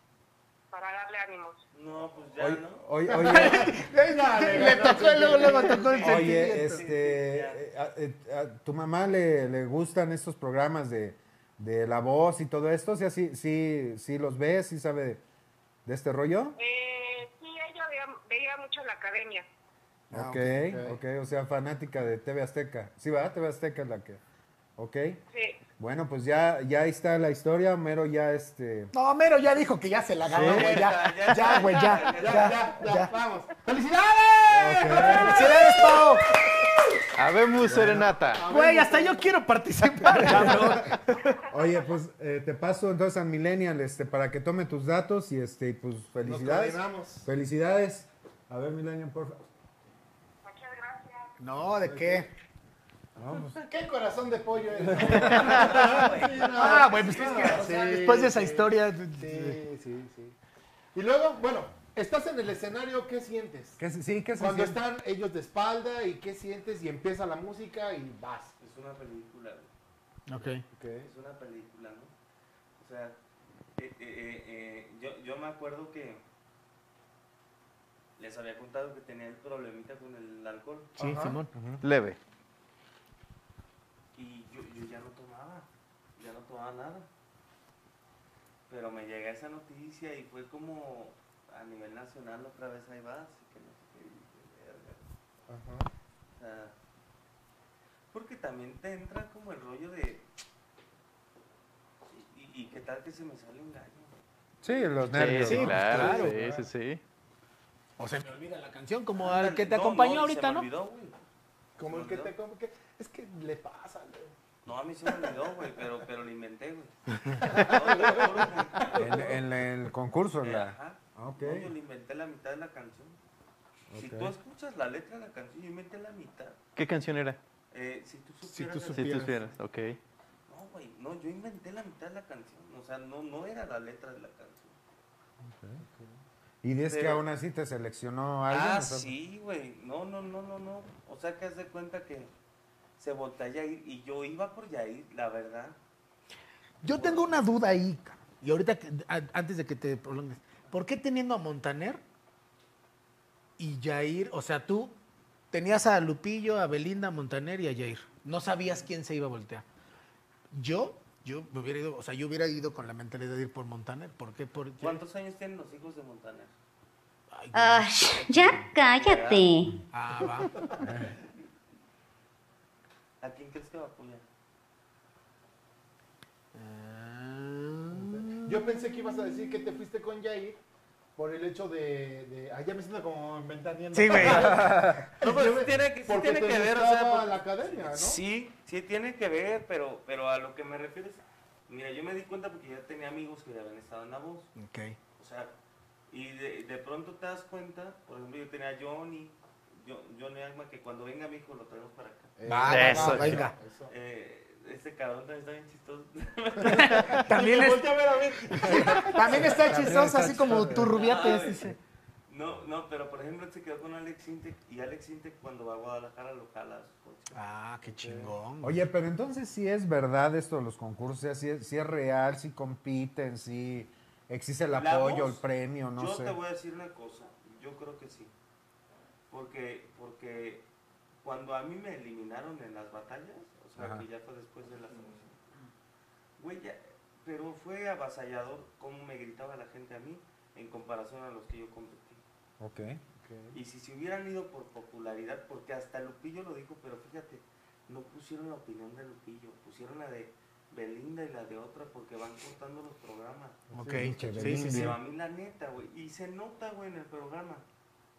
para darle ánimos.
No, pues
Oye,
<laughs>
oye, oye.
Venga,
Le tocó, luego, luego tocó el
Oye,
sentimiento.
este, eh, a- eh, a tu mamá le, le gustan estos programas de, de la voz y todo esto, o sea, sí, sí, sí los ves, sí sabe de este rollo.
Eh, sí, ella veía, veía mucho la academia.
Ah,
ok,
ok,
ok, o sea, fanática de TV Azteca. Sí, va, TV Azteca es la que. Ok.
Sí.
Bueno, pues ya, ya ahí está la historia, Homero ya este.
No, Mero ya dijo que ya se la ganó,
Sí.
güey. Ya, ya, güey, ya.
Ya,
Ya,
ya,
ya,
ya,
vamos.
¡Felicidades! ¡Felicidades, Pau!
Habemos serenata.
Güey, hasta yo quiero participar.
Oye, pues eh, te paso entonces al Millennial este, para que tome tus datos y este, y, pues felicidades.
coordinamos.
Felicidades. A ver, Millennial, por favor.
No, ¿de qué?
pues,
<laughs> ¿Qué corazón de pollo
<laughs>
es?
Ah, güey, pues es que o sea, después de esa historia.
Sí, sí, sí. Y luego, bueno, estás en el escenario, ¿qué sientes?
¿Qué se- sí, ¿qué se
Cuando
siente?
están ellos de espalda y qué sientes y empieza la música y vas.
Es una película, güey.
Ok.
Es una película, ¿no? O sea, eh, eh, eh, eh, yo, yo me acuerdo que les había contado que tenía el problemita con el alcohol. Ajá.
Leve.
Y yo, yo ya no tomaba, ya no tomaba nada. Pero me llega esa noticia y fue como a nivel nacional otra vez ahí vas. y que no sé qué, y que verga. O sea, porque también te entra como el rollo de... "Y- ¿Y, y qué tal que se me sale un gallo?
Sí, los
Sí,
nervios.
sí,
¿no?
claro,
Pues,
sí, sí, sí.
O se me olvida la canción, como al
Ándale,
que te
no,
acompañó
no, y se
ahorita,
me
¿no?
olvidó, güey.
Como
Se
el
me
que
olvidó.
te como que es que le pasa, güey.
No, a mí se me olvidó, güey, pero, pero lo inventé,
<laughs>
güey.
En, en el concurso, la.
Ajá.
Ok. Ah,
No, yo le inventé la mitad de la canción. Si
Ok.
tú escuchas la letra de la canción, yo inventé la mitad.
¿Qué canción era?
Eh, si tú supieras.
Si tú
la-
supieras. Ok.
No, güey, no, yo inventé la mitad de la canción. O sea, no, no era la letra de la canción.
Y es que
Pero-
aún así te seleccionó alguien.
ah,
o sea,
sí, güey. No, no, no, no, no. O sea, que haz de cuenta que se voltea Yair y yo iba por Yair, la verdad.
Yo tengo una duda ahí, cabrón. y ahorita, que- a- antes de que te prolongues, ¿por qué teniendo a Montaner y Jair, o sea, tú tenías a Lupillo, a Belinda, a Montaner y a Jair? No sabías quién se iba a voltear. Yo, yo me hubiera ido, o sea, yo hubiera ido con la mentalidad de ir por Montaner. ¿Por qué? Por Jair?
¿Cuántos años tienen los hijos de Montaner?
Ah, ya cállate.
Ah, va.
¿A quién crees que va a apoyar?
Ah. Yo pensé que ibas a decir que te fuiste con Jair por el hecho de. de ah, ya me siento como inventando. <laughs>
Sí, güey. No, pues,
Yo
sí
me-
tiene que- sí
porque
tiene
te
que ver, o
gustaba
sea, porque-
la academia, ¿no?
Sí, sí tiene que ver, pero, pero a lo que me refieres, mira, yo me di cuenta porque ya tenía amigos que ya habían estado en la voz.
Ok.
O sea, y de, de pronto te das cuenta, por ejemplo, yo tenía a Johnny, Jo- Johnny Alma, que cuando venga mi hijo lo traemos para acá.
Va, va, va, Eso, venga.
eso.
Eh, este cabrón también está bien chistoso.
<laughs> También
Me
es-
voltea a ver a mí.
También está También chistoso, está así como chistoso.
tu
tu rubiate, dice.
No, no, pero por ejemplo, él se quedó con Alex Intec y Alex Intec cuando va a Guadalajara lo jala a sus coches.
Ah, qué chingón.
Oye, pero entonces sí es verdad esto de los concursos, si es, sí es real, si compiten, si existe el
La
apoyo,
voz,
el premio, no
yo
sé.
te voy a decir una cosa, yo creo que sí. Porque, porque cuando a mí me eliminaron en las batallas, o sea,
Ajá.
que ya fue después de la función, güey, ya- pero fue avasallador cómo me gritaba la gente a mí en comparación a los que yo competí.
Ok.
Y si se hubieran ido por popularidad, porque hasta Lupillo lo dijo, pero fíjate, no pusieron la opinión de Lupillo, pusieron la de Belinda y la de otra porque van cortando los programas.
Ok, Sí, sí,
sí,
sí, sí.
Pero a mí la neta, güey, y se nota, güey, en el programa.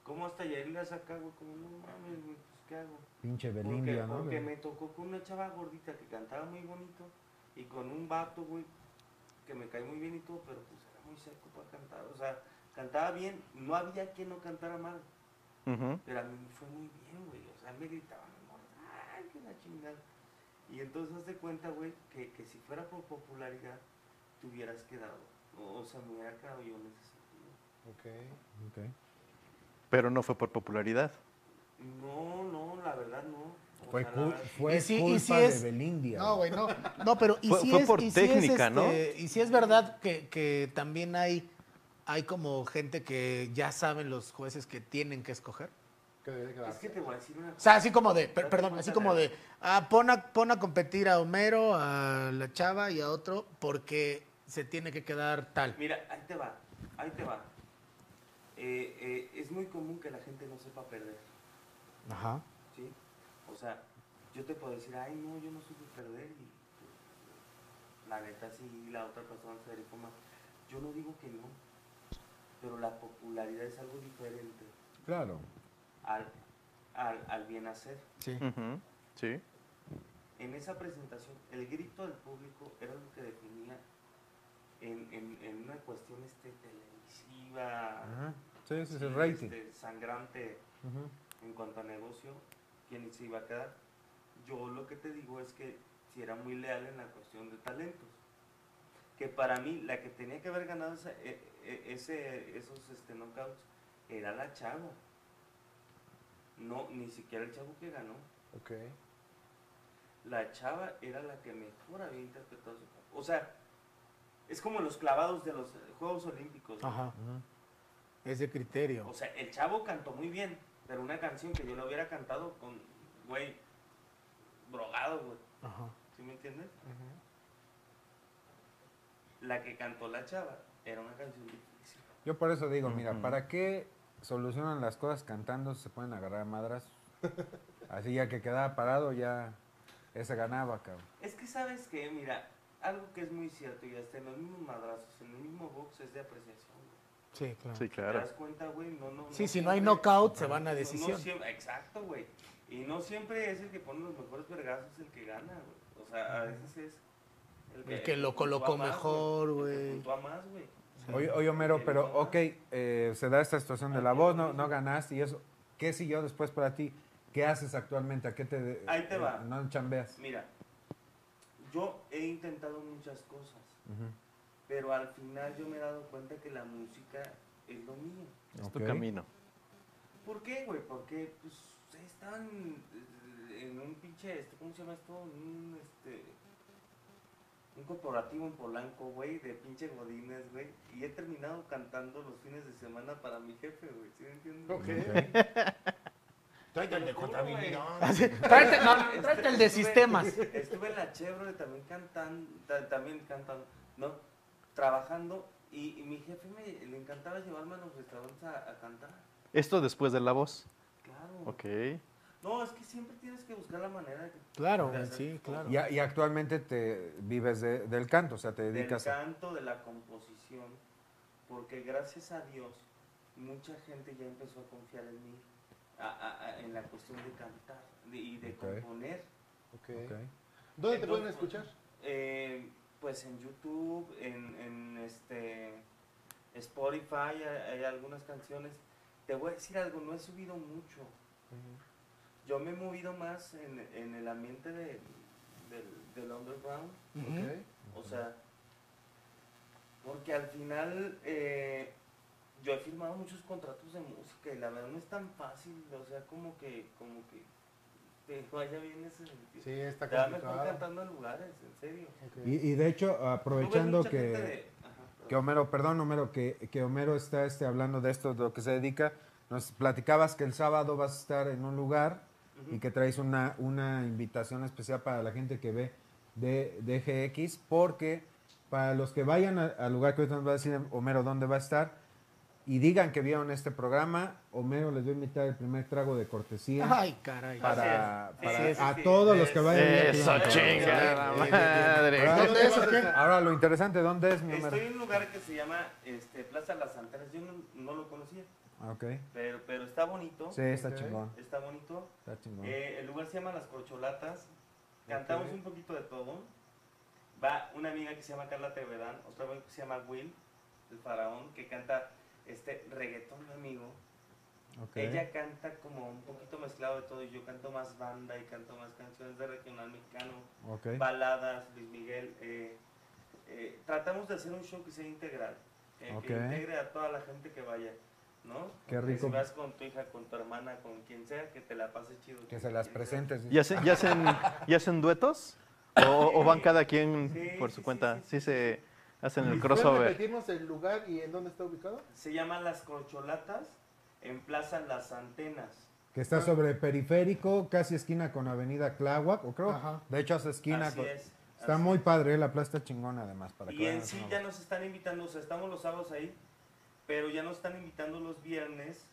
¿Cómo hasta Yair la saca, güey? Como, no mames, güey, pues, ¿qué hago?
Pinche
Porque-
Belindia, ¿no?
Porque me tocó con una chava gordita que cantaba muy bonito y con un vato, güey, que me cae muy bien y todo, pero pues era muy seco para cantar. O sea, cantaba bien, no había quien no cantara mal.
Ujú.
Pero a mí me fue muy bien, güey. O sea, me gritaban, ¡ay, qué la chingada! Y entonces haz de cuenta, güey, que, que si fuera por popularidad, te hubieras quedado. O, o sea, me hubiera quedado yo en ese sentido.
Pero no fue por popularidad.
No, no, la verdad no. O
Fue
sea, la
cul-
verdad-
Fue
Y sí- y
culpa
sí
de
es-
Belindia.
No, güey, no. No, pero y
Fue-
si
fue
es,
por
y si es,
técnica, ¿no?
este, Y si es verdad que, que también hay, hay como gente que ya saben los jueces que tienen que escoger.
Es que te voy a decir una
O sea, así como de, per- perdón, así como de, ah, pon, a, pon a competir a Homero, a la chava y a otro, porque se tiene que quedar tal.
Mira, ahí te va, ahí te va. Eh, eh, es muy común que la gente no sepa perder,
Ajá.
¿sí? O sea, yo te puedo decir, ay, no, yo no supe perder y pues, la neta sí, la otra persona se dedicó más. Yo no digo que no, pero la popularidad es algo diferente
Claro.
al, al, al bien hacer.
Sí.
Sí.
En esa presentación, el grito del público era lo que definía en, en- en una cuestión este, televisiva,
Ajá. Sí, sí, sí,
Sí,
rating.
este, sangrante
Ujú.
en cuanto a negocio, quién se iba a quedar. Yo lo que te digo es que si era muy leal en la cuestión de talentos, que para mí la que tenía que haber ganado esa- e- e- ese, esos este, knockouts era la chava. No, ni siquiera el chavo que ganó.
Ok.
La chava era la que mejor había interpretado su papel. O sea, es como los clavados de los eh, Juegos Olímpicos. ¿no?
Ajá. Es de criterio.
O sea, el chavo cantó muy bien, pero una canción que yo la hubiera cantado con, güey, drogado, güey.
Ajá.
¿Sí me entiendes? La que cantó la chava era una canción difícil.
Yo por eso digo, mira,
Ujú.
¿para qué solucionan las cosas cantando si se pueden agarrar a madras? Así ya que quedaba parado, ya ese ganaba, cabrón.
Es que sabes que, mira, algo que es muy cierto y hasta en los mismos madrazos, en el mismo box es de apreciación. güey.
Sí, claro.
Sí,
¿Te
claro.
das cuenta, güey? No, no,
Sí, si no hay
siempre-
knockout, se van a
No, no
decisión.
siempre- exacto, güey. Y no siempre es el que pone los mejores vergazos el que gana, güey. O sea, a veces es
El que lo colocó
puntúa más,
mejor,
El que
güey.
puntúa más, güey.
Oye, oye, Homero, pero ok, eh, se da esta situación de la voz, no, no ganaste y eso. ¿Qué siguió después para ti? ¿Qué haces actualmente? ¿A qué te...
Ahí te
eh,
va.
No chambeas.
Mira, yo he intentado muchas cosas,
Ujú.
pero al final yo me he dado cuenta que la música es lo mío.
Es tu camino.
¿Por qué, güey? Porque pues, ustedes están eh, en un pinche, este, ¿cómo se llama esto? Un, este, un corporativo en Polanco, güey, de pinche godines, güey. Y he terminado cantando los fines de semana para mi jefe, güey. ¿Sí me entiendes?
Ok.
Tráete el de
contabilidad.
Así, tráete- no, tráete el de sistemas.
Estuve en la Chevrolet también cantando, también cantando, ¿no? Trabajando y, y mi jefe me, le encantaba llevarme a los restaurantes a- a cantar.
Esto después de la voz.
Claro.
Ok.
No, es que siempre tienes que buscar la manera de que de hacer tus cosas.
Y, a- y actualmente te vives de- del canto, o sea, te
Del
dedicas a...
canto, de la composición, porque gracias a Dios mucha gente ya empezó a confiar en mí, a- a- a- en la cuestión de cantar de- y de
Ok.
componer.
Ok. ¿Dónde te pueden
Entonces,
escuchar?
eh, pues en YouTube, en, en, este Spotify, hay, hay algunas canciones. Te voy a decir algo, no he subido mucho. Yo me he movido más en, en el ambiente de, del, del underground.
Ujú.
O sea, porque al final eh, yo he firmado muchos contratos de música y la verdad no es tan fácil, o sea, como que, como que te vaya bien en ese sentido.
Sí, está
Te va mejor
complicado.
cantando en lugares, en serio.
Y, y de hecho, aprovechando
mucha gente
que,
de- Ajá,
que Homero, perdón Homero, que, que Homero está este, hablando de esto, de lo que se dedica, nos platicabas que el sábado vas a estar en un lugar y que traes una, una invitación especial para la gente que ve de, de GX, porque para los que vayan a- al lugar que ahorita nos va a decir Homero dónde va a estar y digan que vieron este programa, Homero les va a invitar el primer trago de cortesía.
Ay, caray.
Para,
Así es,
para
así es,
a
sí.
todos los que vayan a
Eso, chingada madre.
¿Dónde es o qué?
Ahora lo interesante, ¿dónde es mi Homero?
Estoy en un lugar que se llama este, Plaza Las Antenas. Yo no, no lo conocía,
Ah, Ok.
pero, pero está bonito.
Sí, está chingón.
Está bonito.
Está chingón.
Eh, el lugar se llama Las Corcholatas. Cantamos
Ok.
un poquito de todo. Va una amiga que se llama Carla Tevedán, otra amiga que se llama Will, el faraón, que canta este reggaetón, amigo.
Ok.
Ella canta como un poquito mezclado de todo. y Yo canto más banda y canto más canciones de regional mexicano,
Ok.
baladas, Luis Miguel. eh, eh, tratamos de hacer un show que sea integral, eh, que
Ok.
integre a toda la gente que vaya. ¿No?
Qué
Que
rico.
Si vas con tu hija, con tu hermana, con quien sea, que te la pases chido.
Que se las presentes.
¿Y hacen, y hacen, y hacen duetos? ¿O, o van cada quien por su cuenta? Sí, se hacen el
¿Pueden
crossover.
repetirnos el lugar y en dónde está ubicado?
Se llama Las Corcholatas en Plaza Las Antenas.
Que está sobre periférico, casi esquina con Avenida Tláhuac, o creo.
Ajá.
De hecho, hace esquina.
Así
con-
es,
está
así
muy
es.
padre, ¿eh? la plaza está chingona además. Para
Y
que
en
vayan a-
sí ya nos están invitando, o sea, estamos los sábados ahí, pero ya nos están invitando los viernes.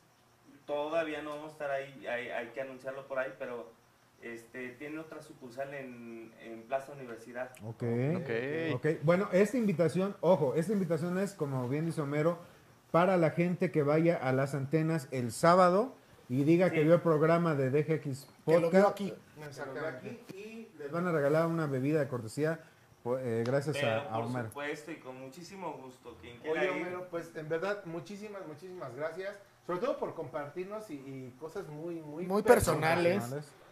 Todavía no vamos a estar ahí, hay, hay que anunciarlo por ahí, pero este tiene otra sucursal en, en Plaza Universidad.
Ok. Ok. Bueno, esta invitación, ojo, esta invitación es, como bien dice Homero, para la gente que vaya a las antenas el sábado y diga que vio el programa de DGX Podcast.
y
Les van a regalar una bebida de cortesía por- eh, gracias
Pero,
a, a
por
Homero.
supuesto y con muchísimo gusto. Quien quiera
Oye,
ir.
Homero, pues en verdad, muchísimas, muchísimas gracias. Sobre todo por compartirnos y, y cosas muy, muy,
Muy personales.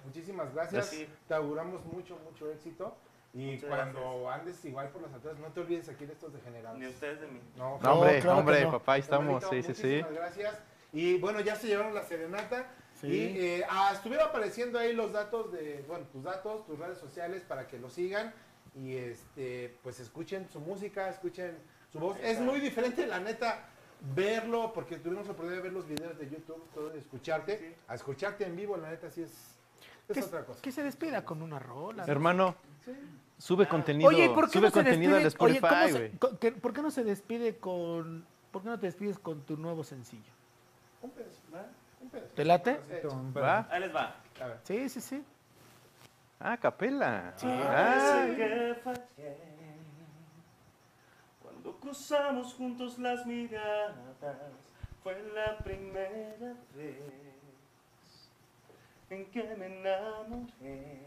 Muchísimas gracias.
Gracias.
Te auguramos mucho, mucho éxito. Y
Muchas
cuando andes igual por las alturas, no te olvides aquí de estos degenerados.
Ni ustedes de mí.
No,
No, hombre,
claro que
hombre,
no.
papá, ahí estamos.
Homerito,
Sí, sí, sí.
muchísimas gracias. Y bueno, ya se llevaron la serenata.
Sí.
Y eh, ah, estuvieron apareciendo ahí los datos de, bueno, tus datos, tus redes sociales para que lo sigan y este, pues escuchen su música, escuchen su voz. Es muy diferente, la neta, verlo, porque tuvimos la oportunidad de ver los videos de YouTube, todo de escucharte, a escucharte en vivo, la neta, sí es, es otra cosa.
Que se despida con una rola. ¿no?
Hermano, sube contenido.
Oye, ¿y ¿por qué
sube
no se
contenido
despide?
al
Oye, ¿cómo
Spotify,
se-
güey.
co- que- ¿Por qué no se despide con... ¿Por qué no te despides con tu nuevo sencillo?
Un pedazo, ¿va? Un pedazo.
¿Te late?
Perfecto, un
¿Va?
Ahí les va.
Sí, sí, sí.
Ah, capela. Ah,
Parece que fallé Cuando cruzamos juntos las miradas, fue la primera vez en que me enamoré.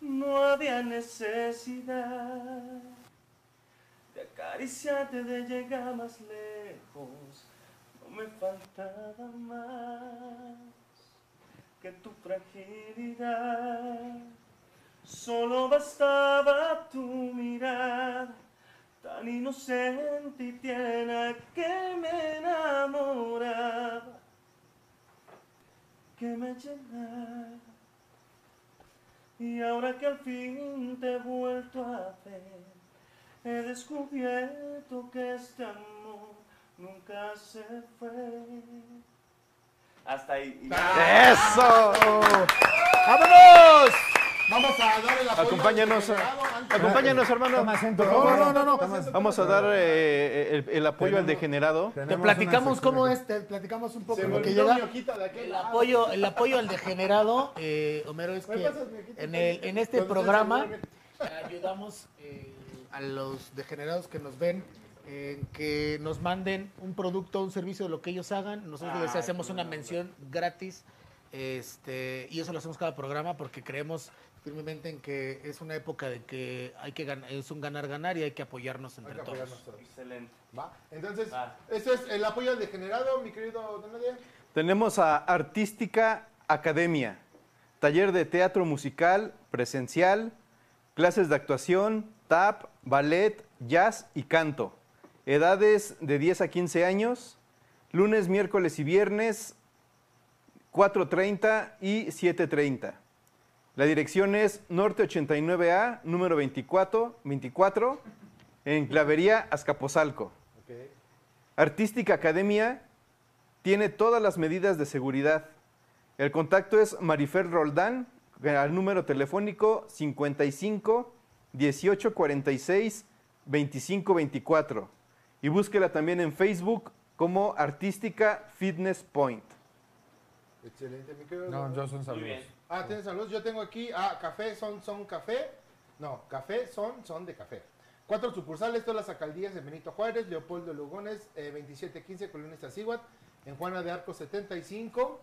No había necesidad de acariciarte, de llegar más lejos. No
me faltaba más que tu fragilidad. Solo bastaba tu mirada, tan inocente y tierna que me enamoraba, que me llenaba. Y ahora que al fin te he vuelto a ver, he descubierto que este amor nunca se fue.
Hasta ahí.
¡Eso!
¡Vámonos!
Vamos a darle la
Acompáñanos, eh. acompáñanos, hermano.
No, no, no, no.
Vamos a dar eh, el, el apoyo al degenerado.
Te platicamos cómo es, te platicamos un poco
Se
lo que
volvió
llega.
mi
El apoyo, el apoyo al degenerado, eh, Homero, es que en, el- en este programa ayudamos eh, a los degenerados que nos ven eh, que nos manden un producto, un servicio de lo que ellos hagan. Nosotros les
Ay,
hacemos una mención gratis este, y eso lo hacemos cada programa porque creemos firmemente en que es una época de que hay que ganar, es un ganar-ganar y hay que apoyarnos entre
que
todos.
apoyarnos todos.
Excelente.
Va. Entonces, este es el apoyo al degenerado, mi querido Donadie.
Tenemos a Artística Academia, taller de teatro musical, presencial, clases de actuación, tap, ballet, jazz y canto. Edades de 10 a 15 años, lunes, miércoles y viernes, 4.30 y 7.30. La dirección es Norte 89A, número 24, 24 en Clavería, Azcapotzalco. Artística Academia tiene todas las medidas de seguridad. El contacto es Marifer Roldán al número telefónico 55 18 46 25 24 y búsquela también en Facebook como Artística Fitness Point.
Excelente, mi querido.
No, yo son saludos.
Ah, tienes saludos. Yo tengo aquí a Café Son Son Café. No, Café Son Son de Café. Cuatro sucursales, todas las alcaldías de Benito Juárez, Leopoldo Lugones, eh, 2715, Colonia Iztaccíhuatl, en Juana de Arco 75,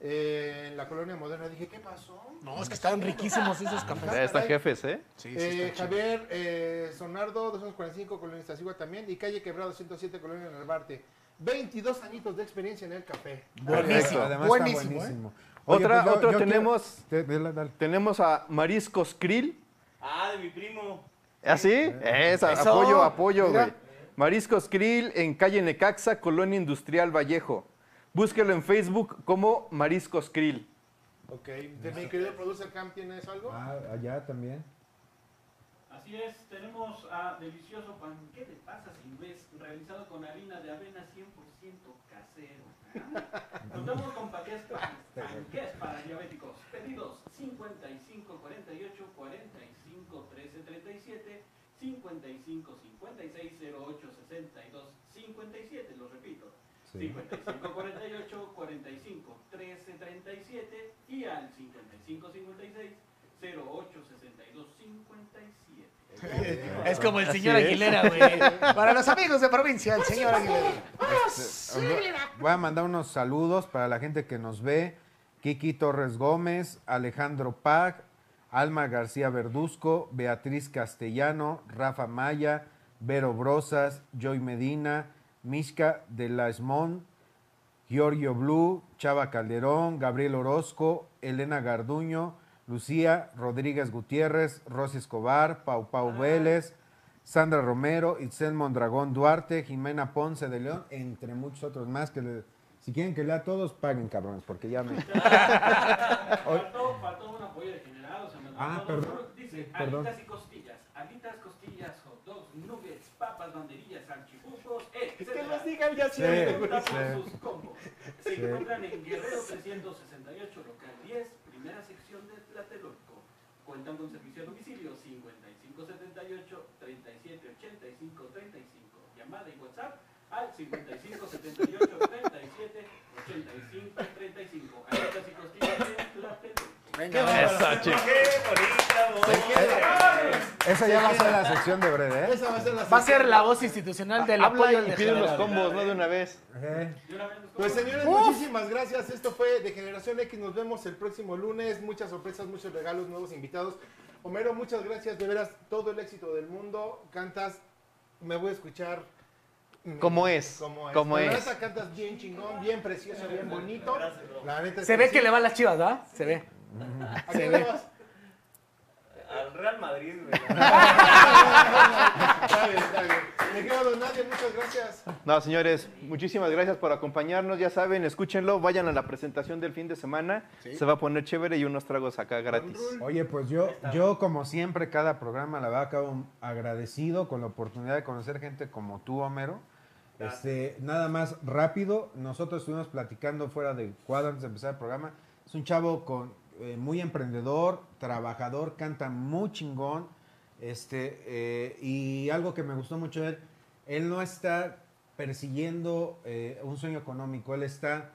eh, en la Colonia Moderna. Dije, ¿qué pasó? Ah,
No, es que están riquísimos esos cafés.
Ya Ah, están jefes, ¿eh?
Eh, Javier eh, Sonardo, 245, Colonia Iztaccíhuatl también, y Calle Quebrado, 107, Colonia Narvarte. 22 añitos de experiencia en el café.
Perfecto.
¿eh?
Otra, otra tenemos, tenemos a Mariscos Krill.
Ah, de mi primo.
¿Así? Esa,
Eso.
apoyo, apoyo,
Mira.
güey. Mariscos Krill en calle Necaxa, Colonia Industrial Vallejo. Búsquelo en Facebook como Mariscos Krill.
Ok, de mi querido producer Pues Cam, ¿tienes algo?
Ah, Allá también.
Así es, tenemos a delicioso panque de pasas inglés realizado con harina de avena 100% casero. Ah, Contamos con paqués pa- panqués para diabéticos. Pedidos 55 48 45 13 37 55 56 08 62 57, lo repito.
Sí.
55 48 45 13 37 y al 55 56 08 62 57.
<laughs> Es como el
Eh, Así
señor
es. <laughs>
Aguilera, güey. Para los amigos de provincia, el
Pues
señor Aguilera.
Este, Voy a mandar unos saludos para la gente que nos ve. Kiki Torres Gómez, Alejandro Pag, Alma García Verduzco, Beatriz Castellano, Rafa Maya, Vero Brosas, Joy Medina, Mishka de Lasmón, Giorgio Blue, Chava Calderón, Gabriel Orozco, Elena Garduño, Lucía Rodríguez Gutiérrez, Rosy Escobar, Pau Pau Vélez, Sandra Romero, Itzel Mondragón Duarte, Jimena Ponce de León, entre muchos otros más que le- si quieren que lea todos, paguen cabrones, porque ya me...
Faltó, faltó un apoyo degenerado, se me
Ah,
olvidó.
perdón.
Dice,
Perdón.
alitas y costillas, alitas, costillas, hot dogs, nuggets, papas, banderillas, salchipulpos, etc.
Que los digan ya
Sí,
siempre.
junta por
Sí.
sus combos. Se
Sí.
encuentran en Guerrero 368, local 10, primera sección de Tlatelolco. Cuentan con servicio a domicilio 5578 3785 35. Llamada y WhatsApp al 5578 37 85 35. Alitas y costillas de Tlatelolco.
Venga,
Eso,
bárbaro.
Pues
chicos.
Esa ya va a ser la sección de breve, ¿eh?
Va a ser la voz institucional del
Habla
apoyo
y
al
pide los
degenerado.
combos, ¿no? De una vez.
Pues señores,
Uf.
muchísimas gracias. Esto fue de Generación X. Nos vemos el próximo lunes. Muchas sorpresas, muchos regalos, nuevos invitados. Homero, muchas gracias. De veras, todo el éxito del mundo. Cantas, me voy a escuchar
¿Cómo es?
Como es.
¿Cómo
La
es?
neta cantas bien chingón, bien precioso, bien bonito. La neta es
Se ve
sí.
que le van las chivas, ¿verdad? Se ve. <laughs>
¿A
Se
quién
ve.
le vas?
Al Real Madrid,
<laughs>
güey.
Está bien, está bien. Me quedo don Nadie, muchas gracias.
No, señores, muchísimas gracias por acompañarnos. Ya saben, escúchenlo, vayan a la presentación del fin de semana.
Sí.
Se va a poner chévere y unos tragos acá gratis.
Oye, pues yo, yo como siempre, cada programa la verdad acabo agradecido con la oportunidad de conocer gente como tú, Homero. Este, nada más rápido, nosotros estuvimos platicando fuera de cuadro antes de empezar el programa. Es un chavo con, eh, muy emprendedor, trabajador, canta muy chingón. Este, eh, y algo que me gustó mucho de él, él no está persiguiendo eh, un sueño económico, él está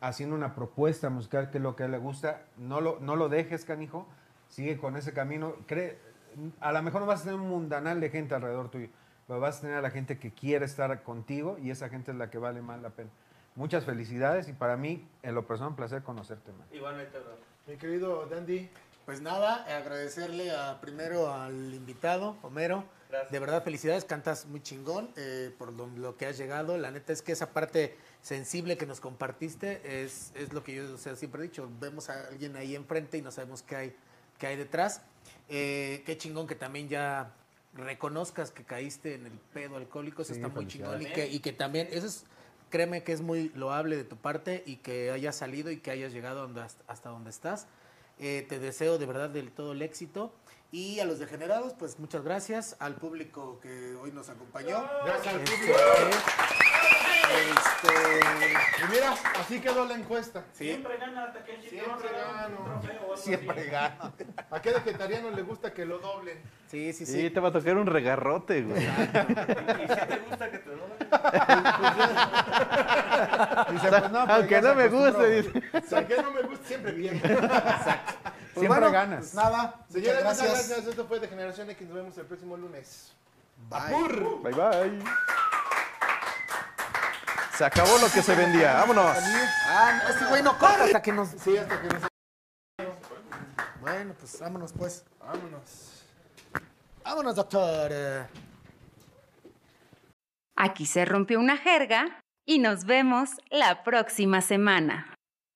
haciendo una propuesta musical que es lo que a él le gusta. No lo, no lo dejes, canijo. Sigue con ese camino. Cree, a lo mejor no vas a tener un mundanal de gente alrededor tuyo, pero vas a tener a la gente que quiere estar contigo y esa gente es la que vale más la pena. Muchas felicidades y para mí, en lo personal, un placer conocerte, man.
Igualmente, bro.
Mi querido Dandy. Pues nada, agradecerle a, primero al invitado, Homero. De verdad, felicidades, cantas muy chingón eh, por lo, lo que has llegado. La neta es que esa parte sensible que nos compartiste es, es lo que yo o sea, siempre he dicho. Vemos a alguien ahí enfrente y no sabemos qué hay, qué hay detrás. Eh, qué chingón que también ya reconozcas que caíste en el pedo alcohólico. Eso
Sí,
está muy chingón.
felicidades.
Y que, y que también, eso es, créeme que es muy loable de tu parte y que hayas salido y que hayas llegado donde- hasta donde estás. Eh, te deseo de verdad del todo el éxito. Y a los degenerados, pues muchas gracias. Al público que hoy nos acompañó.
Gracias al
Este,
público.
Este,
Y mira, así quedó la encuesta.
Siempre
gana hasta que Siempre gano.
Siempre
gano. ¿A qué vegetariano le gusta que lo doblen?
Sí, sí,
Sí, te va a tocar un regarrote, güey.
gusta que te
<laughs>
doblen?
Dice, pues no, pero Aunque ya no se me acostumbró, guste, güey. dice.
Aunque Pues, no me guste,
<laughs>
siempre bien.
Pues bueno, pues nada, muchas
Señores, muchas
gracias.
gracias. Esto fue de Generación X. Nos vemos el próximo lunes.
Bye. Bye, bye. Se acabó lo que se vendía. Vámonos.
Ah, no, este güey no corre hasta que nos.
Sí, hasta que nos.
Bueno, pues vámonos, pues.
Vámonos.
Vámonos, doctor. Eh,
Aquí se rompió una jerga y nos vemos la próxima semana.